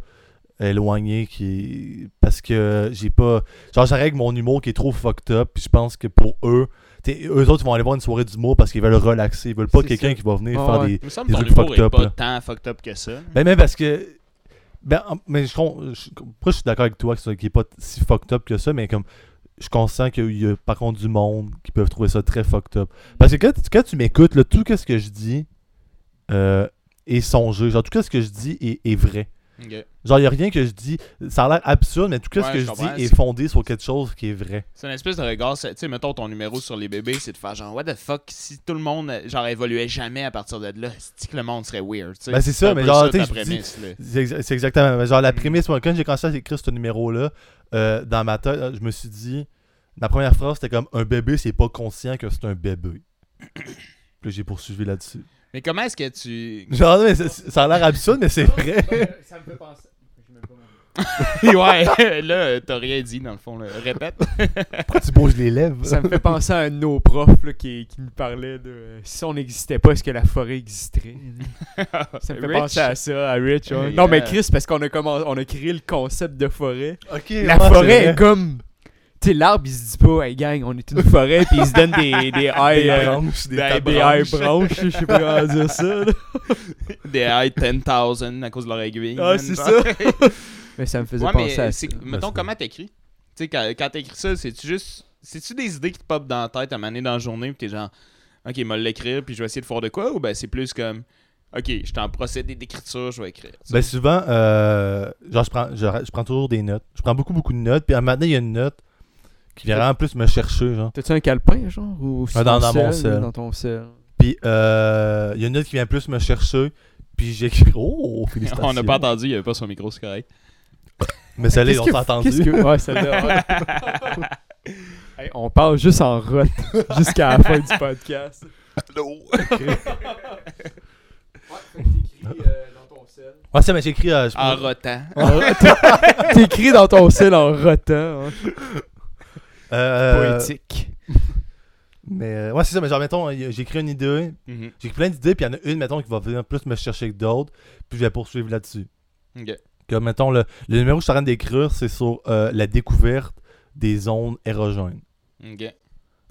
Speaker 3: éloigné qui parce que j'ai pas genre j'arrête avec mon humour qui est trop fucked up puis je pense que pour eux t'sais, eux autres ils vont aller voir une soirée d'humour parce qu'ils veulent relaxer ils veulent pas
Speaker 2: C'est
Speaker 3: quelqu'un
Speaker 2: ça.
Speaker 3: qui va venir
Speaker 2: Ah
Speaker 3: faire
Speaker 2: ouais.
Speaker 3: des
Speaker 1: Il me semble
Speaker 3: Des
Speaker 1: que ton
Speaker 3: trucs
Speaker 1: humour
Speaker 3: fucked
Speaker 1: est
Speaker 3: up,
Speaker 1: pas tant
Speaker 3: là.
Speaker 1: fucked up que ça.
Speaker 3: ben mais parce que ben en- mais je, con- je- pourquoi je suis d'accord avec toi que ça qui est pas si fucked up que ça mais comme je consens qu'il y a par contre du monde qui peuvent trouver ça très fucked up parce que quand, quand tu m'écoutes là, tout ce que je dis euh, est songé genre tout ce que je dis est, est vrai
Speaker 1: Ok.
Speaker 3: genre il y a rien que je dis ça a l'air absurde mais tout
Speaker 1: Ouais,
Speaker 3: ce que
Speaker 1: je
Speaker 3: je,
Speaker 1: comprends.
Speaker 3: dis est fondé sur quelque chose qui est vrai
Speaker 1: C'est une espèce de regard. c'est- Tu sais, mettons ton numéro sur les bébés, c'est de faire genre, what the fuck, si tout le monde, euh, genre, évoluait jamais à partir de là, c'est que le monde serait weird. tu sais.
Speaker 3: Ben, c'est ça,
Speaker 1: un
Speaker 3: mais
Speaker 1: peu
Speaker 3: genre,
Speaker 1: ça,
Speaker 3: tu sais,
Speaker 1: ta
Speaker 3: je dis-
Speaker 1: prémisse, là.
Speaker 3: C'est exa- c'est exactement. mais Genre, la
Speaker 1: Mm.
Speaker 3: prémisse, moi, quand j'ai commencé à écrire ce numéro-là, euh, dans ma tête, euh, je me suis dit, ma première phrase, c'était comme un bébé, c'est pas conscient que c'est un bébé. Puis là, j'ai poursuivi là-dessus.
Speaker 1: Mais comment est-ce que tu.
Speaker 3: Genre, mais c'est- c'est- ça a l'air absurde, mais c'est vrai.
Speaker 2: ça me fait penser.
Speaker 1: ouais, là, euh, t'as rien dit dans le fond, là. Répète.
Speaker 3: Pourquoi tu bouges les lèvres
Speaker 2: Ça me fait penser à un de nos profs là, qui, qui nous parlait de euh, si on n'existait pas, est-ce que la forêt existerait? Ça me fait
Speaker 1: Rich. euh,
Speaker 2: penser à ça, à Rich. ouais.
Speaker 1: Yeah.
Speaker 2: Non, mais Chris, parce qu'on a, commen- on a créé le concept de forêt.
Speaker 3: Ok,
Speaker 2: La
Speaker 3: ouais,
Speaker 2: forêt
Speaker 3: c'est
Speaker 2: est
Speaker 3: vrai.
Speaker 2: comme. Tu sais, l'arbre, il se dit pas, hey gang, on est une forêt, puis il se donne des, des high.
Speaker 3: Des
Speaker 2: euh,
Speaker 3: branches, des
Speaker 1: des
Speaker 3: tables.
Speaker 2: des high branches, je sais pas comment dire ça. là.
Speaker 1: Des high 10,000 à cause de leur aiguille.
Speaker 2: Ah,
Speaker 1: man,
Speaker 2: c'est
Speaker 1: genre.
Speaker 2: ça. Mais ça me faisait
Speaker 1: Ouais,
Speaker 2: penser
Speaker 1: mais
Speaker 2: à
Speaker 1: c'est-
Speaker 2: ça.
Speaker 1: mettons,
Speaker 3: c'est-
Speaker 1: comment t'écris Tu sais, quand, quand t'écris ça, c'est-tu juste. C'est-tu des idées qui te popent dans la tête à maner dans la journée, puis t'es genre, ok, m'a l'écrire, puis je vais essayer de faire de quoi Ou ben c'est plus comme, ok, je suis en procédé d'écriture, je vais écrire. tu sais.
Speaker 3: Ben souvent, euh, genre, je prends, je, je prends toujours des notes. Je prends beaucoup, beaucoup de notes. Puis à un moment donné, il y a une note qui vient vraiment plus me chercher, genre.
Speaker 2: T'as-tu un calepin, genre ou sur
Speaker 3: Ah, dans-
Speaker 2: ton
Speaker 3: dans mon
Speaker 2: sel,
Speaker 3: sel.
Speaker 2: Dans ton sel.
Speaker 3: Puis euh, il y a une note qui vient plus me chercher. Puis j'écris. Oh, félicitations.
Speaker 1: on n'a pas entendu, il n'y avait pas son micro, c'est correct.
Speaker 3: Mais ça l'est,
Speaker 2: Qu'est-ce
Speaker 3: on
Speaker 2: que-
Speaker 3: s'est
Speaker 2: qu'est-ce
Speaker 3: entendu.
Speaker 2: que- Ouais, ça doit- Hey, on parle juste en route jusqu'à la fin du podcast.
Speaker 1: Allô?
Speaker 2: Ouais, t'écris
Speaker 3: euh,
Speaker 2: dans ton sel.
Speaker 3: Ouais, c'est, mais j'ai écrit. euh, je
Speaker 1: En
Speaker 3: pense-
Speaker 1: rotant.
Speaker 2: T'écris dans ton sel en rotant. hein.
Speaker 3: Euh,
Speaker 2: Poétique.
Speaker 3: Mais euh, ouais, c'est ça. Mais genre, mettons, euh, j'ai écrit une idée.
Speaker 1: Mhm.
Speaker 3: J'ai plein d'idées, puis il y en a une, mettons, qui va venir plus me chercher que d'autres. Puis je vais poursuivre là-dessus.
Speaker 1: Ok.
Speaker 3: Comme, mettons, le, le numéro que je suis en train d'écrire, c'est sur euh, la découverte des zones érogènes.
Speaker 1: Ok.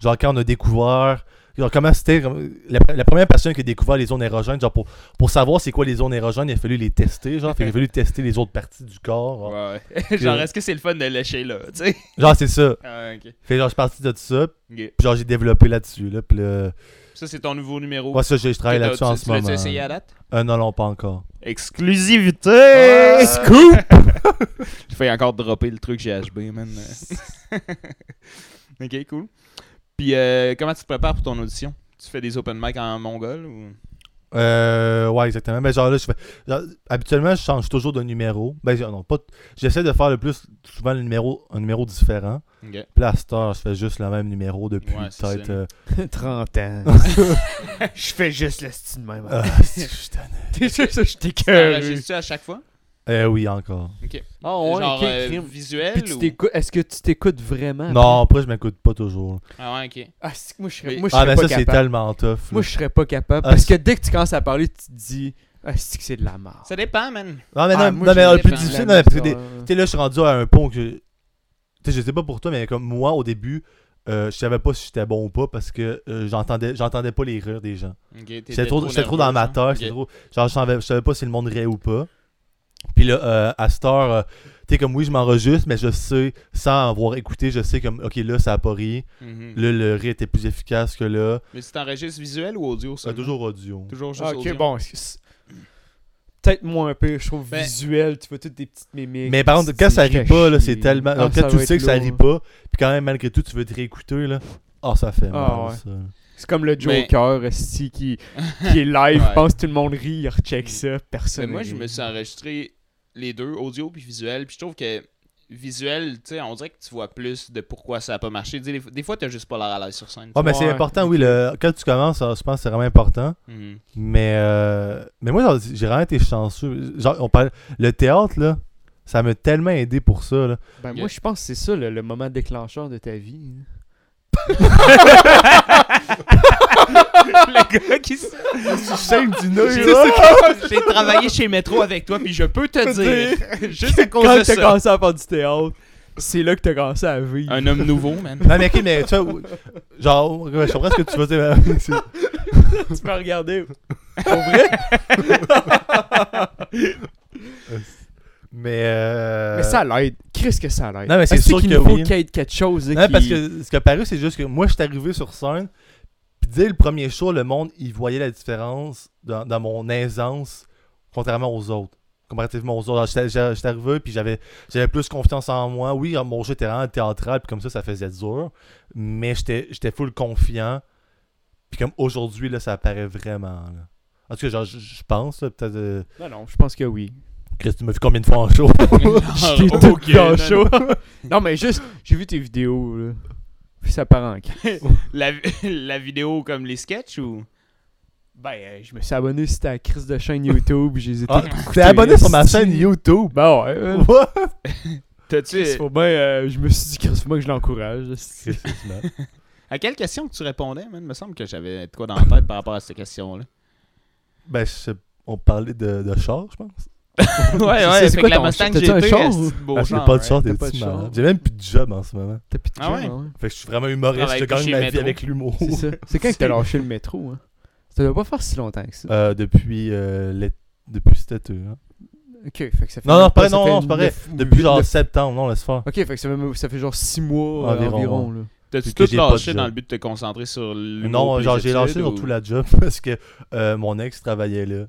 Speaker 3: Genre, quand on a découvert. Genre, comment c'était. comme, La, la première personne qui a découvert les zones érogènes, genre, pour, pour savoir c'est quoi les zones érogènes, il a fallu les tester. Genre, Fait qu'il a fallu tester les autres parties du corps. genre.
Speaker 1: Ouais. Genre, est-ce que c'est le fun de lécher là? Tu sais?
Speaker 3: Genre, c'est ça.
Speaker 1: Ah, ok.
Speaker 3: Fait que, genre, je suis parti de ça.
Speaker 1: Ok.
Speaker 3: Puis genre, j'ai développé là-dessus. Là, puis là,
Speaker 1: Ça, c'est ton nouveau numéro.
Speaker 3: ouais, ça, je, je travaille
Speaker 1: Que Oh. t'as-
Speaker 3: là-dessus en
Speaker 1: tu-
Speaker 3: ce
Speaker 1: tu
Speaker 3: moment.
Speaker 1: L'as-tu essayé à date?
Speaker 3: Euh, non, non, pas encore.
Speaker 1: Exclusivité!
Speaker 2: Ouais.
Speaker 1: Scoop! J'ai failli encore dropper le truc GHB, man. ok, cool. Puis, euh, comment tu te prépares pour ton audition? Tu fais des open mic en mongol ou...
Speaker 3: Euh, ouais, exactement. Mais genre là, je fais. genre, habituellement, je change toujours de numéro. Ben, genre, non, pas. t- J'essaie de faire le plus souvent le numéro, un numéro différent.
Speaker 1: Ok.
Speaker 3: Puis là, à cette heure, je fais juste le même numéro depuis
Speaker 1: Ouais, c'est
Speaker 3: peut-être.
Speaker 1: ça.
Speaker 3: euh,
Speaker 2: 30 ans. Je fais juste le style de même.
Speaker 3: ah, c'est- je suis tanné.
Speaker 2: T'es sûr ça, je t'écœure.
Speaker 1: T'enregistres-tu à chaque fois?
Speaker 3: Eh oui, encore.
Speaker 2: Ah
Speaker 1: Genre
Speaker 2: ok,
Speaker 1: euh,
Speaker 2: crime. Puis
Speaker 1: visuel
Speaker 2: tu
Speaker 1: ou...
Speaker 2: t'écoutes- Est-ce que tu t'écoutes vraiment?
Speaker 3: Non, après, je m'écoute pas toujours.
Speaker 1: Ah ouais, ok.
Speaker 2: Ah, c'est que moi, je serais,
Speaker 1: Mais-
Speaker 2: moi, je
Speaker 3: Ah,
Speaker 2: serais
Speaker 3: mais
Speaker 2: pas
Speaker 3: ça, c'est
Speaker 2: capable.
Speaker 3: tellement tough.
Speaker 2: Moi,
Speaker 3: Là.
Speaker 2: je serais pas capable.
Speaker 3: Ah,
Speaker 2: parce que
Speaker 3: c'est-
Speaker 2: dès que tu commences à parler, tu te dis, ah, c'est que c'est de la merde.
Speaker 1: Ça dépend, man.
Speaker 3: Non, mais non,
Speaker 2: Ah,
Speaker 3: non,
Speaker 2: moi,
Speaker 3: mais
Speaker 1: je
Speaker 3: non, le plus
Speaker 1: dépends.
Speaker 3: difficile,
Speaker 2: La
Speaker 3: non, mais parce que
Speaker 2: merde,
Speaker 3: des- Tu sais, là, je suis rendu à un pont que. Tu sais, je sais pas pour toi, mais comme moi, au début, euh, je savais pas si j'étais bon ou pas parce que euh, j'entendais j'entendais pas les rires des gens.
Speaker 1: Ok, t'étais hein?
Speaker 3: J'étais trop, j'étais trop dans ma
Speaker 1: nerveux, genre.
Speaker 3: terre. j'étais trop- Genre, je savais, je savais pas si le monde riait ou pas. Puis là, euh, à cette heure, euh, tu sais, comme oui, je m'enregistre, mais je sais, sans avoir écouté, je sais comme, ok, là, ça a pas ri.
Speaker 1: Ok. Mhm.
Speaker 3: Là, le rire était plus efficace que là.
Speaker 1: Mais tu t'enregistres visuel ou audio, ça?
Speaker 3: C'est toujours audio.
Speaker 1: Toujours juste
Speaker 2: Ah,
Speaker 1: audio.
Speaker 2: ok, bon. c'est- c'est- Peut-être moins un peu, je trouve,
Speaker 1: Ben-
Speaker 2: visuel. Tu vois toutes des petites mimiques.
Speaker 3: Mais par contre,
Speaker 2: tu
Speaker 3: quand
Speaker 2: dis,
Speaker 3: ça
Speaker 2: je
Speaker 3: rit
Speaker 2: fais
Speaker 3: pas, là,
Speaker 2: chier.
Speaker 3: c'est tellement.
Speaker 2: Ah,
Speaker 3: Donc, quand
Speaker 2: ça
Speaker 3: tu
Speaker 2: va
Speaker 3: sais
Speaker 2: être
Speaker 3: que ça
Speaker 2: lourd,
Speaker 3: rit
Speaker 2: hein.
Speaker 3: pas, puis quand même, malgré tout, tu veux te réécouter, là. Ah, ça fait mal,
Speaker 2: Ah, ouais.
Speaker 3: ça.
Speaker 2: C'est comme le
Speaker 1: Mais-
Speaker 2: Joker, esti, qui, qui est live,
Speaker 1: Ouais.
Speaker 2: pense que tout le monde rit, il recheck ça, personne.
Speaker 1: Mais moi,
Speaker 2: rit.
Speaker 1: je me suis enregistré les deux, audio puis visuel. Puis je trouve que visuel, tu sais, on dirait que tu vois plus de pourquoi ça a pas marché. Tu sais, des, des fois, t'as juste pas l'air à l'aise sur scène.
Speaker 3: Ah, mais c'est
Speaker 2: Ouais.
Speaker 3: important, oui. Le, quand tu commences, je pense que c'est vraiment important.
Speaker 1: Mhm.
Speaker 3: Mais, euh, mais moi, genre, j'ai vraiment été chanceux. Genre, on parle, le théâtre, là, ça m'a tellement aidé pour ça. Là.
Speaker 2: Ben,
Speaker 1: Yeah.
Speaker 2: moi, je pense que c'est ça le, le moment déclencheur de ta vie. hein.
Speaker 1: Le gars qui se- J'ai travaillé chez Metro avec toi, puis je peux te dire, juste à cause
Speaker 2: Quand
Speaker 1: de
Speaker 2: t'as
Speaker 1: ça.
Speaker 2: commencé à faire du théâtre, c'est là que t'as commencé à vivre.
Speaker 1: Un homme nouveau, man.
Speaker 3: Non, mais ok, mais tu vois, genre, ouais, je comprends ce que tu veux dire. mais c'est-
Speaker 2: tu peux regarder.
Speaker 3: Mais, euh,
Speaker 2: Mais ça l'aide. Qu'est-ce que ça l'aide?
Speaker 3: Non, mais c'est
Speaker 2: Est-ce
Speaker 3: sûr
Speaker 2: qu'il
Speaker 3: que
Speaker 2: nous faut
Speaker 3: oui.
Speaker 2: qu'il y ait quelque chose.
Speaker 3: Non,
Speaker 2: là, qui-
Speaker 3: parce que ce qui a paru, c'est juste que moi, je suis arrivé sur scène, puis dès le premier show, le monde, il voyait la différence dans, dans mon aisance, contrairement aux autres. Comparativement aux autres. Alors, J'étais j'étais- j'étais arrivé, puis j'avais j'avais plus confiance en moi. Oui, euh, mon jeu était vraiment théâtral, puis comme ça, ça faisait dur, mais j'étais j'étais full confiant. Puis comme aujourd'hui, là, ça apparaît vraiment. là. En tout cas, genre, je- je pense, là, peut-être. euh,
Speaker 2: Non, non, je pense que oui.
Speaker 3: Chris, tu m'as vu combien de fois en show
Speaker 2: Je t'ai
Speaker 1: Ah,
Speaker 2: tout
Speaker 1: ok, non,
Speaker 2: gâché. non, mais juste, j'ai vu tes vidéos, là. Puis ça part en crise.
Speaker 1: La, la vidéo comme les sketchs ou.
Speaker 2: Ben, euh, je me suis abonné, c'était à Chris de chaîne YouTube. J'ai
Speaker 3: Ah,
Speaker 2: toutes écoutées,
Speaker 3: T'es abonné sur ma
Speaker 2: esti.
Speaker 3: chaîne YouTube
Speaker 2: Ben ouais. euh,
Speaker 3: What?
Speaker 1: T'as-tu.
Speaker 2: Chris, faut bien, euh, je me suis dit, Chris, faut bien que je l'encourage. esti.
Speaker 1: À quelle question que tu répondais, man Il me semble que j'avais de quoi dans la tête par rapport à cette question-là.
Speaker 3: Ben, je sais- on parlait de, de char, je pense.
Speaker 1: ouais, ouais,
Speaker 2: sais, c'est
Speaker 1: fait que
Speaker 2: quoi
Speaker 1: la
Speaker 2: ton
Speaker 1: Mustang
Speaker 2: char? T'as-tu un
Speaker 1: GT,
Speaker 2: char?
Speaker 1: esti de beau hein.
Speaker 3: Ah, j'ai
Speaker 1: char,
Speaker 3: pas de
Speaker 1: ouais.
Speaker 3: char,
Speaker 2: t'as
Speaker 3: t'es
Speaker 2: pas de
Speaker 3: petit
Speaker 2: char.
Speaker 3: malade. J'ai même plus de job en ce moment.
Speaker 2: T'as plus de
Speaker 1: Ah
Speaker 2: job, hein,
Speaker 3: Fait que je suis vraiment humoriste,
Speaker 1: Travaille
Speaker 3: je
Speaker 1: plus
Speaker 3: gagne
Speaker 1: chez
Speaker 3: ma vie
Speaker 1: Metro.
Speaker 3: avec l'humour.
Speaker 2: C'est ça. C'est quand que t'as lâché le métro, hein? Ça doit pas faire si longtemps que ça.
Speaker 3: Euh, depuis euh, l'é- depuis cet été. hein.
Speaker 2: Ok, fait que ça fait.
Speaker 3: Non, non,
Speaker 2: même
Speaker 3: pas,
Speaker 2: ça
Speaker 3: non,
Speaker 2: fait
Speaker 3: non, c'est pas vrai.
Speaker 2: neuf-
Speaker 3: Depuis
Speaker 2: huit-
Speaker 3: genre
Speaker 2: neuf-
Speaker 3: septembre, non, laisse faire.
Speaker 2: Ok, fait que ça fait, ça fait genre 6 mois euh,
Speaker 3: Environ,
Speaker 2: environ. là.
Speaker 1: T'as-tu
Speaker 3: que
Speaker 1: tout
Speaker 3: j'ai pas de
Speaker 1: lâché
Speaker 3: job.
Speaker 1: dans le but de te concentrer sur l'humour
Speaker 3: Non,
Speaker 1: pis
Speaker 3: genre
Speaker 1: les
Speaker 3: j'ai lâché
Speaker 1: études,
Speaker 3: dans
Speaker 1: ou-
Speaker 3: tout la job parce que euh, mon ex travaillait là.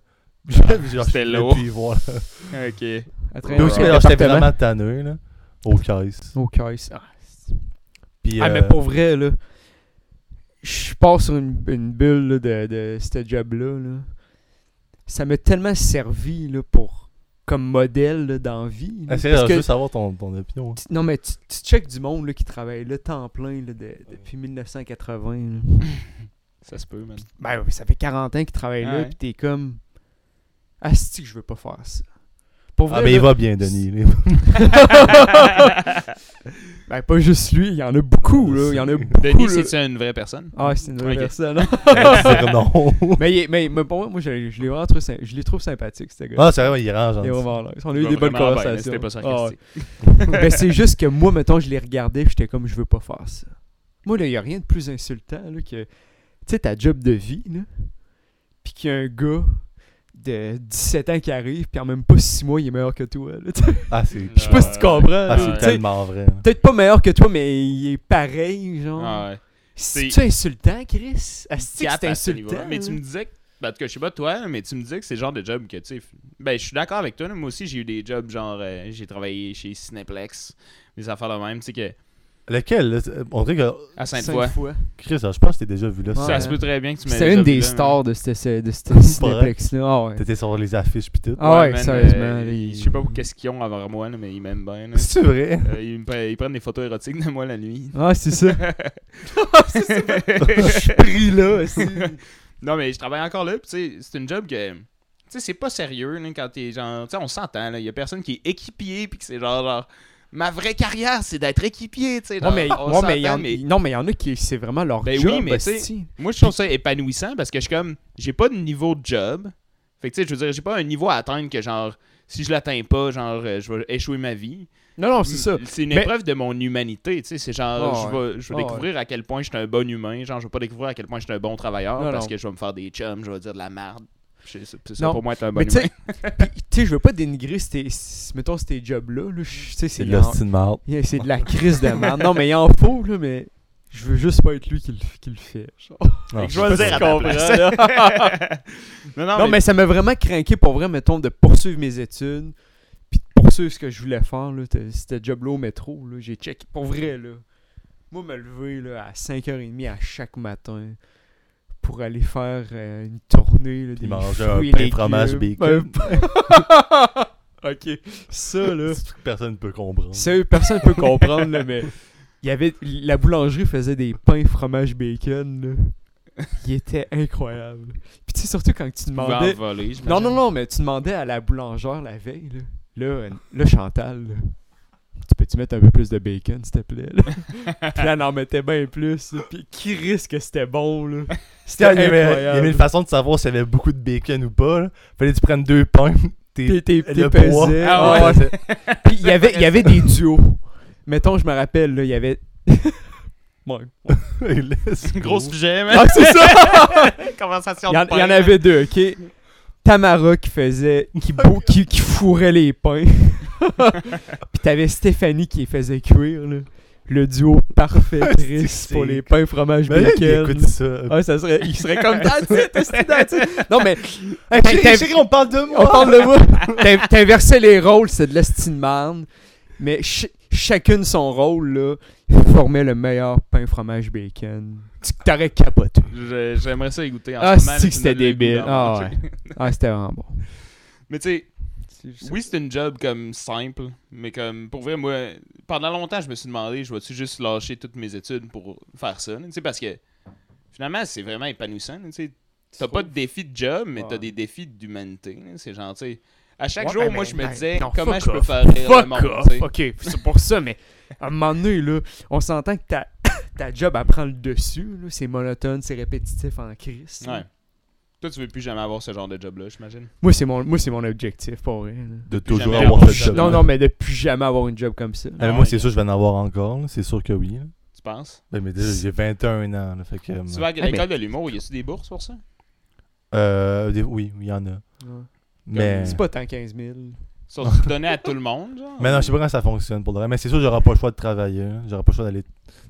Speaker 2: Ah,
Speaker 3: Genre, je
Speaker 1: c'était
Speaker 3: suis là
Speaker 1: lourd.
Speaker 3: Puis voilà.
Speaker 1: Ok.
Speaker 2: À
Speaker 1: Ouais.
Speaker 3: Puis
Speaker 2: travers
Speaker 3: aussi,
Speaker 2: le
Speaker 3: genre, j'étais
Speaker 2: département.
Speaker 3: vraiment tanné, là. Aux caisses.
Speaker 2: Ok, c'est- ah, c'est-
Speaker 3: Puis,
Speaker 2: Ah, mais
Speaker 3: euh,
Speaker 2: pour vrai, là. Je pars sur une, une bulle là, de, de ce job-là. là. Ça m'a tellement servi là, pour, comme modèle là, dans la vie. là.
Speaker 3: ah, c'est
Speaker 2: Parce
Speaker 3: vrai, je
Speaker 2: que
Speaker 3: veux savoir ton, ton opinion.
Speaker 2: tu- non, mais tu, tu checkes du monde là, qui travaille le temps plein là, de- depuis 1980. là.
Speaker 1: Ça se peut, man.
Speaker 2: Ben oui, ça fait 40 ans qu'il travaille là,
Speaker 1: Ouais.
Speaker 2: puis t'es comme. Asti que je veux pas faire ça. Pour
Speaker 3: Ah,
Speaker 2: vrai,
Speaker 3: mais il
Speaker 2: là-
Speaker 3: va bien, Denis. là.
Speaker 2: Ben pas juste lui, il y en a beaucoup, là. Il y en a beaucoup.
Speaker 1: Denis,
Speaker 2: là.
Speaker 1: c'est-tu une vraie personne?
Speaker 2: Ah, c'est une vraie
Speaker 1: Ok.
Speaker 2: personne.
Speaker 3: Dire non.
Speaker 2: mais, il est- mais, mais pour moi, moi, je, je l'ai vraiment trouvé symp- je les trouve sympathiques, ce gars.
Speaker 3: Ah, c'est vrai, il range.
Speaker 2: Il est
Speaker 3: gentil.
Speaker 2: vraiment nice. On a
Speaker 1: Je
Speaker 2: eu
Speaker 1: vais
Speaker 2: des bonnes
Speaker 1: vraiment bien,
Speaker 2: conversations.
Speaker 1: C'était pas
Speaker 2: Ah, ouais.
Speaker 1: sarcastique.
Speaker 2: Mais c'est juste que moi, mettons, je les regardais, j'étais comme, je veux pas faire ça. Moi, là, y a rien de plus insultant là, que, tu sais, ta job de vie, là, pis qu'il y a un gars de 17 ans qui arrive, puis en même pas 6 mois, il est meilleur que toi. là, tu sais.
Speaker 3: Ah, c'est
Speaker 2: Je sais pas si tu comprends.
Speaker 3: ah,
Speaker 2: là,
Speaker 3: c'est
Speaker 2: tu sais,
Speaker 3: tellement vrai.
Speaker 2: Peut-être pas meilleur que toi, mais il est pareil, genre.
Speaker 1: Ah ouais.
Speaker 2: C'est-tu
Speaker 1: C'est-
Speaker 2: insultant, Chris? Asti que
Speaker 1: Cap
Speaker 2: c'est
Speaker 1: à ce niveau-là.
Speaker 2: insultant?
Speaker 1: Mais tu me disais que. Ben, en tout cas, je sais pas toi, mais tu me disais que c'est le genre de job que tu sais. f- Ben, je suis d'accord avec toi. là. Moi aussi, j'ai eu des jobs genre. euh, j'ai travaillé chez Cineplex, des affaires de même, tu sais, que.
Speaker 3: Lequel là, c'est- On dirait que.
Speaker 1: À
Speaker 2: Cinq
Speaker 1: Sainte-Foy.
Speaker 2: fois.
Speaker 3: Chris, je pense que t'es déjà vu là.
Speaker 2: Ouais.
Speaker 1: Ça
Speaker 3: Ça-
Speaker 1: se peut très bien que tu m'aies
Speaker 2: C'est
Speaker 1: déjà
Speaker 2: une
Speaker 1: vu hein.
Speaker 2: des
Speaker 1: là,
Speaker 2: stars de ce, ce- de ce cinéplex-là. Ah ouais.
Speaker 3: T'étais sur les affiches pis tout.
Speaker 1: mais-
Speaker 2: Ah ouais,
Speaker 1: man,
Speaker 2: sérieusement.
Speaker 1: euh,
Speaker 2: là, il-
Speaker 1: Je sais pas pour qu'est-ce qu'ils ont avant moi, là, mais ils m'aiment bien. là.
Speaker 3: C'est vrai.
Speaker 1: Euh, ils, me pre- ils prennent des photos érotiques de moi la nuit.
Speaker 2: Ah, c'est ça. Ah,
Speaker 1: Je suis
Speaker 2: pris là, aussi.
Speaker 1: Non, mais je travaille encore là, puis tu sais, c'est une job que. Tu sais, c'est pas sérieux, là, quand t'es genre. Tu sais, on s'entend, là. Il y a personne qui est équipier, puis que c'est genre, genre, Ma vraie carrière, c'est d'être équipier, tu sais.
Speaker 2: Ouais,
Speaker 1: genre,
Speaker 2: mais,
Speaker 1: on
Speaker 2: ouais, mais il y en,
Speaker 1: s'entend, mais-
Speaker 2: Non, mais il y en a qui, c'est vraiment leur
Speaker 1: Ben
Speaker 2: job,
Speaker 1: oui, mais
Speaker 2: hostie.
Speaker 1: Moi, je trouve ça épanouissant parce que je suis comme. J'ai pas de niveau de job. Fait que, tu sais, je veux dire, j'ai pas un niveau à atteindre que, genre, si je l'atteins pas, genre, euh, je vais échouer ma vie.
Speaker 2: Non, non, c'est ça.
Speaker 1: Mm, C'est une
Speaker 2: Mais-
Speaker 1: épreuve de mon humanité, tu sais. C'est genre,
Speaker 2: Ah ouais.
Speaker 1: je vais, je vais
Speaker 2: Ah ouais.
Speaker 1: découvrir à quel point je suis un bon humain. Genre, je vais pas découvrir à quel point je suis un bon travailleur
Speaker 2: Non,
Speaker 1: parce
Speaker 2: non.
Speaker 1: que je vais me faire des chums, je vais dire de la merde. C'est ça, c'est ça
Speaker 2: Non.
Speaker 1: pour moi être un bon
Speaker 2: Mais tu
Speaker 1: humain.
Speaker 2: sais, puis, tu sais, je veux pas dénigrer ces, ces- mettons, ces jobs-là. là, je- tu sais,
Speaker 3: C'est
Speaker 2: c'est
Speaker 3: de
Speaker 2: en-
Speaker 3: l'hostie de marde.
Speaker 2: Yeah, c'est de la crise de merde. Non, mais il en faut, là, mais je veux juste pas être lui qui le, qui le fait. genre.
Speaker 3: Non,
Speaker 1: je vais le
Speaker 2: sais
Speaker 1: dire à
Speaker 2: pas
Speaker 1: ta
Speaker 2: si
Speaker 1: place.
Speaker 2: tu
Speaker 1: non, non,
Speaker 2: Non,
Speaker 1: mais,
Speaker 2: mais ça m'a vraiment craqué pour vrai, mettons, de poursuivre mes études, puis de poursuivre ce que je voulais faire, là. T'as- C'était job là au métro, là. J'ai checké. Pour vrai, là. Moi, me lever, là, à 5h30 à chaque matin pour aller faire euh, une tournée, là, des
Speaker 3: Il mangeait un
Speaker 2: fruits et
Speaker 3: pain
Speaker 2: légumes.
Speaker 3: fromage
Speaker 2: Ben,
Speaker 3: bacon.
Speaker 2: OK. Ça, là...
Speaker 3: C'est ce que personne ne peut comprendre.
Speaker 2: Sérieux, personne peut comprendre, là, mais... Il y avait... La boulangerie faisait des pains fromage bacon, là. Il était incroyable. Puis tu sais, surtout quand tu
Speaker 1: vous pouvez en
Speaker 2: demandais...
Speaker 1: voler,
Speaker 2: Non, non,
Speaker 1: j'imagine.
Speaker 2: non, mais tu demandais à la boulangère la veille, là. Là, euh, là, Chantal, là, tu peux-tu mettre un peu plus de bacon, s'il te plaît? là? puis là, elle en mettait bien plus. là. Puis qui risque que c'était bon, là? C'était
Speaker 3: Tiens, il, y avait, il y avait
Speaker 2: incroyable.
Speaker 3: une façon de savoir s'il y avait beaucoup de bacon ou pas. Là. Fallait que tu prennes deux pains.
Speaker 2: T'es-
Speaker 3: T'es
Speaker 2: t'es-
Speaker 3: le
Speaker 2: t'es pesé.
Speaker 3: poids.
Speaker 2: Ah ouais.
Speaker 3: Ouais, c'est-
Speaker 2: Puis il y avait, il y avait des duos. Mettons, je me rappelle, là, il y avait... Bon.
Speaker 3: Il laisse-
Speaker 1: Gros sujet, mais
Speaker 2: Ah, c'est ça!
Speaker 1: conversation
Speaker 2: Il y, en,
Speaker 1: de
Speaker 2: il y en
Speaker 1: pain.
Speaker 2: avait deux, ok? Tamara qui faisait, qui, bou- qui, qui fourrait les pains. Puis t'avais Stéphanie qui les faisait cuire, là. Le duo parfait, Chris,
Speaker 3: c'est-
Speaker 2: pour les pains fromage
Speaker 3: Mais là, il
Speaker 2: bacon.
Speaker 3: écoute ça.
Speaker 2: Ah, ça serait, il serait comme dans Non, mais.
Speaker 3: Hey,
Speaker 2: t'as- t'as-
Speaker 3: chérie, chérie, on parle de
Speaker 2: on
Speaker 3: moi.
Speaker 2: parle de moi. T'in- T'inversais les rôles, c'est de la style marne. Mais ch- chacune son rôle, là, formait le meilleur pain fromage bacon. Tu t'aurais capoté.
Speaker 1: Je- J'aimerais ça y goûter en
Speaker 2: Ah,
Speaker 1: ce moment, là,
Speaker 2: si que
Speaker 1: tu me
Speaker 2: c'était
Speaker 1: donnes le goût
Speaker 2: débile.
Speaker 1: d'en
Speaker 2: Ah,
Speaker 1: manger.
Speaker 2: ouais. Ah, c'était vraiment bon.
Speaker 1: Mais tu sais, Oui, c'est une job comme simple, mais comme pour vrai, moi, pendant longtemps, je me suis demandé, je vais-tu juste lâcher toutes mes études pour faire ça, là, tu sais, parce que finalement, c'est vraiment épanouissant, là, tu sais. T'as pas de défi de job, mais t'as
Speaker 2: Ouais.
Speaker 1: des défis d'humanité, là, c'est genre, tu sais. À chaque
Speaker 2: Ouais,
Speaker 1: jour,
Speaker 2: ben,
Speaker 1: moi,
Speaker 2: ben,
Speaker 1: je me
Speaker 2: ben,
Speaker 1: disais,
Speaker 2: non,
Speaker 1: comment
Speaker 2: fuck
Speaker 1: je peux
Speaker 2: off.
Speaker 1: faire rire le
Speaker 2: Fuck
Speaker 1: monde,
Speaker 2: off!
Speaker 1: tu sais.
Speaker 2: Ok, c'est pour ça, mais à un moment donné, là, on s'entend que ta, ta job, elle prend le dessus. là. C'est monotone, c'est répétitif en crise. là.
Speaker 1: Ouais. Toi, tu veux plus jamais avoir ce genre de job-là, j'imagine.
Speaker 2: Moi, c'est mon, moi, c'est mon objectif, pour vrai. là.
Speaker 3: De
Speaker 1: toujours
Speaker 3: toujours
Speaker 1: jamais avoir
Speaker 3: avoir
Speaker 1: fait
Speaker 3: fait
Speaker 1: ça.
Speaker 3: ça.
Speaker 2: Non, non, mais de plus jamais avoir une job comme ça.
Speaker 3: Ah, mais moi, c'est sûr, je vais en avoir encore. là. C'est sûr que oui. là.
Speaker 1: Tu penses?
Speaker 3: Ben, mais déjà, j'ai 21 ans. Là, fait que, euh,
Speaker 1: Tu vas à
Speaker 2: Ah,
Speaker 1: l'école de l'humour, y a-tu des bourses pour ça?
Speaker 3: euh, des- oui, oui, il y en a.
Speaker 2: Ouais.
Speaker 3: Mais,
Speaker 2: C'est pas tant 15 000.
Speaker 1: Sont donné à tout le monde, genre?
Speaker 3: mais non, je sais pas comment ça fonctionne pour le vrai. Mais c'est sûr, j'aurai pas le choix de travailler. hein. J'aurai pas le choix d'aller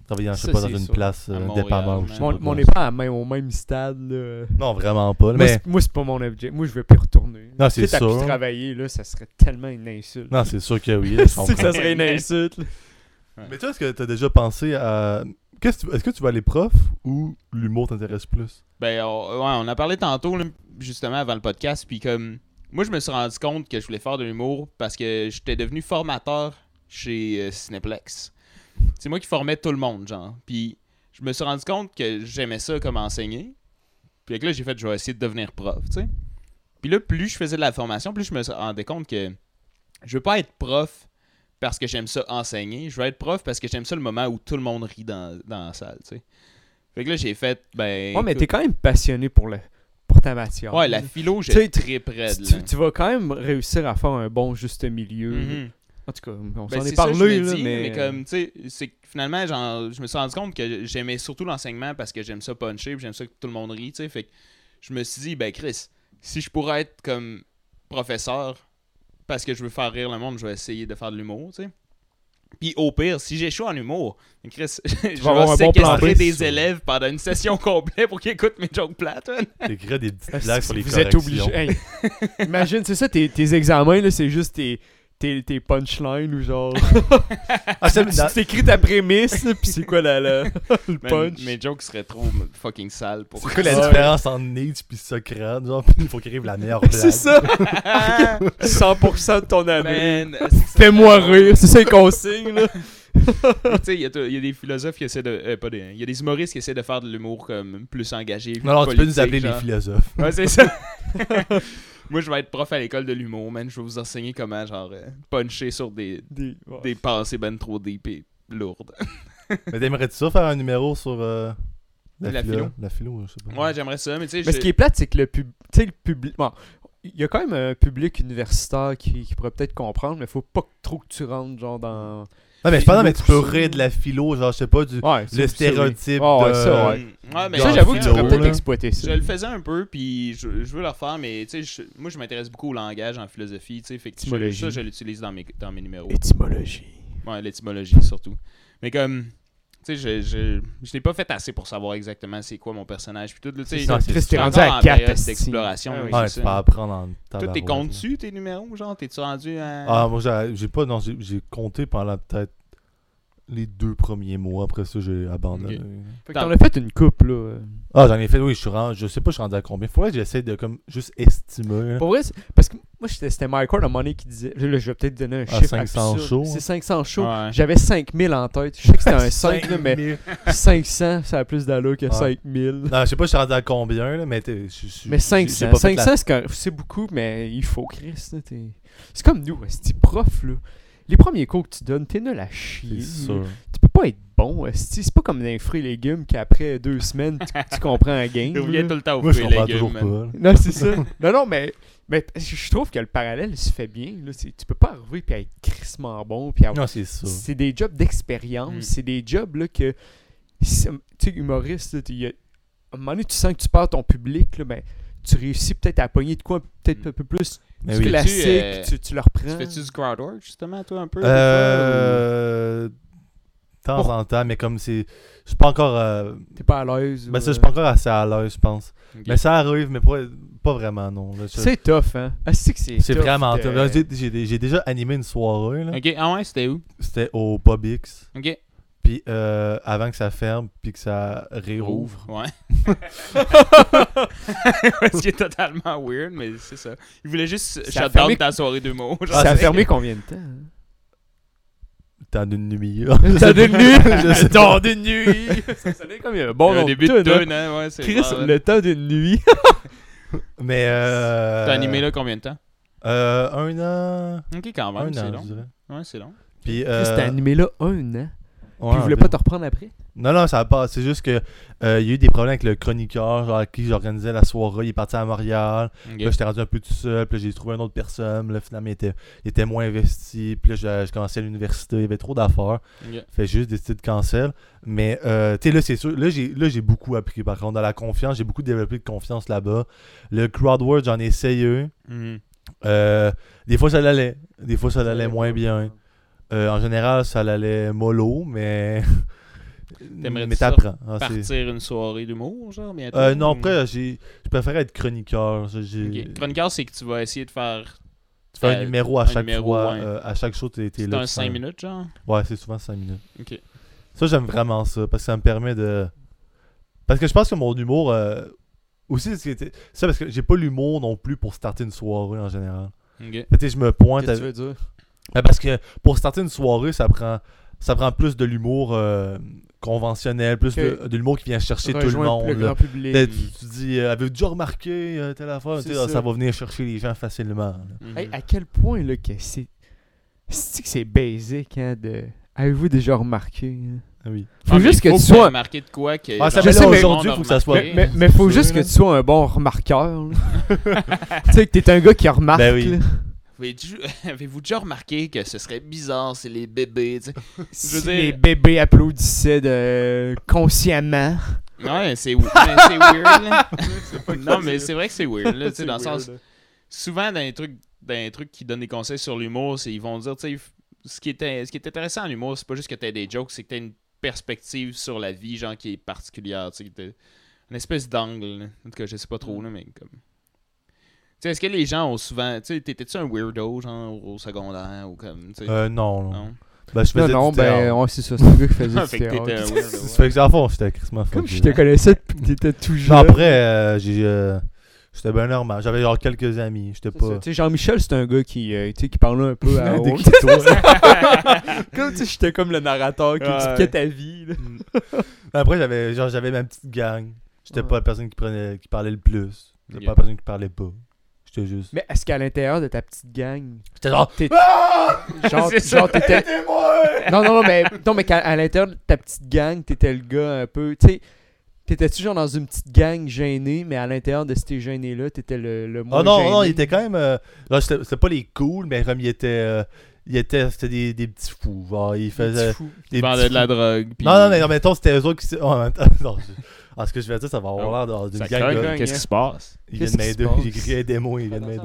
Speaker 3: travailler, je sais
Speaker 2: Ça,
Speaker 3: pas, dans
Speaker 2: c'est
Speaker 3: une
Speaker 2: sûr.
Speaker 3: place
Speaker 1: À
Speaker 3: euh,
Speaker 1: Montréal,
Speaker 3: dépanneur ou je
Speaker 1: man.
Speaker 3: sais
Speaker 2: Mon,
Speaker 3: pas
Speaker 2: mon
Speaker 3: quoi.
Speaker 2: est pas à même- au même stade. là.
Speaker 3: Non, vraiment pas. là.
Speaker 2: Moi,
Speaker 3: Mais
Speaker 2: c'est- Moi, c'est pas mon objectif. Moi, je veux plus retourner.
Speaker 3: Non, c'est
Speaker 2: Quitte à plus
Speaker 3: sûr.
Speaker 2: travailler, là, ça serait tellement une insulte.
Speaker 3: non, c'est sûr que oui. là, je
Speaker 2: C'est que
Speaker 3: comprends.
Speaker 2: ça serait une insulte. là.
Speaker 3: Mais toi, est-ce que t'as déjà pensé à. Qu'est-ce que tu- Est-ce que tu vas aller prof ou l'humour t'intéresse plus
Speaker 1: Ben, on, ouais, on a parlé tantôt, là, justement, avant le podcast. Puis, comme, moi, je me suis rendu compte que je voulais faire de l'humour parce que j'étais devenu formateur chez euh, Cineplex. C'est moi qui formais tout le monde, genre. Puis, je me suis rendu compte que j'aimais ça comme enseigner. Puis fait que là, j'ai fait, je vais essayer de devenir prof, tu sais. Puis là, plus je faisais de la formation, plus je me rendais compte que je veux pas être prof parce que j'aime ça enseigner. Je veux être prof parce que j'aime ça le moment où tout le monde rit dans, dans la salle, tu sais. Fait que là, j'ai fait, ben.
Speaker 2: Ouais, mais
Speaker 1: écoute,
Speaker 2: t'es quand même passionné pour, le, pour ta matière.
Speaker 1: Ouais, la philo,
Speaker 2: Tu
Speaker 1: j'ai
Speaker 2: sais, tu-
Speaker 1: très près
Speaker 2: Tu- tu, tu vas quand même réussir à faire un bon juste milieu. En tout cas, on
Speaker 1: Mm-hmm. Ben,
Speaker 2: s'en
Speaker 1: Mhm. c'est
Speaker 2: est
Speaker 1: ça, je
Speaker 2: parlé,
Speaker 1: me
Speaker 2: là,
Speaker 1: dis,
Speaker 2: mais...
Speaker 1: comme, tu sais, c'est que finalement, genre, je me suis rendu compte que j'aimais surtout l'enseignement parce que j'aime ça puncher, puis j'aime ça que tout le monde rit, tu sais. Fait que je me suis dit, ben Chris, si je pourrais être comme professeur parce que je veux faire rire le monde, je vais essayer de faire de l'humour, tu sais. Puis au pire, si j'échoue en humour, ben, Chris, je
Speaker 2: vas avoir
Speaker 1: vais
Speaker 2: un bon plan
Speaker 1: séquestrer
Speaker 3: B,
Speaker 1: des
Speaker 3: ça.
Speaker 1: élèves pendant une session complète pour qu'ils écoutent mes jokes plates. man.
Speaker 3: T'écris des petites
Speaker 2: Ah,
Speaker 3: blagues
Speaker 2: si,
Speaker 3: sur les
Speaker 2: Vous êtes
Speaker 3: corrections.
Speaker 2: obligé. Hey, imagine, c'est ça, tes, tes examens, là, c'est juste tes, tes, tes punchlines ou genre...
Speaker 3: Ah, c'est-
Speaker 2: tu t'écris ta prémisse, là, puis c'est quoi la, la- le
Speaker 1: Man,
Speaker 2: punch?
Speaker 1: Mes jokes seraient trop fucking sales pour
Speaker 3: C'est quoi la
Speaker 2: Ouais.
Speaker 3: différence entre Nietzsche puis Socrate? Genre, il faut qu'il arrive la meilleure blague.
Speaker 2: C'est ça! 100% de ton année.
Speaker 1: Man,
Speaker 2: Ah, ben, euh, Fais-moi rire, c'est ça les consignes, là.
Speaker 1: Tu sais, il y, a t- il y a des philosophes qui essaient de. euh, pas des. Il y a des humoristes qui essaient de faire de l'humour comme plus engagé. plus
Speaker 3: Non, non, tu peux nous
Speaker 1: politique,
Speaker 3: appeler
Speaker 1: genre.
Speaker 2: hein.
Speaker 3: les philosophes.
Speaker 1: Ouais, c'est ça. Moi, je vais être prof à l'école de l'humour, man. Je vais vous enseigner comment, genre, euh, puncher sur des,
Speaker 2: Des- ouais.
Speaker 1: des pensées ben trop deep et lourdes.
Speaker 3: Mais t'aimerais-tu ça faire un numéro sur euh,
Speaker 1: La philo.
Speaker 3: La philo, je sais pas.
Speaker 1: Ouais, j'aimerais ça, mais tu sais.
Speaker 2: Mais
Speaker 1: je-
Speaker 2: ce qui est plate, c'est que le, pub... tu sais, le public. bon, il y a quand même un public universitaire qui, qui pourrait peut-être comprendre, mais faut pas que- trop que tu rentres genre dans.
Speaker 3: Non, mais je pense non, mais tu peux
Speaker 2: Philo.
Speaker 3: rire de la philo, genre, je sais pas, du.
Speaker 2: Ouais,
Speaker 3: Le stéréotype.
Speaker 2: Ah ouais,
Speaker 3: de-
Speaker 2: ça, ouais.
Speaker 1: euh, Ouais, mais
Speaker 2: ça,
Speaker 3: Dans
Speaker 2: j'avoue que
Speaker 3: le
Speaker 2: tu
Speaker 1: je-
Speaker 2: pourrais
Speaker 3: philo,
Speaker 2: peut-être
Speaker 3: là.
Speaker 2: exploiter
Speaker 1: Je
Speaker 2: ça.
Speaker 1: le faisais un peu, puis je, je veux le refaire, mais tu sais, je- moi je m'intéresse beaucoup au langage en philosophie, tu sais, fait que je-
Speaker 2: Étymologie.
Speaker 1: ça je l'utilise dans mes, dans mes numéros.
Speaker 2: Étymologie.
Speaker 1: Ouais, l'étymologie surtout. Mais comme, tu sais, je, je, je l'ai pas fait assez pour savoir exactement c'est quoi mon personnage. Puis tout, là, tu sais,
Speaker 3: ça,
Speaker 1: je
Speaker 3: c'est
Speaker 1: suis
Speaker 2: t'es
Speaker 1: encore
Speaker 2: rendu à
Speaker 1: en
Speaker 2: quatre,
Speaker 1: période
Speaker 2: esti.
Speaker 1: d'exploration.
Speaker 2: Ah oui.
Speaker 1: oui,
Speaker 3: Ouais,
Speaker 1: c'est
Speaker 3: tu
Speaker 1: ça.
Speaker 3: peux apprendre en
Speaker 1: Toi, t'es
Speaker 3: tabarouette, là.
Speaker 1: comptes-tu tes numéros, genre T'es-tu rendu à.
Speaker 3: Ah, moi, j'ai- j'ai pas. Non, j'ai j'ai compté pendant peut-être les deux premiers mois. Après ça, j'ai abandonné.
Speaker 1: Fait que
Speaker 2: T'en
Speaker 1: t'en-
Speaker 2: as fait une coupe, là. euh.
Speaker 3: Ah, j'en ai fait, oui, je suis rendu. Je sais pas, je suis rendu à combien. Faudrait que j'essaie de, comme, juste estimer. là.
Speaker 2: Pour vrai, c'est- parce que moi, j'étais- c'était Mike Ward à un moment donné qui disait. Là, je vais peut-être donner un
Speaker 3: Ah,
Speaker 2: chiffre.
Speaker 3: 500
Speaker 2: absurde.
Speaker 3: shows, hein.
Speaker 2: C'est 500 shows.
Speaker 1: Ouais.
Speaker 2: J'avais 5000 en tête. Je sais que c'était un 5, là, mais
Speaker 3: 5000.
Speaker 2: 500, ça a plus d'allure que
Speaker 3: Ouais.
Speaker 2: 5000.
Speaker 3: Non, je sais pas, je suis rendu à combien, là, mais t'es- je- je- j'ai-
Speaker 2: Mais
Speaker 3: j'ai
Speaker 2: 500,
Speaker 3: pas fait la-
Speaker 2: 500 c'est correct. c'est beaucoup, mais il faut, Chris. là, t'es- C'est comme nous, esti, prof, là. Les premiers cours que tu donnes, t'es nul à chier.
Speaker 3: C'est sûr.
Speaker 2: Tu peux pas être bon, esti. C'est pas comme dans les fruits et légumes qu'après deux semaines, tu, tu comprends un game.
Speaker 1: T'es oublié
Speaker 2: là.
Speaker 1: tout le temps au
Speaker 3: Moi, je
Speaker 1: fruit et
Speaker 3: comprends
Speaker 1: légumes,
Speaker 3: toujours pas.
Speaker 1: man.
Speaker 3: là.
Speaker 2: Non, c'est ça. non, non, mais, mais je je trouve que le parallèle se fait bien. Là. C'est- Tu peux pas arriver puis être crissement bon. Puis avoir...
Speaker 3: Non, c'est ça.
Speaker 2: C'est des jobs d'expérience.
Speaker 1: Mm.
Speaker 2: C'est des jobs là, que. si- Tu sais, humoriste, là, t'y- y a- à un moment donné, tu sens que tu perds ton public, là, mais tu réussis peut-être à pogner de quoi peut-être
Speaker 1: Mm.
Speaker 2: un peu plus
Speaker 3: Mais
Speaker 2: du
Speaker 3: Ben oui.
Speaker 2: classique,
Speaker 1: Tu, euh,
Speaker 2: tu, tu le
Speaker 1: Tu
Speaker 2: reprends.
Speaker 1: fais-tu du crowdwork, justement, toi, un peu des fois, ou-
Speaker 3: Euh. De temps en temps, mais comme c'est. Je suis pas encore. euh,
Speaker 2: T'es pas à l'aise.
Speaker 3: Ben,
Speaker 2: ou,
Speaker 3: ça, je suis
Speaker 2: euh,
Speaker 3: pas encore assez à l'aise, je pense.
Speaker 1: Ok.
Speaker 3: Mais ça arrive, mais pas, pas vraiment, non. là, je-
Speaker 2: C'est tough, hein. Ah, c'est que c'est
Speaker 3: C'est
Speaker 2: tough euh.
Speaker 3: vraiment
Speaker 2: de-
Speaker 3: tough. Là, J'ai j'ai- j'ai déjà animé une soirée. là.
Speaker 1: Ok, ah ouais, c'était où
Speaker 3: C'était au Bobix.
Speaker 1: Ok.
Speaker 3: Puis euh, avant que ça ferme, puis que ça réouvre.
Speaker 1: Ouais. Ce qui est totalement weird, mais c'est ça. Il voulait juste
Speaker 2: Ça a
Speaker 1: shut down
Speaker 2: fermé-
Speaker 1: ta soirée de mots. genre.
Speaker 2: ça a
Speaker 3: Ah, c'est-
Speaker 2: fermé combien de temps hein?
Speaker 3: T'as une nuit.
Speaker 2: T'as de
Speaker 3: Je sais pas.
Speaker 2: nuit! Temps de nuit! Ça sonnait comme un
Speaker 1: Il y
Speaker 2: bon
Speaker 1: a un
Speaker 2: nom de
Speaker 1: début de
Speaker 2: tune, hein.
Speaker 1: tune, hein, ouais, c'est
Speaker 2: Chris,
Speaker 1: ouais, ouais.
Speaker 2: le temps d'une nuit.
Speaker 3: Mais. Euh,
Speaker 1: T'as animé là combien de temps
Speaker 3: euh, Un an.
Speaker 1: Ok, quand même,
Speaker 3: un
Speaker 1: c'est
Speaker 3: an,
Speaker 1: long.
Speaker 3: je dirais.
Speaker 1: Ouais, c'est long.
Speaker 3: Puis.
Speaker 2: Chris, t'as
Speaker 3: Euh,
Speaker 2: animé là un an.
Speaker 3: ouais,
Speaker 2: Puis il voulait pas te reprendre après.
Speaker 3: Non, non, ça passe. C'est juste que euh, il y a eu des problèmes avec le chroniqueur genre, à qui j'organisais la soirée. Il est parti à Montréal. Puis Là, j'étais rendu un peu tout seul. Puis là, j'ai trouvé une autre personne. Puis Là, finalement, il était, il était moins investi. Puis là, je, je commençais à l'université. Il y avait trop d'affaires.
Speaker 1: Ok.
Speaker 3: Fait que j'ai juste décidé de cancel. Mais, euh, tu sais, là, c'est sûr. Là, j'ai là, j'ai beaucoup appris. Par contre, dans la confiance, j'ai beaucoup développé de confiance là-bas. Le crowdwork, j'en ai essayé.
Speaker 1: Mhm.
Speaker 3: Euh, des fois, ça l'allait. Des fois, ça l'allait moins bien. Euh, en général, ça l'allait mollo, mais.
Speaker 1: T'aimerais-tu
Speaker 3: mais t'apprends. Ah, c'est-
Speaker 1: Partir une soirée d'humour, genre, bientôt.
Speaker 3: Euh, non,
Speaker 1: ou-
Speaker 3: après, j'ai- je préférais être chroniqueur. Ça, j'ai-
Speaker 1: Hmm. Ok. Chroniqueur, c'est que tu vas essayer de faire.
Speaker 3: Tu fais un
Speaker 1: Euh,
Speaker 3: numéro à
Speaker 1: un
Speaker 3: chaque
Speaker 1: numéro,
Speaker 3: fois.
Speaker 1: ouais.
Speaker 3: euh, à chaque show, t'es t'es
Speaker 1: C'est
Speaker 3: là.
Speaker 1: un
Speaker 3: tu
Speaker 1: 5
Speaker 3: fais un-
Speaker 1: minutes, genre.
Speaker 3: Ouais, c'est souvent 5 minutes.
Speaker 1: Ok.
Speaker 3: Ça, j'aime vraiment ça, parce que ça me permet de... Parce que je pense que mon humour... euh, Aussi, c'est c'est ça, parce que j'ai pas l'humour non plus pour starter une soirée en général.
Speaker 1: Ok.
Speaker 3: Tu sais, je me pointe... avec-
Speaker 2: dire?
Speaker 3: Ben, Parce que pour starter une soirée, ça prend, ça prend plus de l'humour euh, conventionnel, plus
Speaker 2: Ok.
Speaker 3: de, de l'humour qui vient chercher tout le
Speaker 2: Rejoindre
Speaker 3: monde. là.
Speaker 2: grand public.
Speaker 3: Là, tu, tu dis, euh, avez-vous déjà remarqué euh, telle affaire?
Speaker 2: C'est
Speaker 3: Tu sais, ah, ça.
Speaker 2: ça.
Speaker 3: va venir chercher les gens facilement. là.
Speaker 1: Mhm.
Speaker 2: Hey, à quel point là que c'est c'est que c'est basic hein, de avez-vous déjà remarqué hein? Faut
Speaker 1: Ah, mais
Speaker 2: juste
Speaker 1: il
Speaker 2: que tu
Speaker 1: faut
Speaker 2: sois
Speaker 1: marquer de quoi que.
Speaker 3: Ah, ça,
Speaker 1: genre,
Speaker 2: mais là,
Speaker 1: tout le
Speaker 3: aujourd'hui,
Speaker 1: monde
Speaker 3: faut que ça
Speaker 1: a
Speaker 3: soit-
Speaker 1: remarqué.
Speaker 2: mais, mais faut
Speaker 3: C'est
Speaker 2: juste
Speaker 1: hein.
Speaker 3: vrai,
Speaker 2: que
Speaker 3: là.
Speaker 2: tu sois un bon remarqueur. là. tu sais que t'es un gars qui remarque.
Speaker 3: Ben oui.
Speaker 2: là.
Speaker 1: Avez-tu- Avez-vous déjà remarqué que ce serait bizarre si les bébés. tu sais?
Speaker 2: Si
Speaker 1: veux dire-
Speaker 2: les bébés applaudissaient de... consciemment.
Speaker 1: Ouais, c'est mais c'est weird. là. non,
Speaker 3: facile.
Speaker 1: mais c'est vrai que c'est weird. Là, tu sais, dans le sens. Souvent, dans les trucs, dans les trucs qui donnent des conseils sur l'humour, c'est ils vont dire, tu sais, ce qui, est, ce qui est intéressant en humour, c'est pas juste que t'as des jokes, c'est que t'as une perspective sur la vie, genre, qui est particulière. Tu sais, que t'as une espèce d'angle. là. En tout cas, je sais pas trop, là, mais comme. Tu sais, est-ce que les gens ont souvent. Tu sais, t'étais-tu un weirdo, genre, au secondaire ou comme. tu sais?
Speaker 3: Euh, non, non.
Speaker 1: Non.
Speaker 3: Ben, je faisais
Speaker 2: Non, non,
Speaker 3: du théâtre.
Speaker 2: ben, ouais, c'est ça, c'est le gars qui faisait du
Speaker 1: Fait que t'étais un
Speaker 2: théâtre.
Speaker 1: weirdo.
Speaker 3: Ça fait que c'est à fond, j'étais crissement
Speaker 2: Comme
Speaker 3: fucké,
Speaker 2: je te
Speaker 3: là.
Speaker 2: connaissais depuis que t'étais tout jeune.
Speaker 3: Genre, après, euh, j'ai, euh, j'étais bien normal. J'avais genre quelques amis. J'étais
Speaker 2: C'est ça,
Speaker 3: pas.
Speaker 2: tu sais, Jean-Michel, c'est un gars qui, euh, tu sais, qui parlait un peu à
Speaker 3: Des
Speaker 2: haute. Comme tu sais, j'étais comme le narrateur qui
Speaker 1: Ouais.
Speaker 2: expliquait ta vie. là.
Speaker 3: Après, j'avais genre j'avais ma petite gang. J'étais
Speaker 2: Ouais.
Speaker 3: pas la personne qui prenait qui parlait le plus. J'étais
Speaker 1: Yeah.
Speaker 3: pas la personne qui parlait pas. J'étais juste.
Speaker 2: Mais est-ce qu'à l'intérieur de ta petite gang,
Speaker 3: J'étais genre.
Speaker 2: t'es-
Speaker 3: Ah!
Speaker 2: genre,
Speaker 1: C'est ça.
Speaker 2: genre t'étais.
Speaker 3: Aidez-moi!
Speaker 2: Non, non, non, mais, non, mais qu'à- à l'intérieur de ta petite gang, t'étais le gars un peu. Tu sais, t'étais-tu genre dans une petite gang gênée, mais à l'intérieur de ces gênés-là, t'étais le, le moins
Speaker 3: Ah non,
Speaker 2: gêné.
Speaker 3: non, il était quand même. euh, genre, c'était c'était pas les cool, mais comme il était. euh, il était. C'était des, des petits fous. Genre, il faisait.
Speaker 2: fou.
Speaker 3: Des
Speaker 1: vendait
Speaker 3: petits
Speaker 1: de la
Speaker 3: fous.
Speaker 1: drogue. puis-
Speaker 3: Non, non, mais non, mettons, c'était eux autres qui. Oh, attends, non, je- Ah, ce que je vais dire, ça va avoir l'air d'une
Speaker 1: Ça hein?
Speaker 3: gang.
Speaker 1: cogne,
Speaker 3: là.
Speaker 1: Qu'est-ce qui se passe?
Speaker 3: Ils
Speaker 2: Qu'est-ce
Speaker 3: viennent
Speaker 2: qui se
Speaker 3: m'aider.
Speaker 2: passe?
Speaker 3: J'ai crié des mots, ils viennent m'aider.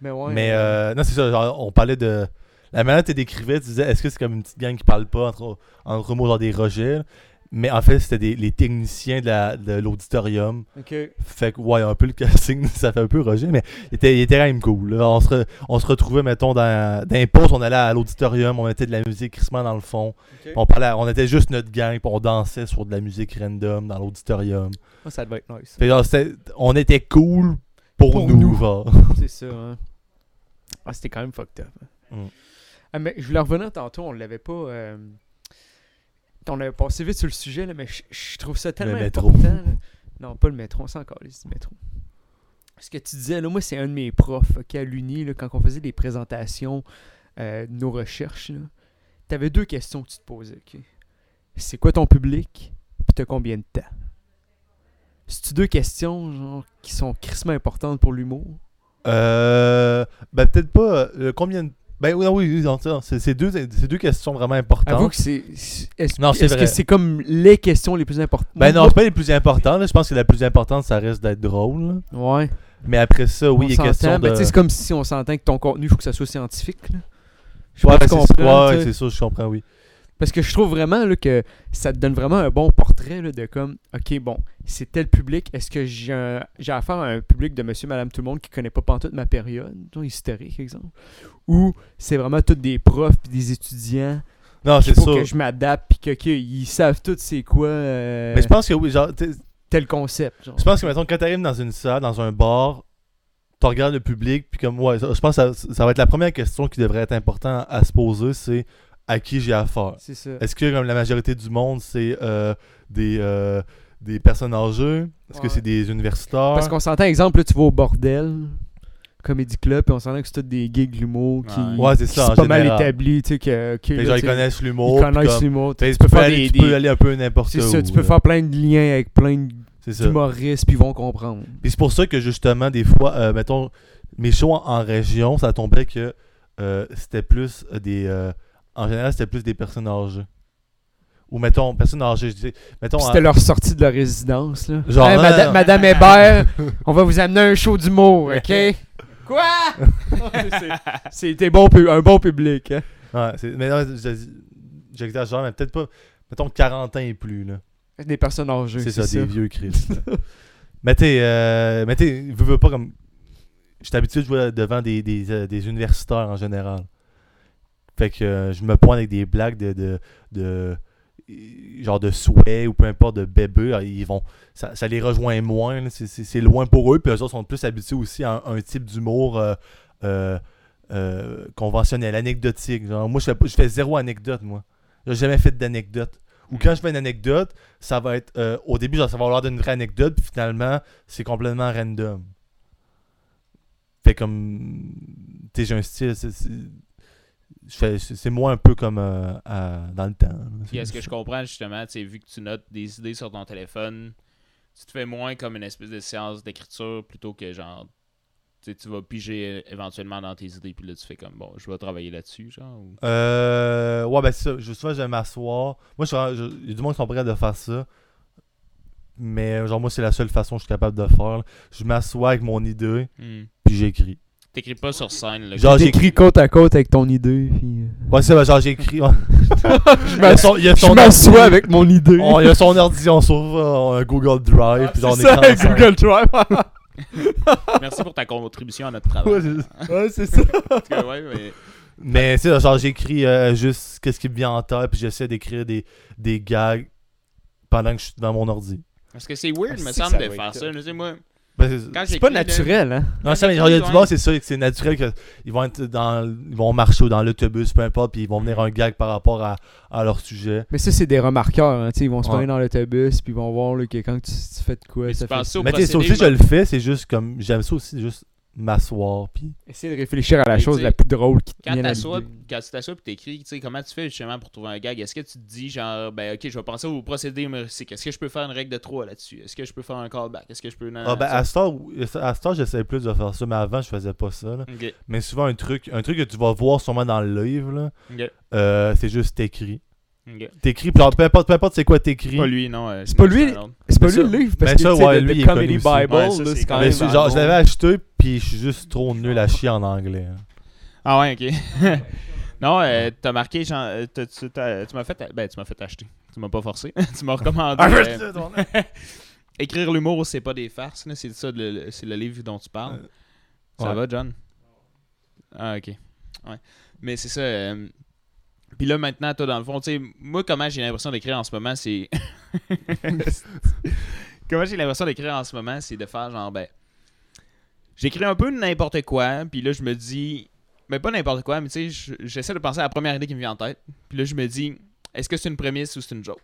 Speaker 2: Mais ouais.
Speaker 3: Mais euh, non, c'est ça, genre, on parlait de. La manière dont tu décrivais, tu disais, est-ce que c'est comme une petite gang qui parle pas entre, entre mots, genre des rejets là? Mais en fait, c'était des- les techniciens de la- de l'auditorium.
Speaker 2: Ok.
Speaker 3: fait que, ouais, un peu le casting, ça fait un peu rejet, mais il était, il était quand même cool. là. On, se re- on se retrouvait, mettons, dans, dans les pauses, on allait à l'auditorium, on mettait de la musique crissement dans le fond.
Speaker 2: Ok.
Speaker 3: On, parlait, on était juste notre gang, puis on dansait sur de la musique random dans l'auditorium.
Speaker 2: Ah, ça devait être nice.
Speaker 3: Fait que, genre, c'était- on était cool pour,
Speaker 2: Pour
Speaker 3: nous,
Speaker 2: nous.
Speaker 3: genre.
Speaker 2: C'est ça, hein. Ah, c'était quand même fucked up. hein.
Speaker 3: Mm.
Speaker 2: Ah, mais je voulais revenir tantôt, on l'avait pas. euh, On avait passé vite sur le sujet, là, mais je- je trouve ça tellement
Speaker 3: métro.
Speaker 2: important. là. Non, pas le métro, on s'en calisse du métro. Ce que tu disais, là, moi, c'est un de mes profs ok, à l'Uni, là, quand on faisait des présentations euh, de nos recherches. Là, t'avais deux questions que tu te posais. ok? C'est quoi ton public? Puis t'as combien de temps? C'est-tu deux questions genre, qui sont crissement importantes pour l'humour?
Speaker 3: Euh, ben, peut-être pas. euh, combien de. Ben oui, non, oui, oui, non, ça, c'est c'est deux, c'est deux questions vraiment importantes.
Speaker 2: Avoue que c'est. c'est- Est-ce
Speaker 3: Non, c'est
Speaker 2: est-ce
Speaker 3: vrai.
Speaker 2: que c'est comme les questions les plus importantes?
Speaker 3: Ben non, c'est pas les plus importantes. là. Je pense que la plus importante, ça reste d'être drôle. là.
Speaker 2: Ouais.
Speaker 3: Mais après ça, oui,
Speaker 2: on
Speaker 3: il est question
Speaker 2: s'entend. Ben,
Speaker 3: de.
Speaker 2: tu sais, c'est comme si on s'entend que ton contenu, il faut que ça soit scientifique. Là. Je sais
Speaker 3: Ouais,
Speaker 2: pas si
Speaker 3: c'est
Speaker 2: tu comprends,
Speaker 3: ouais,
Speaker 2: tu sais.
Speaker 3: c'est ça, je comprends, oui.
Speaker 2: Parce que je trouve vraiment là, que ça te donne vraiment un bon portrait là, de comme, OK, bon, c'est tel public. Est-ce que j'ai un- j'ai affaire à un public de monsieur, madame, tout le monde qui connaît pas pantoute ma période, genre historique, exemple? Ou c'est vraiment tous des profs puis des étudiants
Speaker 3: Non,
Speaker 2: qu'il
Speaker 3: c'est
Speaker 2: faut
Speaker 3: ça.
Speaker 2: que je m'adapte puis que, OK, ils savent tous c'est quoi euh,
Speaker 3: Mais je pense que oui, genre, tu sais,
Speaker 2: tel concept. genre.
Speaker 3: je pense que mettons, quand t'arrives dans une salle, dans un bar, tu regardes le public, puis comme, ouais, ça- je pense que ça, ça va être la première question qui devrait être importante à se poser, c'est à qui j'ai affaire.
Speaker 2: C'est ça.
Speaker 3: Est-ce que comme la majorité du monde, c'est euh, des, euh, des personnes âgées? Est-ce que
Speaker 2: Ouais.
Speaker 3: c'est des universitaires?
Speaker 2: Parce qu'on s'entend, exemple, là, tu vas au bordel, comédie club, puis on s'entend que c'est tous des gigs de l'humour qui,
Speaker 1: Ouais.
Speaker 3: Ouais, c'est
Speaker 2: qui
Speaker 3: ça, en
Speaker 2: sont pas mal
Speaker 3: général.
Speaker 2: établis, tu sais, que, que
Speaker 3: Fait que
Speaker 2: là,
Speaker 3: genre,
Speaker 2: tu
Speaker 3: ils
Speaker 2: sais,
Speaker 3: connaissent l'humour.
Speaker 2: ils
Speaker 3: puis
Speaker 2: connaissent
Speaker 3: comme,
Speaker 2: l'humour.
Speaker 3: tu sais,
Speaker 2: Tu peux faire
Speaker 3: aller-
Speaker 2: des...
Speaker 3: tu
Speaker 2: des-
Speaker 3: peux aller un peu n'importe
Speaker 2: C'est
Speaker 3: où.
Speaker 2: ça, tu peux
Speaker 3: là.
Speaker 2: faire plein de liens avec plein
Speaker 3: C'est ça.
Speaker 2: d'humoristes, puis ils vont comprendre.
Speaker 3: Puis c'est pour ça que justement, des fois, euh, mettons, mes shows en, en région, ça tombait que euh, c'était plus des. euh, en général, c'était plus des personnes âgées. Ou mettons, personnes âgées, je dis. Mettons,
Speaker 2: Puis C'était
Speaker 3: en-
Speaker 2: leur sortie de leur résidence, là.
Speaker 3: Genre, hein?
Speaker 2: Hey,
Speaker 3: non,
Speaker 2: Mada-
Speaker 3: non.
Speaker 2: Madame Hébert, on va vous amener un show d'humour, OK? Quoi? C'est- C'était bon, pu- un bon public, hein?
Speaker 3: Ouais, c'est- mais non, je- j'exagère, mais peut-être pas. Mettons 40 ans et plus, là.
Speaker 2: Des personnes âgées,
Speaker 3: C'est ça, des vieux Chris. là. mais t'es. Euh, mais t'es. Veux, veux pas comme. J'étais habitué de jouer devant des, des, euh, des universitaires en général. Fait que euh, je me pointe avec des blagues de. de, de- genre de souhait ou peu importe de bébé Alors, ils vont ça, ça les rejoint moins là. c'est c'est- c'est loin pour eux puis eux autres sont plus habitués aussi à un, un type d'humour euh, euh, euh, conventionnel anecdotique genre moi je fais, pas- je fais zéro anecdote moi J'ai jamais fait d'anecdote.
Speaker 1: Hmm.
Speaker 3: Ou quand je fais une anecdote, ça va être. euh, au début, genre, ça va avoir l'air d'une vraie anecdote, puis finalement, c'est complètement random. Fait comme. Tu sais, j'ai un style. c'est- c'est- je fais- C'est c'est moi un peu comme euh, à- dans le temps. là.
Speaker 1: Puis est-ce que je comprends justement, tu sais, vu que tu notes des idées sur ton téléphone, tu te fais moins comme une espèce de séance d'écriture plutôt que genre, tu sais, tu vas piger euh, éventuellement dans tes idées, puis là tu fais comme bon, je vais travailler là-dessus, genre. ou-
Speaker 3: Euh, ouais, ben c'est ça. Je, souvent, je vais m'asseoir. Moi, je, je- il y a du monde qui sont prêts de faire ça. Mais, genre, moi, c'est la seule façon que je suis capable de faire. là. Je m'assois avec mon idée,
Speaker 1: Hmm.
Speaker 3: puis j'écris.
Speaker 1: T'écris pas sur scène, là.
Speaker 3: Genre, j'écris.
Speaker 2: T'écris côte à côte avec ton idée, puis. euh,
Speaker 3: Ouais, c'est ça, ben, genre, j'écris. Ouais.
Speaker 2: Je
Speaker 3: Il y a son- il y a son ordi.
Speaker 2: m'assois avec mon idée.
Speaker 3: On- il y a son ordi, on sauve euh, un Google Drive, puis genre, Oh, on
Speaker 2: Ah, C'est ça,
Speaker 3: écrit
Speaker 2: avec
Speaker 3: ensemble.
Speaker 2: Google Drive.
Speaker 1: Ah, Merci pour ta contribution à notre travail.
Speaker 2: Ouais, c'est- ouais, c'est ça.
Speaker 1: En tout cas, ouais, mais-
Speaker 3: Mais, tu sais, genre, j'écris euh, juste qu'est-ce qui me vient en tête, puis j'essaie d'écrire des, des gags pendant que je suis devant mon ordi.
Speaker 1: Parce que c'est weird,
Speaker 2: Ah,
Speaker 1: me
Speaker 2: c'est que
Speaker 1: semble,
Speaker 2: ça
Speaker 1: de
Speaker 2: va
Speaker 1: faire
Speaker 2: être
Speaker 1: ça. Je sais, moi,
Speaker 3: Ben, c'est ça.
Speaker 1: quand
Speaker 2: C'est pas
Speaker 1: j'écris, là-
Speaker 2: naturel, hein.
Speaker 3: Non, ça, mais genre, il y a du monde, c'est sûr que c'est naturel qu'ils vont être dans. Ils vont marcher ou dans l'autobus, peu importe, puis ils vont venir un gag par rapport à, à leur sujet.
Speaker 2: Mais ça, c'est des remarqueurs, hein. tu sais, ils vont se
Speaker 3: Ouais.
Speaker 2: promener dans l'autobus, puis ils vont voir là, que quand tu, tu fais de quoi,
Speaker 1: Mais
Speaker 2: ça
Speaker 1: tu
Speaker 2: fait.
Speaker 1: penses au
Speaker 3: mais tu sais, ça
Speaker 1: procédé
Speaker 3: aussi, je
Speaker 1: humain.
Speaker 3: le fais, c'est juste comme. J'aime ça aussi, juste m'asseoir, puis.
Speaker 2: Essayer de réfléchir à la
Speaker 1: Mais
Speaker 2: chose
Speaker 1: tu sais,
Speaker 2: la plus drôle qui te
Speaker 1: Quand
Speaker 2: vient à
Speaker 1: t'assois,
Speaker 2: l'idée.
Speaker 1: quand tu t'assois pis t'écris, tu sais, comment tu fais justement pour trouver un gag? Est-ce que tu te dis genre, ben ok, je vais penser au procédé humoristiques. Est-ce que je peux faire une règle de 3 là-dessus? Est-ce que je peux faire un callback? Est-ce que je peux. Non,
Speaker 3: Ah, ben,
Speaker 1: ça-
Speaker 3: à ce temps, à ce temps, j'essaie plus de faire ça, mais avant, je faisais pas ça, là.
Speaker 1: Ok,
Speaker 3: Mais souvent, un truc, un truc que tu vas voir sûrement dans le livre, là,
Speaker 1: ok,
Speaker 3: euh, c'est juste t'écris.
Speaker 1: ok.
Speaker 3: T'écris, puis genre, peu importe, peu importe c'est quoi t'écris.
Speaker 1: Pas lui, non. euh,
Speaker 2: C'est pas
Speaker 1: non,
Speaker 2: lui,
Speaker 1: c'est un autre.
Speaker 2: C'est pas
Speaker 3: Mais
Speaker 2: lui
Speaker 3: ça-
Speaker 2: le livre, parce
Speaker 3: mais
Speaker 2: que
Speaker 3: ça,
Speaker 2: tu sais,
Speaker 3: ouais,
Speaker 2: le-
Speaker 3: lui, il
Speaker 2: le
Speaker 3: est connu
Speaker 2: Comedy
Speaker 3: aussi.
Speaker 2: Bible,
Speaker 1: Ouais, ça,
Speaker 2: là,
Speaker 1: c'est
Speaker 2: c'est quand
Speaker 1: connu.
Speaker 3: Mais
Speaker 2: même.
Speaker 3: c'est-
Speaker 2: dans
Speaker 3: genre,
Speaker 2: le
Speaker 3: je
Speaker 2: monde.
Speaker 3: l'avais acheté, puis je suis juste trop nul à chier en anglais. hein.
Speaker 1: Ah ouais, ok. non, euh, t'as marqué, genre, euh, t'as- tu t'as- tu m'as fait. Ben, tu m'as fait acheter. Tu m'as pas forcé. tu m'as recommandé. euh, Écrire l'humour, c'est pas des farces, là. c'est ça, le, le- c'est le livre dont tu parles.
Speaker 3: Euh,
Speaker 1: ça
Speaker 3: ouais.
Speaker 1: va, John? Ah, ok. Ouais. Mais c'est ça. euh, Puis là, maintenant, toi, dans le fond, tu sais, moi, comment j'ai l'impression d'écrire en ce moment, c'est. comment j'ai l'impression d'écrire en ce moment, c'est de faire genre, ben. J'écris un peu n'importe quoi, puis là, je me dis. Mais pas n'importe quoi, mais tu sais, je- j'essaie de penser à la première idée qui me vient en tête. Puis là, je me dis, est-ce que c'est une prémisse ou c'est une joke?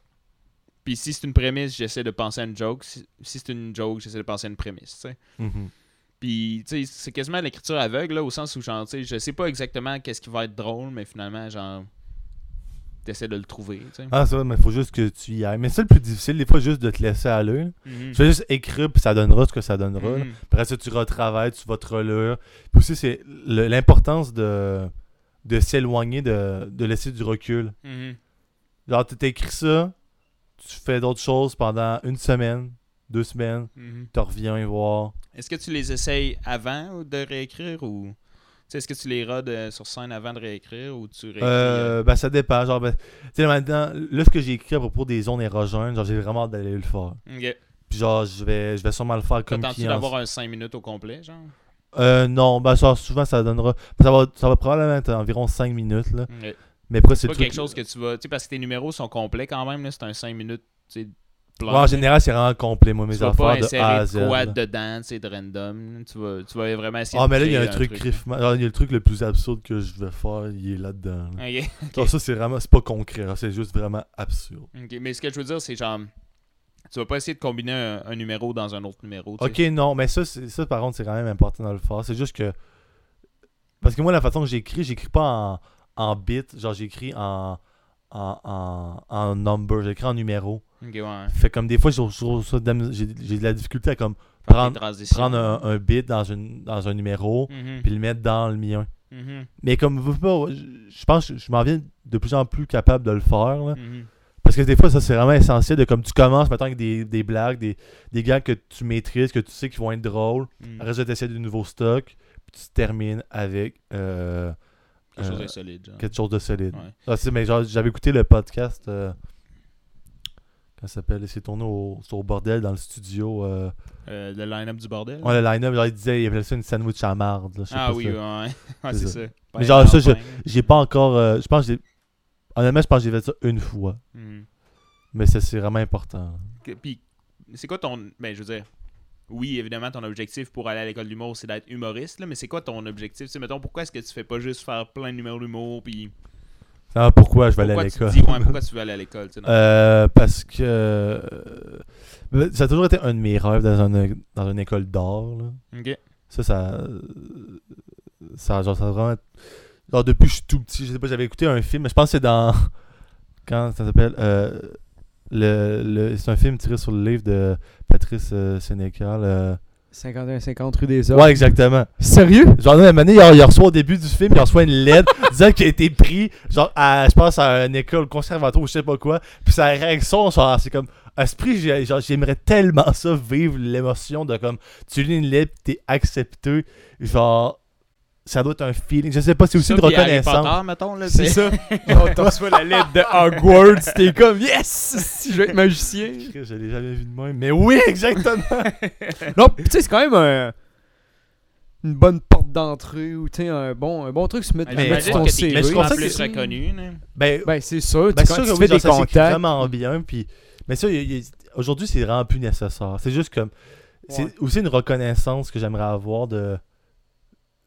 Speaker 1: Puis si c'est une prémisse, j'essaie de penser à une joke. Si, si c'est une joke, j'essaie de penser à une prémisse. tu sais.
Speaker 3: Mhm.
Speaker 1: Puis, tu sais, c'est quasiment l'écriture aveugle, là, au sens où, genre, tu sais, je sais pas exactement qu'est-ce qui va être drôle, mais finalement, genre, t'essaies de le trouver, tu sais.
Speaker 3: Ah, ça, mais faut juste que tu y ailles. Mais c'est le plus difficile, des fois, juste de te laisser aller. là.
Speaker 1: Mhm.
Speaker 3: Tu fais juste écrire, puis ça donnera ce que ça donnera. là.
Speaker 1: Mhm.
Speaker 3: Après ça, tu retravailles, tu vas te relire. Puis aussi, c'est le- l'importance de, de s'éloigner, de, de laisser du recul.
Speaker 1: Mhm.
Speaker 3: Genre, tu t'écris ça, tu fais d'autres choses pendant une semaine, deux semaines,
Speaker 1: Mhm.
Speaker 3: tu reviens voir.
Speaker 1: Est-ce que tu les essayes avant de réécrire ou. Tu sais, est-ce que tu les rodes euh, sur scène avant de réécrire ou tu réécris. euh,
Speaker 3: Euh, ben, ça dépend. Genre, ben, tu sais, maintenant, là, ce que j'ai écrit à propos des zones érogènes, genre, j'ai vraiment hâte d'aller le faire.
Speaker 1: euh, Ok.
Speaker 3: Puis genre, je vais, je vais sûrement le faire comme
Speaker 1: T'attends-tu
Speaker 3: client.
Speaker 1: d'avoir un 5 minutes au complet, genre
Speaker 3: Euh, non, ben ça, souvent ça donnera. Ça va, ça va probablement être environ 5 minutes là.
Speaker 1: Ok.
Speaker 3: Mais après, c'est
Speaker 1: C'est
Speaker 3: le
Speaker 1: pas
Speaker 3: truc-
Speaker 1: quelque chose que tu vas. Tu sais, parce que tes numéros sont complets quand même, là, c'est un 5 minutes, tu sais,
Speaker 3: Ouais,
Speaker 1: plein.
Speaker 3: en général, c'est vraiment complet, moi, mes
Speaker 1: tu vas
Speaker 3: affaires
Speaker 1: pas
Speaker 3: de A à
Speaker 1: insérer
Speaker 3: Z.
Speaker 1: de quoi
Speaker 3: là.
Speaker 1: dedans, tu sais, de random. Tu vas, tu vas vraiment essayer
Speaker 3: Ah,
Speaker 1: de
Speaker 3: mais là, il y a un,
Speaker 1: créer
Speaker 3: truc, griffement. Genre, il y a le truc le plus absurde que je vais faire, il est là-dedans. là.
Speaker 1: Ok.
Speaker 3: Genre, ça, c'est vraiment, c'est pas concret, là, c'est juste vraiment absurde.
Speaker 1: Ok, mais ce que je veux dire, c'est genre. Tu vas pas essayer de combiner un, un numéro dans un autre numéro. tu sais.
Speaker 3: Ok, non, mais ça, c'est- ça par contre, c'est quand même important de le faire. C'est juste que. Parce que moi, la façon que j'écris, j'écris pas en, en bits, genre j'écris en, en, en, en number, j'écris en numéro.
Speaker 1: Ok, ouais.
Speaker 3: Fait comme des fois, je- je trouve ça de la mis- j'ai j'ai de la difficulté à comme
Speaker 1: Prendre,
Speaker 3: prendre,
Speaker 1: des transitions.
Speaker 3: prendre un, un bit dans, une, dans un numéro,
Speaker 1: Mhm,
Speaker 3: puis le mettre dans le mien.
Speaker 1: mhm,
Speaker 3: Mais comme, vous- vous- je je pense que je m'en viens de plus en plus capable de le faire. là.
Speaker 1: mhm.
Speaker 3: Parce que des fois, ça, c'est vraiment essentiel de comme tu commences, maintenant avec des, des blagues, des, des gags que tu maîtrises, que tu sais qui vont être drôles.
Speaker 1: Mhm.
Speaker 3: Reste de du nouveau stock, puis tu termines avec euh,
Speaker 1: Quelque chose
Speaker 3: euh,
Speaker 1: de solide. genre.
Speaker 3: quelque chose de solide.
Speaker 1: Ouais.
Speaker 3: Ah, c'est- mais genre, j'avais écouté le podcast. Euh, comment ça s'appelle C'est tourné au, sur bordel dans le studio. euh,
Speaker 1: Euh, le line-up du bordel.
Speaker 3: ouais, le line-up, genre, il disait, il appelait ça une sandwich à marde. là, je sais
Speaker 1: ah
Speaker 3: pas
Speaker 1: oui,
Speaker 3: ça.
Speaker 1: ouais. ouais. Ouais, c'est
Speaker 3: C'est
Speaker 1: ça.
Speaker 3: Mais genre, ça, J'ai pas encore. euh, je pense que j'ai. Honnêtement, je pense que j'ai fait ça une fois.
Speaker 1: Mhm.
Speaker 3: Mais ça, c'est vraiment important.
Speaker 1: Que- Puis, c'est quoi ton. Ben, je veux dire. Oui, évidemment, ton objectif pour aller à l'école d'humour, c'est d'être humoriste, là, mais c'est quoi ton objectif? Tu sais, mettons, pourquoi est-ce que tu fais pas juste faire plein de numéros d'humour, puis
Speaker 3: C'est Ah, pourquoi je vais aller à
Speaker 1: Pourquoi tu
Speaker 3: l'école?
Speaker 1: dis, ouais, pourquoi tu veux aller à l'école? tu sais, dans-
Speaker 3: Euh, parce que euh, ben, ça a toujours été un de mes rêves dans, un- dans une école d'art. là.
Speaker 1: Ok.
Speaker 3: Ça, ça. euh, Ça, genre, ça a vraiment. Genre, depuis que je suis tout petit, je sais pas, j'avais écouté un film, mais je pense que c'est dans. Quand ça s'appelle. euh, le, le- c'est un film tiré sur le livre de Patrice euh, Sénécal. euh.
Speaker 2: 51-50 rue des Hommes.
Speaker 3: Ouais, exactement.
Speaker 2: Sérieux?
Speaker 3: Genre, la même année, il, il reçoit au début du film, il reçoit une lettre disant qu'il a été pris, genre, à, je pense, à une école conservatoire ou je sais pas quoi. Puis sa réaction, genre, c'est comme, à ce prix, j'ai- genre, j'aimerais tellement ça, vivre l'émotion de comme, tu lis une lettre, t'es accepté. Genre, ça doit être un feeling. Je sais pas, c'est aussi
Speaker 1: Ça,
Speaker 3: une
Speaker 1: puis Harry
Speaker 3: reconnaissance.
Speaker 1: Potter, mettons, là,
Speaker 3: C'est
Speaker 1: tu sais.
Speaker 3: ça.
Speaker 2: On t'en reçoit la lettre de Hogwarts, t'es comme Yes! Je vais être magicien!
Speaker 3: Christ, Je l'ai jamais vu de même. Mais oui, exactement.
Speaker 2: Non, pis tu sais, c'est quand même un- une bonne porte d'entrée ou tu sais, un bon, un bon truc se mettre
Speaker 1: Mais
Speaker 3: Mais
Speaker 2: mettre
Speaker 1: Ah, j'imagine
Speaker 2: sur
Speaker 3: ton
Speaker 1: que t'es
Speaker 3: mais je
Speaker 1: plus
Speaker 3: pense
Speaker 1: en
Speaker 3: que
Speaker 1: plus
Speaker 2: c'est-
Speaker 1: reconnu. là.
Speaker 3: ben,
Speaker 2: Ben, c'est sûr,
Speaker 3: Ben,
Speaker 2: tu, quand
Speaker 3: sûr
Speaker 2: tu
Speaker 3: que oui,
Speaker 2: fais
Speaker 3: genre,
Speaker 2: des
Speaker 3: ça s'écrit
Speaker 2: contacts.
Speaker 3: vraiment bien. Puis... Mais ça, il- il- aujourd'hui, c'est vraiment plus nécessaire. C'est juste comme. C'est
Speaker 2: Ouais.
Speaker 3: aussi une reconnaissance que j'aimerais avoir de.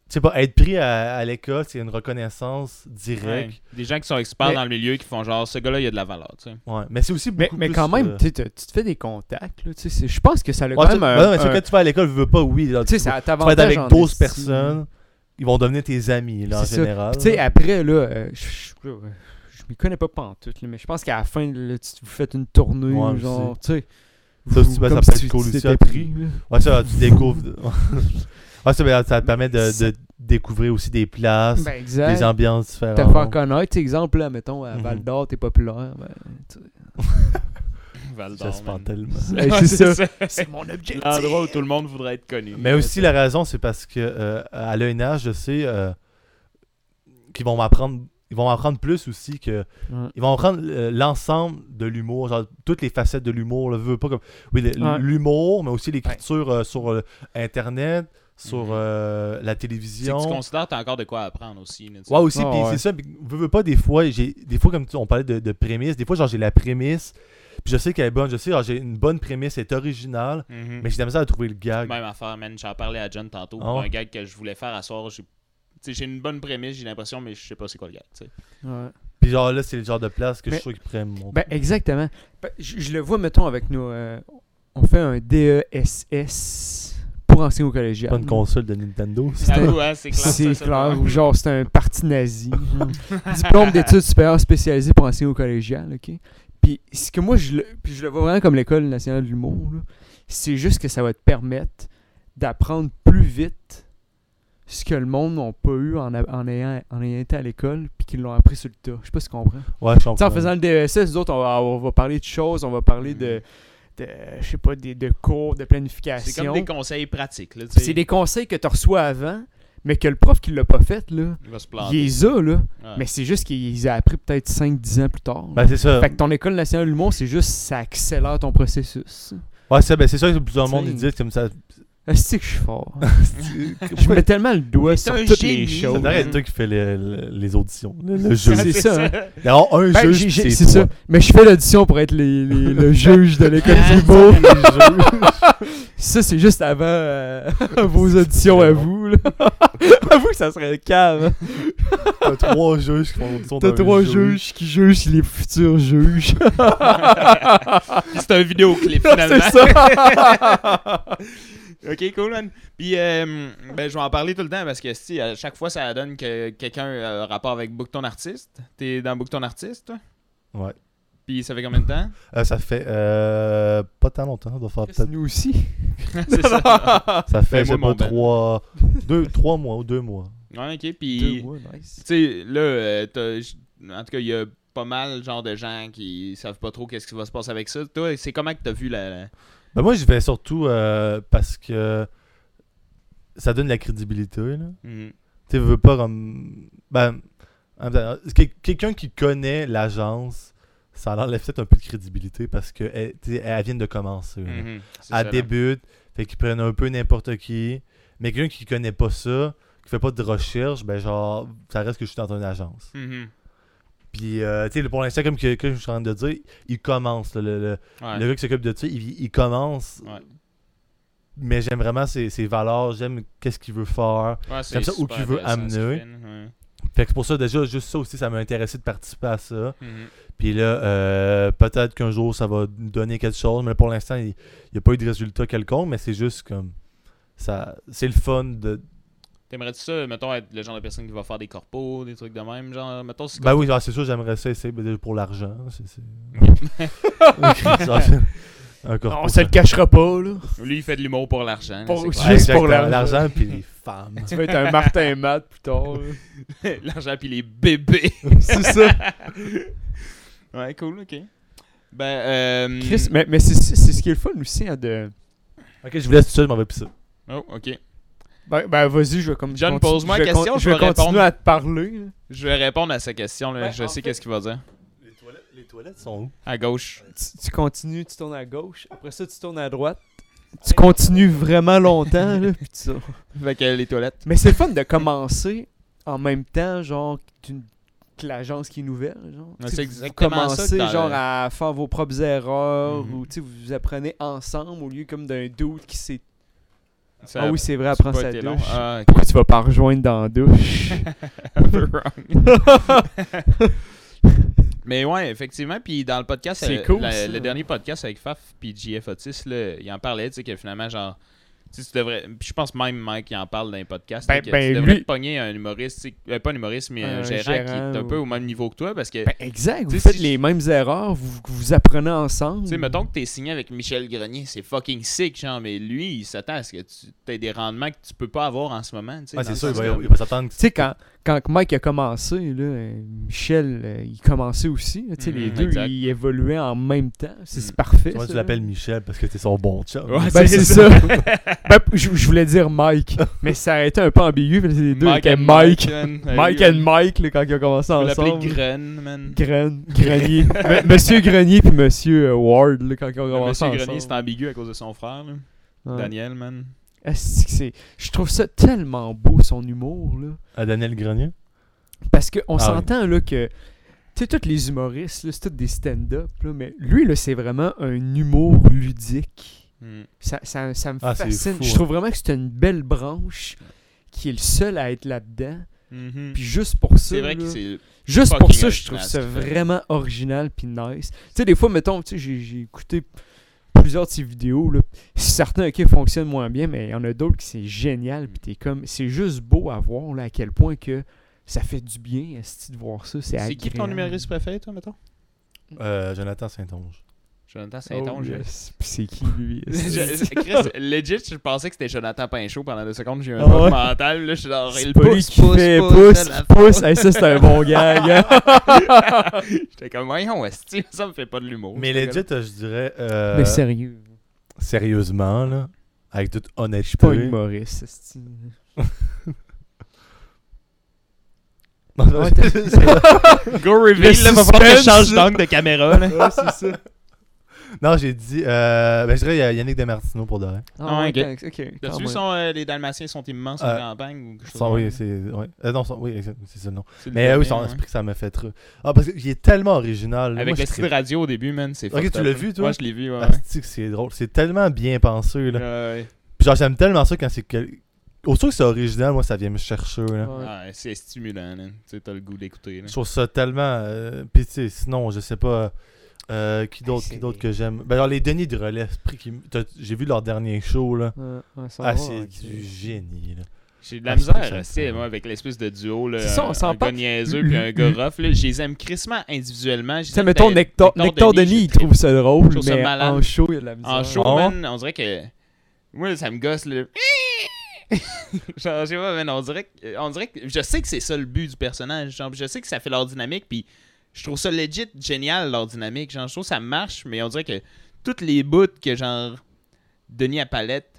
Speaker 3: Tu sais pas, être pris à, à l'école, c'est une reconnaissance
Speaker 1: Ouais.
Speaker 3: directe.
Speaker 1: Des gens qui sont experts
Speaker 2: Mais-
Speaker 1: dans le milieu qui font genre, ce gars-là, il a de la valeur, tu sais.
Speaker 3: Ouais. Mais c'est aussi
Speaker 2: Mais,
Speaker 3: beaucoup
Speaker 2: mais
Speaker 3: plus,
Speaker 2: quand même,
Speaker 3: euh,
Speaker 2: tu sais, tu tu te fais des contacts. là, tu sais, c'est- Je pense que ça a
Speaker 3: ouais,
Speaker 2: quand
Speaker 3: tu-
Speaker 2: même
Speaker 3: ouais,
Speaker 2: un.
Speaker 3: mais c'est
Speaker 2: un-
Speaker 3: quand tu vas à l'école, tu veux pas, oui. là,
Speaker 2: Tu sais,
Speaker 3: tu,
Speaker 2: ça a
Speaker 3: vas être
Speaker 2: avantage
Speaker 3: avec
Speaker 2: en
Speaker 3: d'autres
Speaker 2: esti.
Speaker 3: personnes, ils vont devenir tes amis, là, en
Speaker 2: C'est ça.
Speaker 3: général.
Speaker 2: Puis Tu sais,
Speaker 3: là.
Speaker 2: après, là, euh, je- je je m'y connais pas pantoute, là, mais je pense qu'à la fin, là, tu vous faites une tournée,
Speaker 3: Ouais, je
Speaker 2: genre, tu sais.
Speaker 3: Ça aussi, ben, ça
Speaker 2: comme
Speaker 3: peut
Speaker 2: si
Speaker 3: être
Speaker 2: tu
Speaker 3: cool aussi
Speaker 2: t'étais
Speaker 3: après.
Speaker 2: là.
Speaker 3: Ouais, ça, tu découvres. ouais, ça, ben, ça te permet de, de découvrir aussi des places,
Speaker 2: Ben, exact.
Speaker 3: Ah, des ambiances différentes.
Speaker 2: T'as fait connaître, tu sais, exemple, là, mettons, à
Speaker 3: Mhm.
Speaker 2: Val d'Or, t'es populaire. ben, tu sais.
Speaker 1: Val
Speaker 3: Ça se
Speaker 1: d'Or,
Speaker 3: prend
Speaker 1: man.
Speaker 3: tellement.
Speaker 2: Hey,
Speaker 1: Ouais,
Speaker 2: c'est ça.
Speaker 1: C'est
Speaker 2: mon objectif.
Speaker 1: l'endroit où tout le monde voudrait être connu.
Speaker 3: Mais aussi, la raison, c'est parce que euh, à l'ENH, je sais euh, qu'ils vont m'apprendre. Ils vont m'apprendre plus aussi que. Ils vont apprendre euh, l'ensemble de l'humour, genre toutes les facettes de l'humour. là, veux pas comme. Oui, le-
Speaker 2: Ouais.
Speaker 3: l'humour, mais aussi l'écriture euh, sur euh, Internet, sur
Speaker 1: Mhm.
Speaker 3: euh, la
Speaker 1: C'est que tu
Speaker 3: télévision.
Speaker 1: considères que t'as encore de quoi apprendre aussi. là, tu sais.
Speaker 3: Ouais, aussi,
Speaker 2: Ah,
Speaker 3: puis
Speaker 2: ouais.
Speaker 3: c'est ça, puis veux, veux pas, des fois, j'ai des fois, comme tu- on parlait de, de prémisse, des fois, genre, j'ai la prémisse, puis je sais qu'elle est bonne, je sais, genre, j'ai une bonne prémisse, elle est originale,
Speaker 1: Mhm.
Speaker 3: mais j'ai de la misère à trouver le gag.
Speaker 1: Même affaire, man. J'en parlais à John tantôt.
Speaker 3: Ah
Speaker 1: pour
Speaker 3: ouais?
Speaker 1: Un gag que je voulais faire à soir. J'ai tu sais, j'ai une bonne prémisse, j'ai l'impression, mais je sais pas c'est quoi le gag. tu sais.
Speaker 3: Puis genre, là, c'est le genre de place que
Speaker 2: Mais-
Speaker 3: je suis sûr qu'ils pourraient me montrer.
Speaker 2: Ben, exactement. Ben, je, je le vois, mettons, avec nous. euh, on fait un DESS pour anciens au collégial.
Speaker 3: pas une console de Nintendo.
Speaker 2: C'est
Speaker 1: J'avoue, hein, c'est clair.
Speaker 2: C'est
Speaker 1: ça,
Speaker 2: clair,
Speaker 1: ça.
Speaker 2: ou genre c'est un parti nazi. Diplôme d'études supérieures spécialisées pour enseigner au collégial, ok? Puis ce que moi, je le, puis je le vois vraiment comme l'école nationale de l'humour, là, c'est juste que ça va te permettre d'apprendre plus vite ce que le monde n'a pas eu en, a- en, ayant, en ayant été à l'école, puis qu'ils l'ont appris sur le tas. Je sais pas si tu comprends.
Speaker 3: Ouais, je
Speaker 2: Tu sais,
Speaker 3: comprends.
Speaker 2: en faisant le DESS, nous autres, on va, on va parler de choses, on va parler de, de je sais pas, des- de cours, de planification.
Speaker 1: C'est comme des conseils pratiques. là, tu
Speaker 2: Puis
Speaker 1: sais.
Speaker 2: c'est des conseils que tu reçois avant, mais que le prof qui l'a pas fait, là,
Speaker 1: Il va se
Speaker 2: il
Speaker 1: planter.
Speaker 2: les a, là.
Speaker 1: Ouais.
Speaker 2: Mais c'est juste qu'il les a appris peut-être 5-10 ans plus tard.
Speaker 3: Ben, c'est ça.
Speaker 1: euh,
Speaker 2: fait que ton école nationale de l'humour, c'est juste ça accélère ton processus.
Speaker 3: Ouais, c'est ben, c'est ça que plusieurs
Speaker 2: T'sais.
Speaker 3: monde ils disent comme ça.
Speaker 2: Ah, C'est que je suis fort. je
Speaker 3: Pourquoi-
Speaker 2: mets tellement le doigt
Speaker 1: Mais
Speaker 2: sur
Speaker 1: t'es un
Speaker 2: toutes les
Speaker 1: génie.
Speaker 3: Ça
Speaker 2: choses.
Speaker 3: devrait être toi qui fais les, les auditions, le, le jeu.
Speaker 2: c'est ça, hein.
Speaker 3: Il y a un
Speaker 2: Ben,
Speaker 3: jeu,
Speaker 2: j'ai- j'ai-
Speaker 3: c'est
Speaker 2: c'est
Speaker 3: toi.
Speaker 2: ça. Mais je fais l'audition pour être les- les- le juge de l'école
Speaker 1: Ah,
Speaker 2: du mot.
Speaker 3: Les jeux.
Speaker 2: Ça, c'est juste avant euh, vos auditions à vous. là. Avoue que ça serait calme.
Speaker 3: T'as trois juges qui font l'audition
Speaker 2: T'as
Speaker 3: d'un
Speaker 2: trois
Speaker 3: jeu.
Speaker 2: juges qui jugent les futurs juges.
Speaker 1: C'est un vidéoclip finalement.
Speaker 2: c'est ça.
Speaker 1: Ok, cool, man. Puis, euh, ben, je vais en parler tout le temps parce que si, à chaque fois, ça donne que quelqu'un a un rapport avec Book ton artiste. T'es dans Book ton artiste, toi?
Speaker 3: Ouais.
Speaker 1: Puis, ça fait combien de temps?
Speaker 3: Euh, ça fait euh, pas tant longtemps, ça doit faire peut-être.
Speaker 2: Nous aussi.
Speaker 1: C'est ça.
Speaker 3: Ça fait,
Speaker 1: Ben, moi, mon
Speaker 3: je sais pas,
Speaker 1: ben.
Speaker 3: trois, deux, trois mois ou deux mois.
Speaker 1: Ouais, ok. Puis, tu
Speaker 2: nice.
Speaker 1: sais, là, euh, t'as- j- en tout cas, il y a pas mal genre de gens qui savent pas trop qu'est-ce qui va se passer avec ça. Toi, c'est comment que t'as vu la. la-
Speaker 3: Ben, moi, je vais surtout euh, parce que ça donne de la crédibilité. Là.
Speaker 1: Mhm.
Speaker 3: tu sais, veux pas comme. Ben. en même temps, quel- Quelqu'un qui connaît l'agence, ça l'enlève peut-être un peu de crédibilité parce que elle, tu sais, elle vient de commencer. là.
Speaker 1: Mhm. C'est ça,
Speaker 3: Elle
Speaker 1: là.
Speaker 3: débute, fait qu'ils prennent un peu n'importe qui. Mais quelqu'un qui connaît pas ça, qui fait pas de recherche, ben genre, ça reste que je suis dans une agence.
Speaker 1: Mhm.
Speaker 3: Puis, euh, tu sais, pour l'instant, comme que, que je suis en train de dire, il commence. là, le, le-
Speaker 1: Ouais.
Speaker 3: le gars qui s'occupe de ça, il, il commence.
Speaker 1: Ouais.
Speaker 3: Mais j'aime vraiment ses, ses valeurs, j'aime qu'est-ce qu'il veut faire.
Speaker 1: Ouais, c'est
Speaker 3: Comme ça, où
Speaker 1: super
Speaker 3: tu veux
Speaker 1: intéressant, ce qu'il
Speaker 3: amener.
Speaker 1: fait, là. Ouais.
Speaker 3: Fait que c'est pour ça, déjà, juste ça aussi, ça m'a intéressé de participer à ça.
Speaker 1: Mhm.
Speaker 3: Puis là, euh, peut-être qu'un jour, ça va donner quelque chose, mais pour l'instant, il n'y a pas eu de résultat quelconque, mais c'est juste comme. ça C'est le fun de.
Speaker 1: T'aimerais-tu ça, mettons, être le genre de personne qui va faire des corpos, des trucs de même, genre, mettons, si
Speaker 3: Ben oui, ah, c'est sûr, j'aimerais ça essayer mais déjà pour l'argent. c'est- c'est- Ça,
Speaker 2: on
Speaker 3: un corpo,
Speaker 2: se le cachera pas, là.
Speaker 1: lui, il fait de l'humour pour l'argent. là,
Speaker 2: Pour-
Speaker 1: c'est
Speaker 3: Ouais,
Speaker 1: clair.
Speaker 2: Juste pour
Speaker 3: exactement,
Speaker 2: l'argent.
Speaker 3: l'argent. puis les femmes.
Speaker 2: Tu vas être un Martin Matt plus tard. là.
Speaker 1: L'argent puis les bébés.
Speaker 2: c'est ça.
Speaker 1: ouais, cool, ok. Ben, euh...
Speaker 2: Chris, mais, mais c'est c'est ce qui est le fun aussi, hein, de...
Speaker 3: ok, je vous laisse tout seul, je m'en vais pisser.
Speaker 1: Oh, ok.
Speaker 2: Ben, ben, vas-y, je vais comme...
Speaker 1: John,
Speaker 2: continu-
Speaker 1: pose-moi
Speaker 2: je
Speaker 1: une
Speaker 2: vais
Speaker 1: question,
Speaker 2: con-
Speaker 1: je
Speaker 2: je vais
Speaker 1: vais
Speaker 2: continuer
Speaker 1: répondre.
Speaker 2: à te parler. là.
Speaker 1: Je vais répondre à sa question, là.
Speaker 3: Ouais,
Speaker 1: je
Speaker 3: en
Speaker 1: sais
Speaker 3: fait-
Speaker 1: qu'est-ce qu'il va dire.
Speaker 3: Les toilettes, les toilettes sont où
Speaker 1: À gauche.
Speaker 2: Tu, tu continues, tu tournes à gauche, après ça, tu tournes à droite. Tu continues vraiment longtemps, là, puis tu...
Speaker 1: Fait que les toilettes.
Speaker 2: Mais c'est le fun de commencer en même temps, genre, qu'une- que l'agence qui est nouvelle. Genre.
Speaker 1: Ouais,
Speaker 2: Tu sais,
Speaker 1: c'est
Speaker 2: vous
Speaker 1: exactement ça que
Speaker 2: commencez,
Speaker 1: dans le-
Speaker 2: genre, à faire vos propres erreurs
Speaker 1: Mhm.
Speaker 2: ou, tu sais, vous vous apprenez ensemble au lieu comme d'un doute qui s'est...
Speaker 1: Ça
Speaker 2: Ah
Speaker 1: a
Speaker 2: oui, c'est vrai,
Speaker 1: pas
Speaker 2: apprends sa
Speaker 1: été
Speaker 2: douche.
Speaker 1: long. Ah, ok.
Speaker 2: Pourquoi tu vas pas rejoindre dans la douche?
Speaker 1: Un peu wrong. Mais ouais, effectivement. Puis dans le podcast,
Speaker 2: C'est
Speaker 1: euh,
Speaker 2: cool,
Speaker 1: la-
Speaker 2: ça.
Speaker 1: le dernier podcast avec Faf puis JF Otis, là, il en parlait, tu sais, que finalement, genre. tu sais, tu devrais. Puis je pense même Mike qui en parle dans les podcasts.
Speaker 2: Ben-
Speaker 1: là, que
Speaker 2: ben,
Speaker 1: tu devrais
Speaker 2: lui-
Speaker 1: te pogner un humoriste, tu sais, euh, pas un humoriste, mais un,
Speaker 2: Un
Speaker 1: gérant, qui
Speaker 2: gérant
Speaker 1: est un
Speaker 2: ou-
Speaker 1: peu au même niveau que toi. Parce que,
Speaker 2: Ben, exact, vous
Speaker 1: Tu sais,
Speaker 2: faites
Speaker 1: si-
Speaker 2: les mêmes erreurs, vous vous apprenez ensemble.
Speaker 1: tu sais, mettons que t'es signé avec Michel Grenier, c'est fucking sick, genre, mais lui, il s'attend à ce que tu aies des rendements que tu peux pas avoir en ce moment. tu sais, dans
Speaker 3: Ah, c'est
Speaker 1: le
Speaker 3: sûr, il
Speaker 1: sens
Speaker 3: va,
Speaker 1: que-
Speaker 3: il va s'attendre que
Speaker 2: Tu sais, quand, quand Mike a commencé, là, euh, Michel, euh, il commençait aussi. là, tu sais, les
Speaker 1: Mhm,
Speaker 2: deux,
Speaker 1: exact.
Speaker 2: ils évoluaient en même temps. C'est
Speaker 1: Mhm.
Speaker 2: c'est parfait.
Speaker 3: Moi,
Speaker 2: ça,
Speaker 3: tu
Speaker 2: là.
Speaker 3: l'appelles Michel parce que t'es son bon chum.
Speaker 1: Ouais,
Speaker 2: Ben, c'est ça. Ben, je, je voulais dire Mike, mais ça a été un peu ambigu. parce que les deux étaient
Speaker 1: and
Speaker 2: Mike.
Speaker 1: man. Euh,
Speaker 2: Mike
Speaker 1: oui,
Speaker 2: and Mike, là, quand ils ont commencé
Speaker 1: On l'appelait
Speaker 2: ensemble.
Speaker 1: Gren, man.
Speaker 2: Gren, Grenier. M- Monsieur Grenier puis Monsieur euh, Ward, là, quand ils ont
Speaker 1: Le
Speaker 2: commencé
Speaker 1: Monsieur
Speaker 2: ensemble.
Speaker 1: Grenier, c'est ambigu à cause de son frère, là.
Speaker 2: Ouais.
Speaker 1: Daniel, man.
Speaker 2: Asti que c'est- Je trouve ça tellement beau, son humour, là.
Speaker 3: À Daniel Grenier.
Speaker 2: Parce qu'on on
Speaker 3: Ah oui.
Speaker 2: s'entend là que. Tu sais, tous les humoristes, là, c'est tous des stand-up, là, mais lui, là, c'est vraiment un humour ludique.
Speaker 1: Mm.
Speaker 2: Ça, ça, ça me
Speaker 3: Ah, c'est
Speaker 2: fascine.
Speaker 3: fou,
Speaker 2: Je
Speaker 3: hein.
Speaker 2: trouve vraiment que c'est une belle branche qui est le seul à être là-dedans.
Speaker 1: Mhm.
Speaker 2: Puis juste pour ça.
Speaker 1: C'est vrai que
Speaker 2: là,
Speaker 1: c'est.
Speaker 2: Juste pour
Speaker 1: fucking
Speaker 2: ça, je
Speaker 1: original,
Speaker 2: trouve
Speaker 1: ce
Speaker 2: ça
Speaker 1: qu'il fait.
Speaker 2: vraiment original puis nice. Tu sais, des fois, mettons, tu sais, j'ai- j'ai écouté plusieurs de ses vidéos, là. Certains, ok, fonctionnent moins bien, mais il y en a d'autres qui c'est génial puis t'es comme... C'est juste beau à voir, là, à quel point que ça fait du bien, esti, de voir ça. C'est
Speaker 1: C'est qui ton
Speaker 2: agréable.
Speaker 1: numériste préféré, toi, mettons
Speaker 3: Euh, Jonathan Saint-Onge.
Speaker 1: Jonathan Saint-Onge. je-
Speaker 2: Oh, yes. Puis c'est qui, lui?
Speaker 1: Je-
Speaker 2: esti?
Speaker 1: je- Chris, legit, je pensais que c'était Jonathan Pinchot pendant deux secondes. J'ai eu un
Speaker 2: Ah
Speaker 1: truc
Speaker 2: ouais.
Speaker 1: mental. Là, je suis genre,
Speaker 2: C'est
Speaker 1: il
Speaker 2: pas lui
Speaker 1: pousse,
Speaker 2: qui
Speaker 1: pousse,
Speaker 2: fait
Speaker 1: pousse,
Speaker 2: pouce,
Speaker 1: la-
Speaker 2: pouce. Hey, ça, c'est un bon gag. hein.
Speaker 1: J'étais comme, voyons, esti, ça me fait pas de l'humour.
Speaker 3: Mais
Speaker 1: ce gars-là.
Speaker 3: legit, euh, je dirais. euh,
Speaker 2: Mais sérieux,
Speaker 3: sérieusement, là, avec toute honnêteté.
Speaker 2: pas humoriste, esti.
Speaker 3: Non, non,
Speaker 2: Ouais, t'as-
Speaker 1: Ah, Go reveal,
Speaker 2: Le
Speaker 1: là, va falloir que je
Speaker 2: suspense,
Speaker 1: change
Speaker 2: là.
Speaker 1: d'angle de caméra. là.
Speaker 2: Ouais, c'est ça.
Speaker 3: non, j'ai dit. euh, ben, je dirais euh, Yannick Demartino pour de vrai.
Speaker 1: Ah,
Speaker 2: Ah,
Speaker 1: ok.
Speaker 2: ouais, thanks, ok. quand
Speaker 1: T'as-tu vu
Speaker 2: même.
Speaker 1: son, euh, les Dalmatiens sont immenses
Speaker 3: Euh,
Speaker 1: en campagne ou quelque chose
Speaker 3: Son-
Speaker 1: de
Speaker 3: oui,
Speaker 1: même?
Speaker 3: c'est. ouais. Euh, non, son- oui, exact, c'est ça le nom.
Speaker 1: C'est le
Speaker 3: Mais euh, oui,
Speaker 1: dernier,
Speaker 3: son
Speaker 1: ouais.
Speaker 3: esprit, ça me fait trop. Ah, parce qu'il est tellement original. là.
Speaker 1: Avec
Speaker 3: Moi,
Speaker 1: le
Speaker 3: je
Speaker 1: style
Speaker 3: serais-
Speaker 1: radio au début, man, c'est
Speaker 3: Ok,
Speaker 1: fucked
Speaker 3: tu
Speaker 1: up,
Speaker 3: l'as
Speaker 1: man.
Speaker 3: vu, toi?
Speaker 1: Ouais, je l'ai vu, ouais. ouais.
Speaker 3: Asti que c'est drôle. C'est tellement bien pensé, là.
Speaker 1: Ouais,
Speaker 3: Puis genre, j'aime tellement ça quand c'est. Que... Aussitôt que c'est original, moi, ça vient me chercher, là.
Speaker 1: ouais.
Speaker 2: Ouais.
Speaker 1: Ah, Ouais, c'est stimulant, là. Tu sais, t'as le goût d'écouter, là.
Speaker 3: Je trouve ça tellement. euh, Puis tu sais, sinon, je sais pas. euh, qui d'autre
Speaker 2: Ben, c'est-
Speaker 3: qui d'autre que j'aime Ben, genre, les Denis de Relais, esprit qui m- t'as- j'ai vu leur dernier show, là.
Speaker 2: Ouais, ouais, ça
Speaker 3: Ah,
Speaker 2: va,
Speaker 3: c'est
Speaker 1: hein.
Speaker 2: ok.
Speaker 3: du génie, là.
Speaker 1: J'ai de la
Speaker 3: Ah, je trouve
Speaker 1: misère, tu
Speaker 3: ça
Speaker 1: sais, moi, avec l'espèce de duo, là.
Speaker 2: C'est ça, on
Speaker 1: un-
Speaker 2: s'en
Speaker 1: un gars
Speaker 2: parle.
Speaker 1: niaiseux
Speaker 2: Mm,
Speaker 1: puis un
Speaker 2: mm,
Speaker 1: gars
Speaker 2: mm.
Speaker 1: rough, là. Je les aime crissement individuellement.
Speaker 2: Tu sais, mettons, Nectar, Nectar Denis, il trouve ça
Speaker 1: Ben, je
Speaker 2: drôle,
Speaker 1: trouve ça
Speaker 2: mais
Speaker 1: malade.
Speaker 2: en show, il y a de la misère.
Speaker 1: En show,
Speaker 3: Ah ouais?
Speaker 1: man, on dirait que. Moi, là, ça me gosse, là. genre, je sais pas, man, on dirait, que, on dirait que. Je sais que c'est ça le but du personnage. Genre, je sais que ça fait leur dynamique, puis je trouve ça legit génial, leur dynamique. Genre, je trouve que ça marche, mais on dirait que toutes les bouts que, genre, Denis à palette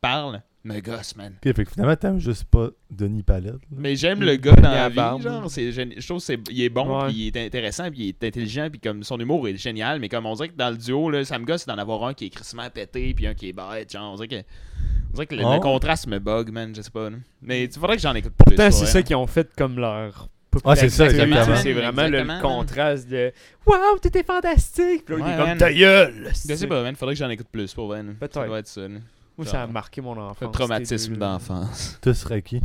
Speaker 1: parle me gosse, man.
Speaker 3: Ok, fait que finalement, t'aimes juste pas Denis Palette. là.
Speaker 1: Mais j'aime le
Speaker 2: Il
Speaker 1: gars dans
Speaker 2: à
Speaker 1: la vie,
Speaker 2: barbe.
Speaker 1: genre, c'est gén- je trouve c'est il est bon,
Speaker 2: Ouais.
Speaker 1: puis il est intéressant, puis il est intelligent, puis comme son humour est génial, mais comme on dirait que dans le duo là, ça me gosse d'en avoir un qui est crissement pété, puis un qui est bête, genre, on dirait que on dirait que le, le
Speaker 3: Oh.
Speaker 1: contraste me bug, man, je sais pas. là. Mais il faudrait que j'en écoute plus.
Speaker 2: Mm. Pourtant, c'est ça
Speaker 1: ouais.
Speaker 2: qu'ils ont fait comme leur.
Speaker 3: Ah, c'est ça,
Speaker 2: popularité,
Speaker 3: exactement.
Speaker 2: C'est vraiment
Speaker 1: Exactement.
Speaker 2: le contraste de Waouh, t'étais fantastique! Puis là, il
Speaker 1: Ouais,
Speaker 2: est comme
Speaker 1: man.
Speaker 2: ta gueule!
Speaker 1: Je sais pas, man, faudrait que j'en écoute plus pour vrai. là. Ça
Speaker 2: Peut-être.
Speaker 1: doit être ça. là.
Speaker 2: Moi, ça a marqué mon enfance.
Speaker 1: Le traumatisme
Speaker 2: ces deux-là.
Speaker 1: d'enfance.
Speaker 3: Tu serais qui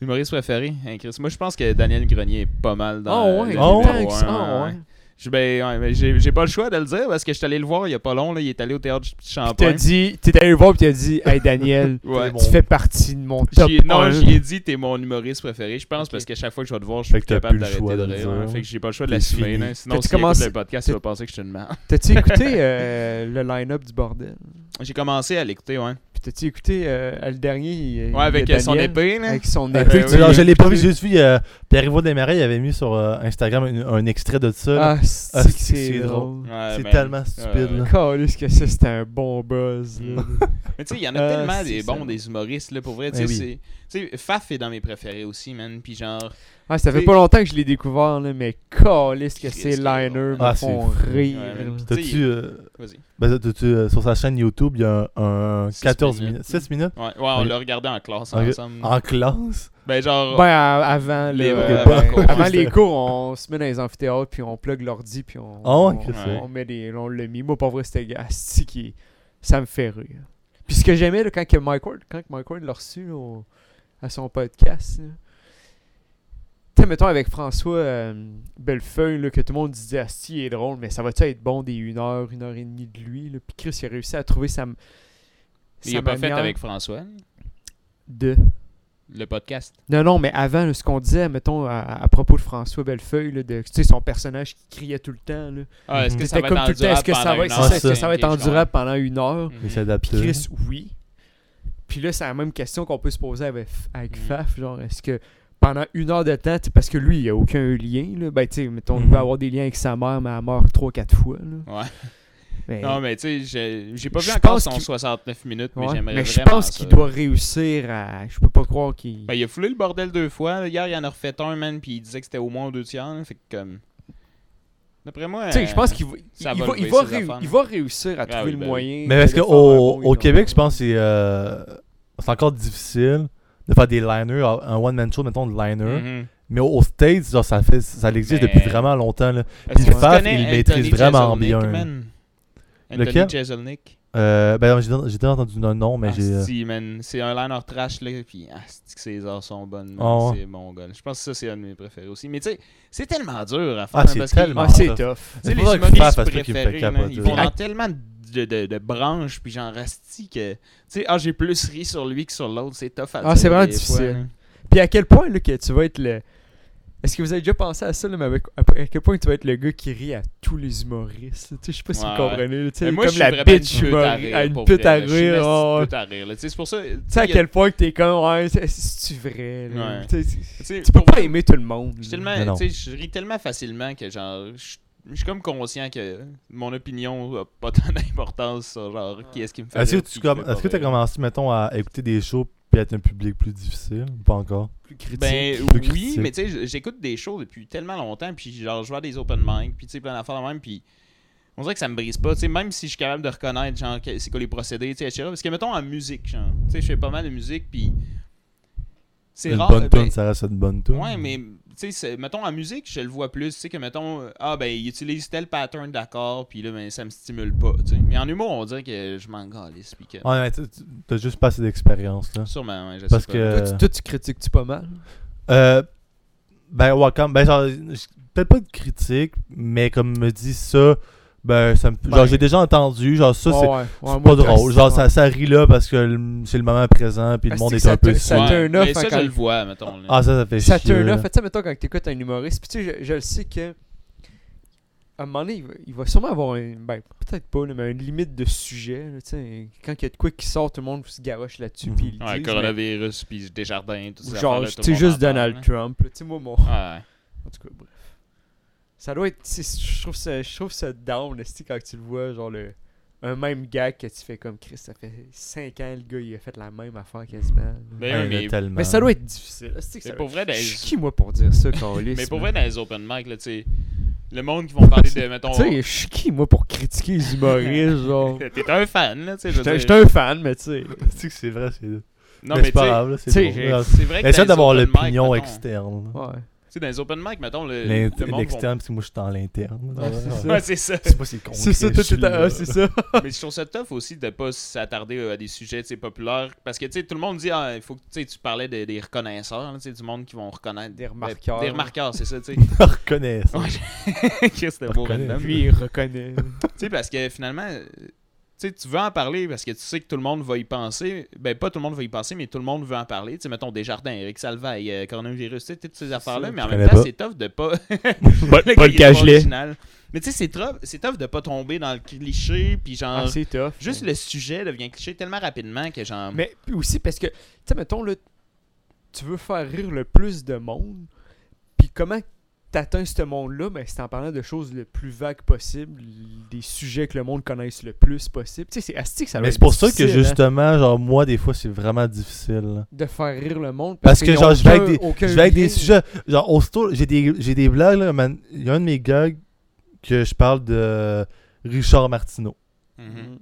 Speaker 1: Humoriste préféré, hein, Chris. Moi, je pense que Daniel Grenier est pas mal dans
Speaker 2: Oh, ouais,
Speaker 1: le
Speaker 3: oh,
Speaker 1: numéro
Speaker 2: ouais,
Speaker 1: un,
Speaker 2: oh,
Speaker 1: hein.
Speaker 2: ouais.
Speaker 1: Je- ben, ouais, mais j'ai j'ai pas le choix de le dire parce que je suis allé le voir il y a pas long. Là, il est allé au théâtre du Petit
Speaker 2: Tu t'as
Speaker 1: Champlain.
Speaker 2: dit, t'es allé le voir pis t'as dit, hey Daniel,
Speaker 1: Ouais.
Speaker 3: Bon.
Speaker 2: tu fais partie de mon top.
Speaker 1: J'y ai- non,
Speaker 2: un.
Speaker 1: j'y ai dit, t'es mon humoriste préféré, je pense,
Speaker 2: Ok.
Speaker 1: parce que chaque fois que je vais te voir, je
Speaker 3: Fait
Speaker 1: suis
Speaker 3: que t'as
Speaker 1: capable
Speaker 3: plus le
Speaker 1: d'arrêter
Speaker 3: choix
Speaker 1: de
Speaker 3: de le
Speaker 1: rire. hein.
Speaker 3: dire.
Speaker 1: Fait que j'ai pas le choix de
Speaker 3: T'es
Speaker 1: l'assumer.
Speaker 3: fini.
Speaker 1: là. Sinon,
Speaker 2: T'as-tu
Speaker 1: si commencé...
Speaker 2: commencé-
Speaker 1: le podcast, tu
Speaker 2: t'as-
Speaker 1: vas penser que je te demande.
Speaker 2: T'as-tu écouté euh, le line-up du bordel?
Speaker 1: J'ai commencé à l'écouter, ouais.
Speaker 2: Puis t'as-tu écouté euh, le dernier? il- il-
Speaker 1: Ouais, avec
Speaker 2: il y a
Speaker 1: euh, son
Speaker 2: Daniel,
Speaker 1: épée, là.
Speaker 2: Avec son
Speaker 1: Ah,
Speaker 3: Ah,
Speaker 1: ben
Speaker 2: épée.
Speaker 1: oui.
Speaker 3: tu- alors, je l'ai pas vu, j'ai juste vu euh, Pierre-Yves Desmarais, il avait mis sur euh, Instagram un, un extrait de ça. là.
Speaker 2: Ah, c'est
Speaker 3: Ah,
Speaker 2: que
Speaker 3: c'est-
Speaker 2: c'est
Speaker 3: c'est
Speaker 2: drôle.
Speaker 1: Ouais,
Speaker 3: c'est
Speaker 1: ben,
Speaker 3: tellement stupide.
Speaker 1: ouais.
Speaker 3: là.
Speaker 2: Calisse que ça, c'était un bon buzz. là.
Speaker 1: Mais tu sais, il y en a
Speaker 2: Euh,
Speaker 1: tellement
Speaker 2: c'est
Speaker 1: des
Speaker 2: ça.
Speaker 1: bons, des humoristes, là, pour vrai. Tu
Speaker 3: Ah, Ben
Speaker 1: sais,
Speaker 3: oui.
Speaker 1: c'est- tu sais, Faf est dans mes préférés aussi, man. Puis genre,
Speaker 2: Ah, ça fait
Speaker 1: T'sais-
Speaker 2: pas longtemps que je l'ai découvert, là, mais calisse que
Speaker 1: Christ,
Speaker 2: ces
Speaker 1: que-
Speaker 2: liners me
Speaker 3: Ah, c'est
Speaker 2: font
Speaker 3: fou.
Speaker 2: rire.
Speaker 1: Ouais, man.
Speaker 2: là.
Speaker 1: Tu sais,
Speaker 3: T'as-tu. euh,
Speaker 1: vas-y.
Speaker 3: ben, t'as-tu, euh, sur sa chaîne YouTube, il y a un, un
Speaker 1: Six
Speaker 3: 14
Speaker 1: minutes. Mm.
Speaker 3: minutes. 6 minutes
Speaker 1: Ouais, ouais, on
Speaker 3: Ok.
Speaker 1: l'a regardé en classe
Speaker 3: Ok.
Speaker 1: ensemble.
Speaker 3: En classe.
Speaker 1: Ben genre,
Speaker 2: Ben, à- avant,
Speaker 1: Les-
Speaker 2: le-
Speaker 1: euh,
Speaker 2: euh,
Speaker 1: avant les cours.
Speaker 2: avant les cours, on se met dans les amphithéâtres, puis on plug l'ordi, puis on,
Speaker 3: Ah ouais,
Speaker 2: on-
Speaker 3: Chris,
Speaker 1: ouais.
Speaker 2: on met des. On l'a mis. Moi, pour vrai, c'était asti qui. Ça me fait rire. Puis ce que j'aimais, là, quand que Mike Ward, quand que Mike Ward l'a reçu là, au- à son podcast, là, tu sais, mettons avec François euh, Bellefeuille, là, que tout le monde disait Asti, il est drôle, mais ça va-tu être bon des 1 heure, 1 heure et demie de lui là? Puis Chris, il a réussi à trouver sa. m-
Speaker 1: il
Speaker 2: sa
Speaker 1: a pas fait
Speaker 2: manière
Speaker 1: avec François,
Speaker 2: De.
Speaker 1: le podcast.
Speaker 2: Non, non, mais avant, là, ce qu'on disait, mettons, à, à propos de François Bellefeuille, là, de, tu sais, son personnage qui criait tout le temps. Là.
Speaker 1: Ah, est-ce que
Speaker 3: Mhm.
Speaker 1: ça
Speaker 2: C'était
Speaker 1: va
Speaker 2: comme
Speaker 1: être
Speaker 2: tout le temps, est-ce que ça va,
Speaker 1: endurable
Speaker 2: c'est
Speaker 1: pendant
Speaker 2: ça,
Speaker 1: une
Speaker 2: est-ce que
Speaker 1: heure
Speaker 2: ça va être
Speaker 1: cinq, genre?
Speaker 2: endurable pendant une heure?
Speaker 1: Mhm.
Speaker 3: Il s'adapte.
Speaker 2: Puis Mm. Chris, oui. Puis là, c'est la même question qu'on peut se poser avec, avec
Speaker 1: Mhm.
Speaker 2: Faf. Genre, est-ce que pendant une heure de temps, tu sais, parce que lui, il n'y a aucun lien, là, ben, tu sais, mettons, il
Speaker 3: Mhm.
Speaker 2: peut avoir des liens avec sa mère, mais elle meurt 3-4 fois. là.
Speaker 1: Mm-hmm. Ouais.
Speaker 2: Mais,
Speaker 1: Non, mais tu sais, j'ai- j'ai pas vu
Speaker 2: Je
Speaker 1: encore
Speaker 2: pense
Speaker 1: son
Speaker 2: qu'il-
Speaker 1: 69 minutes, mais
Speaker 2: ouais.
Speaker 1: j'aimerais
Speaker 2: Mais je
Speaker 1: vraiment
Speaker 2: pense
Speaker 1: ça.
Speaker 2: qu'il doit réussir à. Je peux pas croire qu'il.
Speaker 1: Ben, il a foulé le bordel deux fois. là. Hier, il en a refait un, man, puis il disait que c'était au moins deux tiers. là. Fait que, comme. D'après moi. euh,
Speaker 2: tu sais, je pense qu'il va,
Speaker 1: ça
Speaker 2: il
Speaker 1: va
Speaker 2: va,
Speaker 1: lever
Speaker 2: il va
Speaker 1: ses
Speaker 2: réu-
Speaker 1: affaires,
Speaker 2: il
Speaker 1: là.
Speaker 2: va réussir à
Speaker 1: Ah
Speaker 2: trouver
Speaker 1: oui,
Speaker 2: le
Speaker 1: ben oui.
Speaker 2: moyen.
Speaker 3: Mais est-ce
Speaker 2: de faire un
Speaker 3: qu'au
Speaker 2: bon
Speaker 3: au
Speaker 2: une
Speaker 3: Québec,
Speaker 2: heure.
Speaker 3: je pense que c'est euh, c'est encore difficile de faire des liners, un one-man show, mettons, de liner.
Speaker 1: Mhm.
Speaker 3: Mais au, au States, genre, ça, fait, ça existe
Speaker 1: Mais-
Speaker 3: depuis vraiment longtemps. Là.
Speaker 1: Est-ce que tu
Speaker 3: Faf,
Speaker 1: connais
Speaker 3: il
Speaker 1: Anthony
Speaker 3: maîtrise vraiment
Speaker 1: Jeselnik,
Speaker 3: bien.
Speaker 1: man? Anthony
Speaker 3: Lequel?
Speaker 1: Jeselnik.
Speaker 3: Euh, ben, j'ai j'ai déjà entendu le nom, mais j'ai. euh,
Speaker 1: Asti, man. Ah, C'est un liner trash, là. Puis, asti que ses heures sont bonnes. man.
Speaker 3: Ah ouais.
Speaker 1: C'est mon gars. Je pense que ça, c'est un de mes préférés aussi. Mais tu sais, c'est tellement dur à faire.
Speaker 3: Ah,
Speaker 1: man,
Speaker 3: c'est
Speaker 1: hein, parce que-
Speaker 3: tellement.
Speaker 2: Ah, c'est tough.
Speaker 1: Tu sais,
Speaker 3: C'est
Speaker 1: les
Speaker 3: pour ça que
Speaker 1: humoristes
Speaker 3: Faf, à ce truc, il me fait
Speaker 1: préférés, là,
Speaker 3: capoter.
Speaker 1: ils vont
Speaker 2: Puis-
Speaker 1: dans tellement de, de- de branches, puis genre rasti que. Tu sais, ah, j'ai plus ri sur lui que sur l'autre, c'est tough à
Speaker 2: Ah,
Speaker 1: dire
Speaker 2: c'est vraiment
Speaker 1: des fois,
Speaker 2: difficile.
Speaker 1: là.
Speaker 2: Puis à quel point là, que tu vas être le. Est-ce que vous avez déjà pensé à ça, là, mais avec- à quel point tu vas être le gars qui rit à tous les humoristes? là? Tu sais, je sais pas si
Speaker 1: Ouais,
Speaker 2: vous comprenez. là, tu sais,
Speaker 1: Mais moi,
Speaker 2: comme
Speaker 1: je suis
Speaker 2: la
Speaker 1: vraiment
Speaker 2: bitch
Speaker 1: une pute à
Speaker 2: humoriste.
Speaker 1: rire.
Speaker 2: à Une
Speaker 1: pour
Speaker 2: pute
Speaker 1: vrai,
Speaker 2: à
Speaker 1: là. Je suis une
Speaker 2: rire.
Speaker 1: esti
Speaker 2: oh,
Speaker 1: de
Speaker 2: Tu
Speaker 1: pute à rire, là. Tu sais, c'est pour ça. Tu
Speaker 2: sais, à
Speaker 1: il y a-
Speaker 2: quel point que t'es comme, ouais, c'est- c'est-tu vrai? là?
Speaker 1: Ouais.
Speaker 2: Tu sais, c'est-
Speaker 1: tu sais,
Speaker 2: Tu peux
Speaker 1: pour
Speaker 2: pas
Speaker 1: vrai,
Speaker 2: aimer tout le monde.
Speaker 1: je suis
Speaker 2: là.
Speaker 1: tellement-
Speaker 3: Mais non.
Speaker 1: tu sais, je ris tellement facilement que genre. Je je suis comme conscient que mon opinion a pas tant d'importance sur genre qui est-ce qui me fait.
Speaker 3: Est-ce
Speaker 1: rire,
Speaker 3: que
Speaker 1: qui
Speaker 3: tu
Speaker 1: me
Speaker 3: comme-
Speaker 1: fait pas
Speaker 3: est-ce que t'as
Speaker 1: rire.
Speaker 3: commencé, mettons, à écouter des shows puis à être un public plus difficile ou pas encore
Speaker 2: Plus critique.
Speaker 1: Ben oui,
Speaker 3: plus critique.
Speaker 1: mais tu sais, j- j'écoute des shows depuis tellement longtemps, puis genre, je vois des open mic, puis tu sais, plein d'affaires de même, puis on dirait que ça me brise pas, tu sais, même si je suis capable de reconnaître, genre, que- c'est quoi les procédés, tu sais, etc. Parce que mettons en musique, genre, tu sais, je fais pas mal de musique, puis c'est
Speaker 3: Une
Speaker 1: rare.
Speaker 3: bonne
Speaker 1: ben,
Speaker 3: tune, ça reste une bonne tune.
Speaker 1: Ouais, mais tu sais, c'est- mettons en musique, je le vois plus, tu sais, que mettons, euh, ah ben, il utilise tel pattern d'accord, puis là, ben, ça me stimule pas, tu sais. Mais en humour, on dirait que je m'en galisse, puis que.
Speaker 3: Ouais, Ah, mais tu- tu- t'as juste pas assez d'expérience, là.
Speaker 1: Sûrement, ouais, je
Speaker 3: Parce
Speaker 1: sais
Speaker 3: que-
Speaker 1: pas.
Speaker 2: Toi, tu- toi, tu critiques-tu pas mal?
Speaker 3: Euh, ben, ouais, comme, ben, genre, j- peut-être pas de critique, mais comme me dit ça, ben, ça me.
Speaker 1: Ben.
Speaker 3: Genre, j'ai déjà entendu, genre, ça, c'est. c'est pas drôle. Genre, ça, ça rit là parce que le- c'est le moment présent puis le
Speaker 2: Ah,
Speaker 3: monde
Speaker 2: c'est
Speaker 3: est
Speaker 2: que
Speaker 3: un
Speaker 2: ça
Speaker 3: peu.
Speaker 2: te- ça
Speaker 3: saoul.
Speaker 2: te- turn off
Speaker 1: mais ça,
Speaker 2: à
Speaker 1: je
Speaker 2: quand-
Speaker 1: le vois, mettons. là.
Speaker 3: Ah, ça, ça fait
Speaker 2: Ça
Speaker 3: chier.
Speaker 2: turn
Speaker 3: là.
Speaker 2: off. Tu sais, mettons, quand t'écoutes un humoriste, puis tu sais, je, je le sais que. À un moment donné, il va, il va sûrement avoir un. Ben, peut-être pas, là, mais une limite de sujet. là, tu sais, quand il y a de quoi qui sort, tout le monde se garoche là-dessus.
Speaker 3: Mhm.
Speaker 2: puis ils le
Speaker 1: Ouais,
Speaker 2: disent,
Speaker 1: coronavirus, puis Desjardins, tout
Speaker 2: mais- ou
Speaker 1: ça.
Speaker 2: genre, tu sais, juste Donald
Speaker 1: hein.
Speaker 2: Trump. là, Tu sais, moi, mon.
Speaker 1: Ouais.
Speaker 2: En tout cas, bref. Ça doit être. c'est- Je trouve ça, je trouve ça down, esti, quand tu le vois, genre, le, un même gag que tu fais comme Chris. Ça fait 5 ans, le gars, il a fait la même affaire quasiment. là.
Speaker 1: Ben,
Speaker 3: Ouais,
Speaker 1: ouais,
Speaker 3: là,
Speaker 1: mais,
Speaker 3: tellement.
Speaker 2: Mais ça doit être difficile. esti, que
Speaker 1: mais
Speaker 2: ça-
Speaker 1: pour vrai, dans
Speaker 2: Je
Speaker 1: les,
Speaker 2: suis qui, moi, pour dire ça, Carlis?
Speaker 1: mais pour vrai, dans les open mic, là, tu sais, le monde qui vont parler de, mettons,
Speaker 2: Tu sais, je suis qui, moi, pour critiquer les humoristes, genre.
Speaker 1: t'es un fan, là, tu sais, je veux
Speaker 2: J'étais
Speaker 1: dire.
Speaker 2: j'étais un fan, mais tu sais.
Speaker 3: Tu sais que c'est vrai, c'est.
Speaker 1: Non,
Speaker 3: mais
Speaker 1: mais
Speaker 3: c'est
Speaker 1: tu
Speaker 3: pas
Speaker 1: sais,
Speaker 3: grave, là, c'est
Speaker 2: tu sais,
Speaker 3: drôle.
Speaker 2: j'ai-
Speaker 3: Ah,
Speaker 1: c'est vrai que
Speaker 3: Essaie
Speaker 1: dans les
Speaker 3: d'avoir
Speaker 1: open mic,
Speaker 3: l'opinion
Speaker 1: mettons,
Speaker 3: externe. là.
Speaker 2: Ouais.
Speaker 1: tu sais, sais, dans les open mic, mettons, le,
Speaker 3: L'in-
Speaker 1: le monde vont-
Speaker 3: L'externe, parce que moi, je suis en l'interne.
Speaker 2: Ouais, c'est ça.
Speaker 1: Ouais, c'est ça.
Speaker 3: C'est pas si con.
Speaker 2: C'est ça, tout est à- ah, c'est ça.
Speaker 1: Mais je trouve ça tough aussi de pas s'attarder euh, à des sujets tu sais, populaires. Parce que tu sais, tout le monde dit, ah, il faut que tu sais, tu parlais des, des reconnaisseurs, là, tu sais, du monde qui vont reconnaître.
Speaker 2: Des remarqueurs.
Speaker 1: Ben, Des remarqueurs, c'est ça, tu sais.
Speaker 3: Reconnais ça.
Speaker 1: Ouais, Chris, c'était beau
Speaker 3: Reconnaître.
Speaker 1: random.
Speaker 2: Lui, il reconnaît.
Speaker 1: Tu sais, parce que finalement, euh, tu sais, tu veux en parler parce que tu sais que tout le monde va y penser. Ben, pas tout le monde va y penser, mais tout le monde veut en parler. Tu sais, mettons Desjardins, Eric Salvaille, euh, Coronavirus, tu sais, toutes ces affaires-là.
Speaker 2: ça,
Speaker 1: Mais en
Speaker 3: je
Speaker 1: même
Speaker 3: connais
Speaker 1: temps,
Speaker 3: pas.
Speaker 1: c'est tough de pas.
Speaker 4: Paul,
Speaker 1: Le gars,
Speaker 4: Paul
Speaker 1: il est pas
Speaker 4: Cagelet.
Speaker 1: original. Mais tu sais, c'est tough, c'est tough de pas tomber dans le cliché, puis genre.
Speaker 2: Ah, c'est tough.
Speaker 1: Juste le sujet devient cliché tellement rapidement que genre.
Speaker 2: Mais puis aussi parce que, tu sais, mettons, là, tu veux faire rire le plus de monde, puis comment t'atteins ce monde-là? Ben, c'est en parlant de choses le plus vagues possible, des sujets que le monde connaisse le plus possible. Tu sais, c'est astique, ça va
Speaker 3: Mais
Speaker 2: être
Speaker 3: c'est pour ça que
Speaker 2: difficile, hein,
Speaker 3: justement, genre, moi, des fois, c'est vraiment difficile. là.
Speaker 2: de faire rire le monde.
Speaker 3: Parce que,
Speaker 2: qu'ils
Speaker 3: genre,
Speaker 2: ont
Speaker 3: je vais avec
Speaker 2: aucun-
Speaker 3: des,
Speaker 2: aucun
Speaker 3: je vais avec
Speaker 2: lien.
Speaker 3: des sujets. Genre, aussitôt, j'ai des, j'ai des blagues, là. man. Il y a un de mes gags que je parle de Richard Martineau.
Speaker 1: Mhm.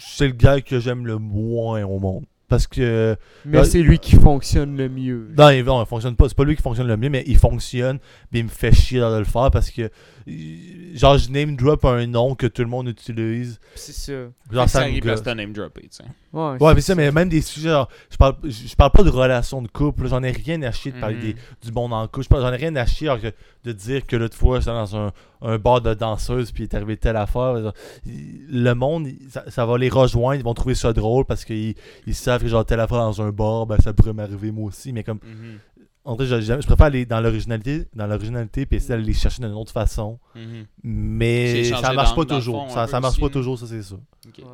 Speaker 3: C'est le gag que j'aime le moins au monde. Parce que.
Speaker 2: Mais
Speaker 3: Ouais.
Speaker 2: c'est lui qui fonctionne le mieux.
Speaker 3: Non, il, non, il fonctionne pas. C'est pas lui qui fonctionne le mieux, mais il fonctionne. Puis il me fait chier de le faire parce que. il- Genre, je name drop un nom que tout le monde utilise.
Speaker 2: C'est ça.
Speaker 1: Fait
Speaker 3: Genre,
Speaker 1: que ça
Speaker 3: ça me
Speaker 1: arrive parce
Speaker 3: gosse.
Speaker 1: que t'as name droppé, tu sais.
Speaker 2: Ouais,
Speaker 3: Ouais, mais ça, mais même des sujets, genre, je parle, je, je parle pas de relations de couple, là, j'en ai rien à chier de parler
Speaker 1: Mhm.
Speaker 3: des- du monde en couple, Je parle- j'en ai rien à chier alors que de dire que l'autre fois, j'étais dans un, un bar de danseuses, puis il est arrivé telle affaire. genre, il- le monde, il- ça, ça va les rejoindre, ils vont trouver ça drôle parce qu'ils ils savent que, genre, telle affaire dans un bar, ben, ça pourrait m'arriver moi aussi, mais comme,
Speaker 1: Mhm.
Speaker 3: en vrai, je, je préfère aller dans l'originalité, dans l'originalité, puis essayer d'aller les chercher d'une autre façon,
Speaker 1: Mhm.
Speaker 3: mais
Speaker 1: C'est
Speaker 3: ça
Speaker 1: changer
Speaker 3: marche
Speaker 1: dans-
Speaker 3: pas
Speaker 1: dans le
Speaker 3: toujours,
Speaker 1: fond un
Speaker 3: ça,
Speaker 1: peu
Speaker 3: ça marche
Speaker 1: aussi, hein.
Speaker 3: pas
Speaker 1: là.
Speaker 3: toujours, ça, c'est ça.
Speaker 1: Ok.
Speaker 2: Ouais.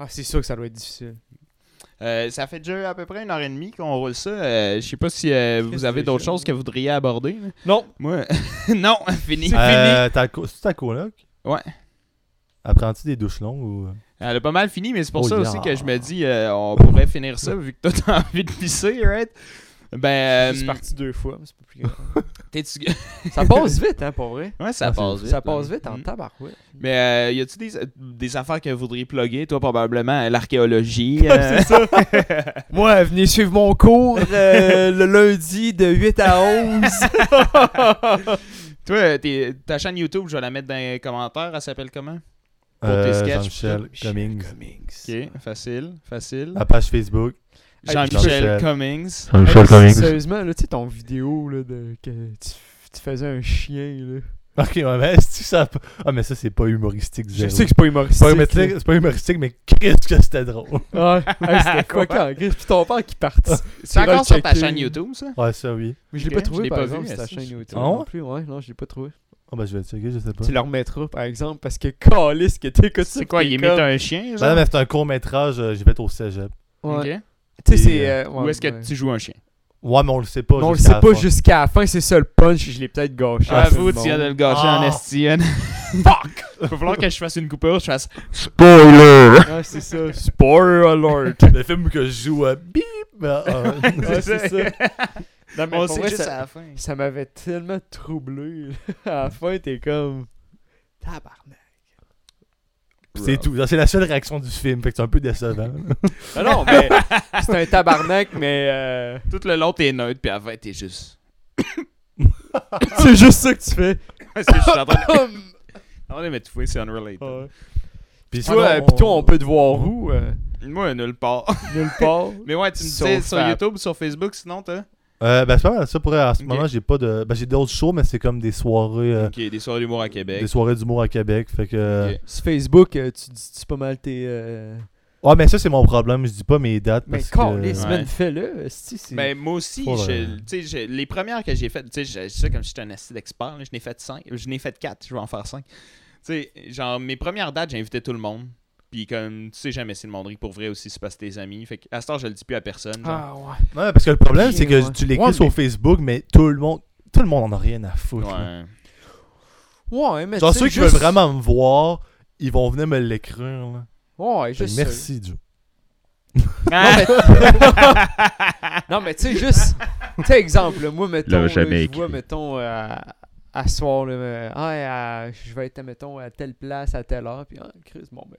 Speaker 2: Ah, c'est sûr que ça doit être difficile.
Speaker 1: Euh, ça fait déjà à peu près une heure et demie qu'on roule ça. Euh, je sais pas si euh, vous
Speaker 2: Qu'est-ce
Speaker 1: avez
Speaker 2: que
Speaker 1: d'autres
Speaker 2: j'ai?
Speaker 1: choses que vous voudriez aborder. là.
Speaker 2: Non,
Speaker 1: Moi, non, fini.
Speaker 3: Euh, ta co- C'est ta coloc?
Speaker 1: Ouais.
Speaker 3: Apprends-tu des douches longues ou.
Speaker 1: Elle a pas mal fini, mais c'est pour
Speaker 3: Oh
Speaker 1: ça
Speaker 3: yeah.
Speaker 1: aussi que je me dis, euh, on pourrait finir ça vu que toi t'as envie de pisser, right? Ben,
Speaker 2: c'est
Speaker 1: euh,
Speaker 2: parti deux fois. mais c'est pas plus grave.
Speaker 1: t'es-tu-
Speaker 2: ça passe vite, hein, pour vrai.
Speaker 1: ouais, ça
Speaker 3: Ah, c'est-
Speaker 1: passe vite.
Speaker 2: ça passe
Speaker 1: là.
Speaker 2: vite hein. en
Speaker 1: Mm.
Speaker 2: tabarouette.
Speaker 1: Mais euh, y a-tu des, des affaires que vous voudriez plugger? Toi, probablement, euh, l'archéologie. euh,
Speaker 2: Moi, venez suivre mon cours euh, le lundi de 8 à 11.
Speaker 1: Toi, euh, t'es- ta chaîne YouTube, je vais la mettre dans les commentaires. Elle s'appelle comment? Pour tes sketchs,
Speaker 3: euh, Jean-Michel Cummings.
Speaker 1: Ok, facile, facile.
Speaker 3: La page Facebook.
Speaker 1: Jean-Michel
Speaker 3: Jean-Michel.
Speaker 1: Cummings.
Speaker 2: Hey, Sérieusement, là, tu sais, ton vidéo là, de, que tu, tu faisais un chien. Là.
Speaker 3: Ok, ouais, mais est-ce que ça. a pas- Ah, mais ça, c'est pas humoristique.
Speaker 2: Je
Speaker 3: zéro.
Speaker 2: sais que c'est pas
Speaker 3: C'est pas,
Speaker 2: humoristique.
Speaker 3: humoristique, c'est pas humoristique, mais qu'est-ce que c'était drôle.
Speaker 2: là. Ouais, Hey, c'était
Speaker 1: Quoi?
Speaker 2: fuckant. Chris, puis ton père qui participe.
Speaker 1: C'est encore sur ta
Speaker 2: checker.
Speaker 1: chaîne YouTube, ça?
Speaker 3: Ouais, ça, oui.
Speaker 2: Mais je l'ai
Speaker 1: Ok, je
Speaker 2: pas
Speaker 1: l'ai
Speaker 2: trouvé, par
Speaker 1: pas
Speaker 2: exemple,
Speaker 1: vu,
Speaker 2: sur ta
Speaker 1: est-ce que
Speaker 2: chaîne
Speaker 1: je-
Speaker 2: YouTube.
Speaker 3: Ah
Speaker 2: non
Speaker 3: ouais?
Speaker 2: plus, ouais, non, je l'ai pas trouvé.
Speaker 3: Ah, bah, je vais le checker, je sais pas.
Speaker 2: Tu le remettras, par exemple, parce que calice que t'écoutes ça.
Speaker 1: C'est quoi,
Speaker 2: puis
Speaker 1: il
Speaker 2: t'es
Speaker 1: émet un chien,
Speaker 3: Non,
Speaker 1: genre?
Speaker 3: Ben, mais c'est un court-métrage, euh, j'ai fait au cégep.
Speaker 2: comme- Ouais.
Speaker 1: Ok.
Speaker 2: Tu sais,
Speaker 3: Et,
Speaker 2: c'est. euh,
Speaker 1: Où
Speaker 2: ouais,
Speaker 1: est-ce que
Speaker 2: ouais.
Speaker 1: tu joues un chien?
Speaker 3: Ouais, mais on le sait pas.
Speaker 2: Mais on le
Speaker 3: jusqu'à
Speaker 2: sait
Speaker 3: la
Speaker 2: pas
Speaker 3: fin.
Speaker 2: jusqu'à la fin, c'est ça le punch, je l'ai peut-être gâché. Ah, à tout le
Speaker 1: J'avoue, Ah, tu
Speaker 2: monde.
Speaker 1: viens de le gâcher en
Speaker 3: Ah.
Speaker 1: estienne. Fuck! Il va falloir que je fasse une coupure, je fasse
Speaker 4: Spoiler!
Speaker 2: Ouais, Ah, c'est ça. Spoiler alert.
Speaker 3: Le film que je joue à bip. ah, ah.
Speaker 2: Ouais, c'est ça. Non, mais
Speaker 1: On
Speaker 2: pour
Speaker 1: sait
Speaker 2: vrai,
Speaker 1: juste
Speaker 2: ça,
Speaker 1: à la fin.
Speaker 2: ça m'avait tellement troublé. à la fin, t'es comme. Tabarnak.
Speaker 3: c'est tout. Ça, C'est la seule réaction du film, fait que c'est un peu décevant.
Speaker 2: Non, non, mais c'est un tabarnak, mais. euh,
Speaker 1: Tout le long, t'es neutre, puis avant, t'es juste.
Speaker 2: c'est juste ça que tu fais.
Speaker 1: Parce que je suis en train de. On est m'étouffer, c'est unrelated.
Speaker 3: Puis
Speaker 2: Puis toi,
Speaker 3: sinon,
Speaker 2: euh, puis toi, on peut te voir où euh,
Speaker 1: Moi, nulle part.
Speaker 2: Nulle part.
Speaker 1: Mais ouais, tu me
Speaker 2: Sauf
Speaker 1: disais sur
Speaker 2: à-
Speaker 1: YouTube, sur Facebook, sinon, t'as.
Speaker 3: Euh, ben, c'est pas mal ça pour en ce
Speaker 1: Ok.
Speaker 3: moment j'ai pas de ben, j'ai d'autres shows mais c'est comme des soirées euh,
Speaker 1: Ok, des soirées d'humour à
Speaker 3: des
Speaker 1: Québec.
Speaker 3: soirées d'humour à Québec fait que euh,
Speaker 1: Ok.
Speaker 2: Sur Facebook, euh, tu dis tu pas mal tes. euh,
Speaker 3: ah mais ça c'est mon problème je dis pas mes dates
Speaker 2: Mais
Speaker 3: parce
Speaker 2: calice,
Speaker 3: que
Speaker 1: Ouais.
Speaker 2: man, fais-le. esti, c'est-
Speaker 1: Mais Ben, moi aussi,
Speaker 3: Faut,
Speaker 1: je-
Speaker 3: euh,
Speaker 1: tu sais, je- les premières que j'ai faites, tu sais, je je dis ça comme si j'étais un acide expert, là, je n'ai fait 5, je n'ai fait 4, je vais en faire 5. Tu sais, genre, mes premières dates, j'invitais tout le monde. Puis comme, tu sais jamais si le monde rit pour vrai aussi, c'est parce que tes amis. Fait que, à ce temps, je le dis plus à personne. genre.
Speaker 2: Ah ouais.
Speaker 3: Ouais, parce que le problème c'est que
Speaker 2: Ouais.
Speaker 3: tu l'écris
Speaker 2: euh, Ouais,
Speaker 3: sur
Speaker 2: mais-
Speaker 3: Facebook mais tout le monde tout le monde en a rien à foutre là.
Speaker 1: ouais.
Speaker 2: Ouais, mais
Speaker 3: genre
Speaker 2: tu sais,
Speaker 3: ceux qui veulent
Speaker 2: juste-
Speaker 3: vraiment me voir ils vont venir me l'écrire là. Fait
Speaker 2: Ouais,
Speaker 3: que
Speaker 2: juste. ça.
Speaker 3: merci Joe
Speaker 2: Non, mais tu sais, juste. Tu sais, exemple, là, moi, mettons.
Speaker 4: L'aurait
Speaker 2: là,
Speaker 4: jamais
Speaker 2: je vois,
Speaker 4: écrit.
Speaker 2: mettons, euh, à soir, là, euh, ah, à- je vais être, mettons, à telle place, à telle heure, puis, ah, Chris, bon, ben.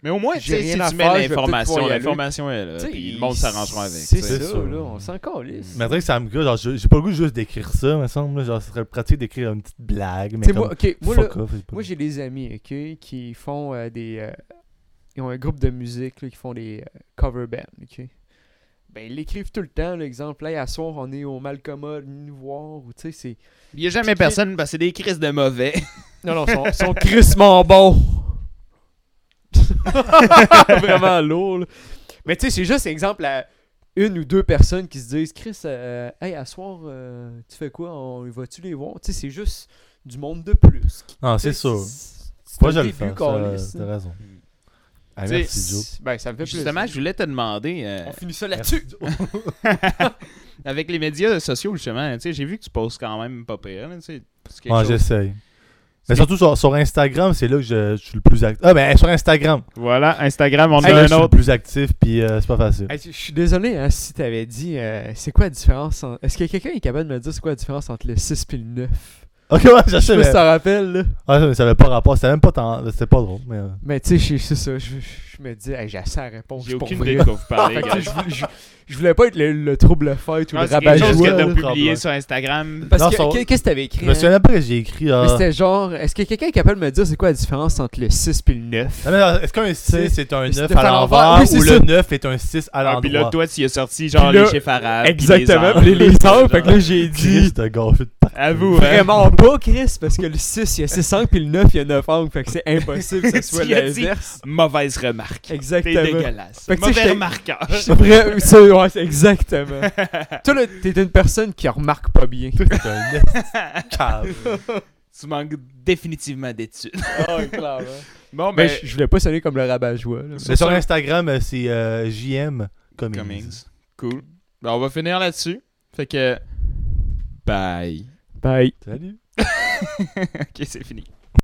Speaker 1: Mais au moins, tu
Speaker 2: J'ai
Speaker 1: sais,
Speaker 2: rien
Speaker 1: si
Speaker 2: à
Speaker 1: tu mets
Speaker 2: faire, je vais peut-être
Speaker 1: l'information,
Speaker 2: pas y aller.
Speaker 1: l'information est là.
Speaker 2: T'sais,
Speaker 1: Euh, Puis le monde s'arrangera avec.
Speaker 2: C'est
Speaker 1: tu
Speaker 2: ça,
Speaker 1: sais.
Speaker 3: ça.
Speaker 2: là. On s'en calisse.
Speaker 3: Mais on dirait que ça me gars, genre, je- j'ai pas le goût juste d'écrire ça, me semble. là. Genre, ce serait pratique d'écrire une petite blague, mais
Speaker 2: T'sais,
Speaker 3: comme,
Speaker 2: moi, ok, moi, là,
Speaker 3: fuck off. c'est pas-
Speaker 2: Moi, j'ai des amis, OK, qui font euh, des... euh, ils ont un groupe de musique, là, qui font des euh, cover bands, OK? Ben, ils l'écrivent tout le temps, l'exemple. Là, à soir, on est au Malcoma, nous voir, ou tu sais, c'est...
Speaker 1: Il n'y a jamais personne, parce que c'est des crises de mauvais.
Speaker 2: Non, non, ils sont, ils sont crissement bons! Vraiment lourd, là. Mais tu sais, c'est juste exemple à une ou deux personnes qui se disent « Chris, euh, hey, à soir, euh, tu fais quoi? On va-tu les voir? » Tu sais, c'est juste du monde de plus.
Speaker 3: Non, Ah, c'est
Speaker 2: Tu sais,
Speaker 3: sûr.
Speaker 2: c'est
Speaker 3: Moi,
Speaker 2: un
Speaker 3: je le
Speaker 2: début,
Speaker 3: fais.
Speaker 2: câlisse,
Speaker 3: T'as
Speaker 2: là.
Speaker 3: raison.
Speaker 1: Hmm.
Speaker 3: Ah,
Speaker 1: T'sais,
Speaker 3: merci, Joe.
Speaker 2: Ben, ça me fait plaisir.
Speaker 1: Justement, je voulais te demander, euh,
Speaker 2: On finit ça
Speaker 3: là-dessus.
Speaker 2: là-dessus.
Speaker 1: avec les médias sociaux, justement, tu sais, j'ai vu que tu postes quand même pas pire. là, tu sais, c'est quelque
Speaker 3: Ouais,
Speaker 1: chose.
Speaker 3: j'essaye.
Speaker 1: C'est-
Speaker 3: Mais surtout sur, sur Instagram, c'est là que je, je suis le plus actif. Ah, ben sur Instagram.
Speaker 1: Voilà, Instagram, on
Speaker 3: C'est
Speaker 1: a
Speaker 3: là que
Speaker 1: un
Speaker 3: je suis le
Speaker 1: autre.
Speaker 3: plus actif, puis euh, c'est pas facile.
Speaker 2: je suis désolé hein, si t'avais dit euh, c'est quoi la différence. en- Est-ce que quelqu'un est capable de me dire c'est quoi la différence entre le 6 et le 9
Speaker 3: Ok, ouais, je
Speaker 2: Je sais
Speaker 3: sais,
Speaker 2: pas si
Speaker 3: mais...
Speaker 2: t'en rappelles. Là.
Speaker 3: Ah, ça, mais ça avait pas rapport. C'était même pas tant. C'était pas drôle, mais. euh,
Speaker 2: Mais tu sais, je- c'est ça. Je, je- je me dis, hey, j'ai assez à répondre.
Speaker 1: J'ai
Speaker 2: je suis
Speaker 1: aucune
Speaker 2: pour
Speaker 1: idée de quoi
Speaker 2: vrai. Ah,
Speaker 1: vous parlez,
Speaker 2: Fait que,
Speaker 1: gars.
Speaker 2: tu sais, je, voulais- je- je voulais pas être le, le trouble fête ou
Speaker 1: Ah,
Speaker 2: le
Speaker 1: c'est quelque chose que
Speaker 2: rabat-joie.
Speaker 1: t'as
Speaker 2: là.
Speaker 1: publié
Speaker 3: Problème.
Speaker 1: sur Instagram.
Speaker 2: Parce
Speaker 3: Non,
Speaker 2: que,
Speaker 3: son-
Speaker 2: qu'est- qu'est-ce que t'avais écrit
Speaker 3: Je me
Speaker 2: hein?
Speaker 3: souviens pas que j'ai écrit. euh,
Speaker 2: Mais c'était genre, est-ce que quelqu'un est capable de me dire c'est quoi la différence entre le 6 et le 9
Speaker 3: Non, mais, euh, Est-ce qu'un 6
Speaker 2: C'est-
Speaker 3: est un
Speaker 2: c'est
Speaker 3: 9
Speaker 2: fait
Speaker 3: à
Speaker 2: à l'envers.
Speaker 3: l'envers
Speaker 2: Oui, c'est
Speaker 3: ou le
Speaker 2: ça.
Speaker 3: 9 est un 6 à
Speaker 1: Ah, puis là,
Speaker 3: l'endroit
Speaker 1: toi, tu y as sorti genre
Speaker 2: Puis là,
Speaker 1: les chiffres arabes. Ah, puis les angles,
Speaker 2: puis les angles.
Speaker 1: genre.
Speaker 2: Fait que là, j'ai dit.
Speaker 3: Chris, t'as gâché de partout.
Speaker 1: À vous, hein.
Speaker 2: Vraiment pas, Chris, parce que le 6, il y a 6 angles, puis le 9, il y a 9 angles, fait que c'est impossible que ce soit
Speaker 1: Tu as dit.
Speaker 2: l'inverse.
Speaker 1: Mauvaise remarque. T'es
Speaker 2: Exactement.
Speaker 1: dégueulasse.
Speaker 2: Fait que tu sais,
Speaker 1: Mauvais
Speaker 2: j'étais-
Speaker 1: remarqueur.
Speaker 2: C'est vrai, c'est- ouais, c'est exactement. Toi, là, t'es une personne qui remarque pas bien.
Speaker 3: Toi, t'es un esti de cave.
Speaker 1: Tu manques définitivement d'études. Bon, ben,
Speaker 2: Mais je je voulais pas sonner comme le rabat-joie. là.
Speaker 3: Mais sur Instagram, euh, c'est euh, JM Cummings.
Speaker 1: Cummings. Cool. Ben, on va finir là-dessus. Fait que. Bye.
Speaker 2: Bye. Ben,
Speaker 3: Salut.
Speaker 1: ok, c'est fini.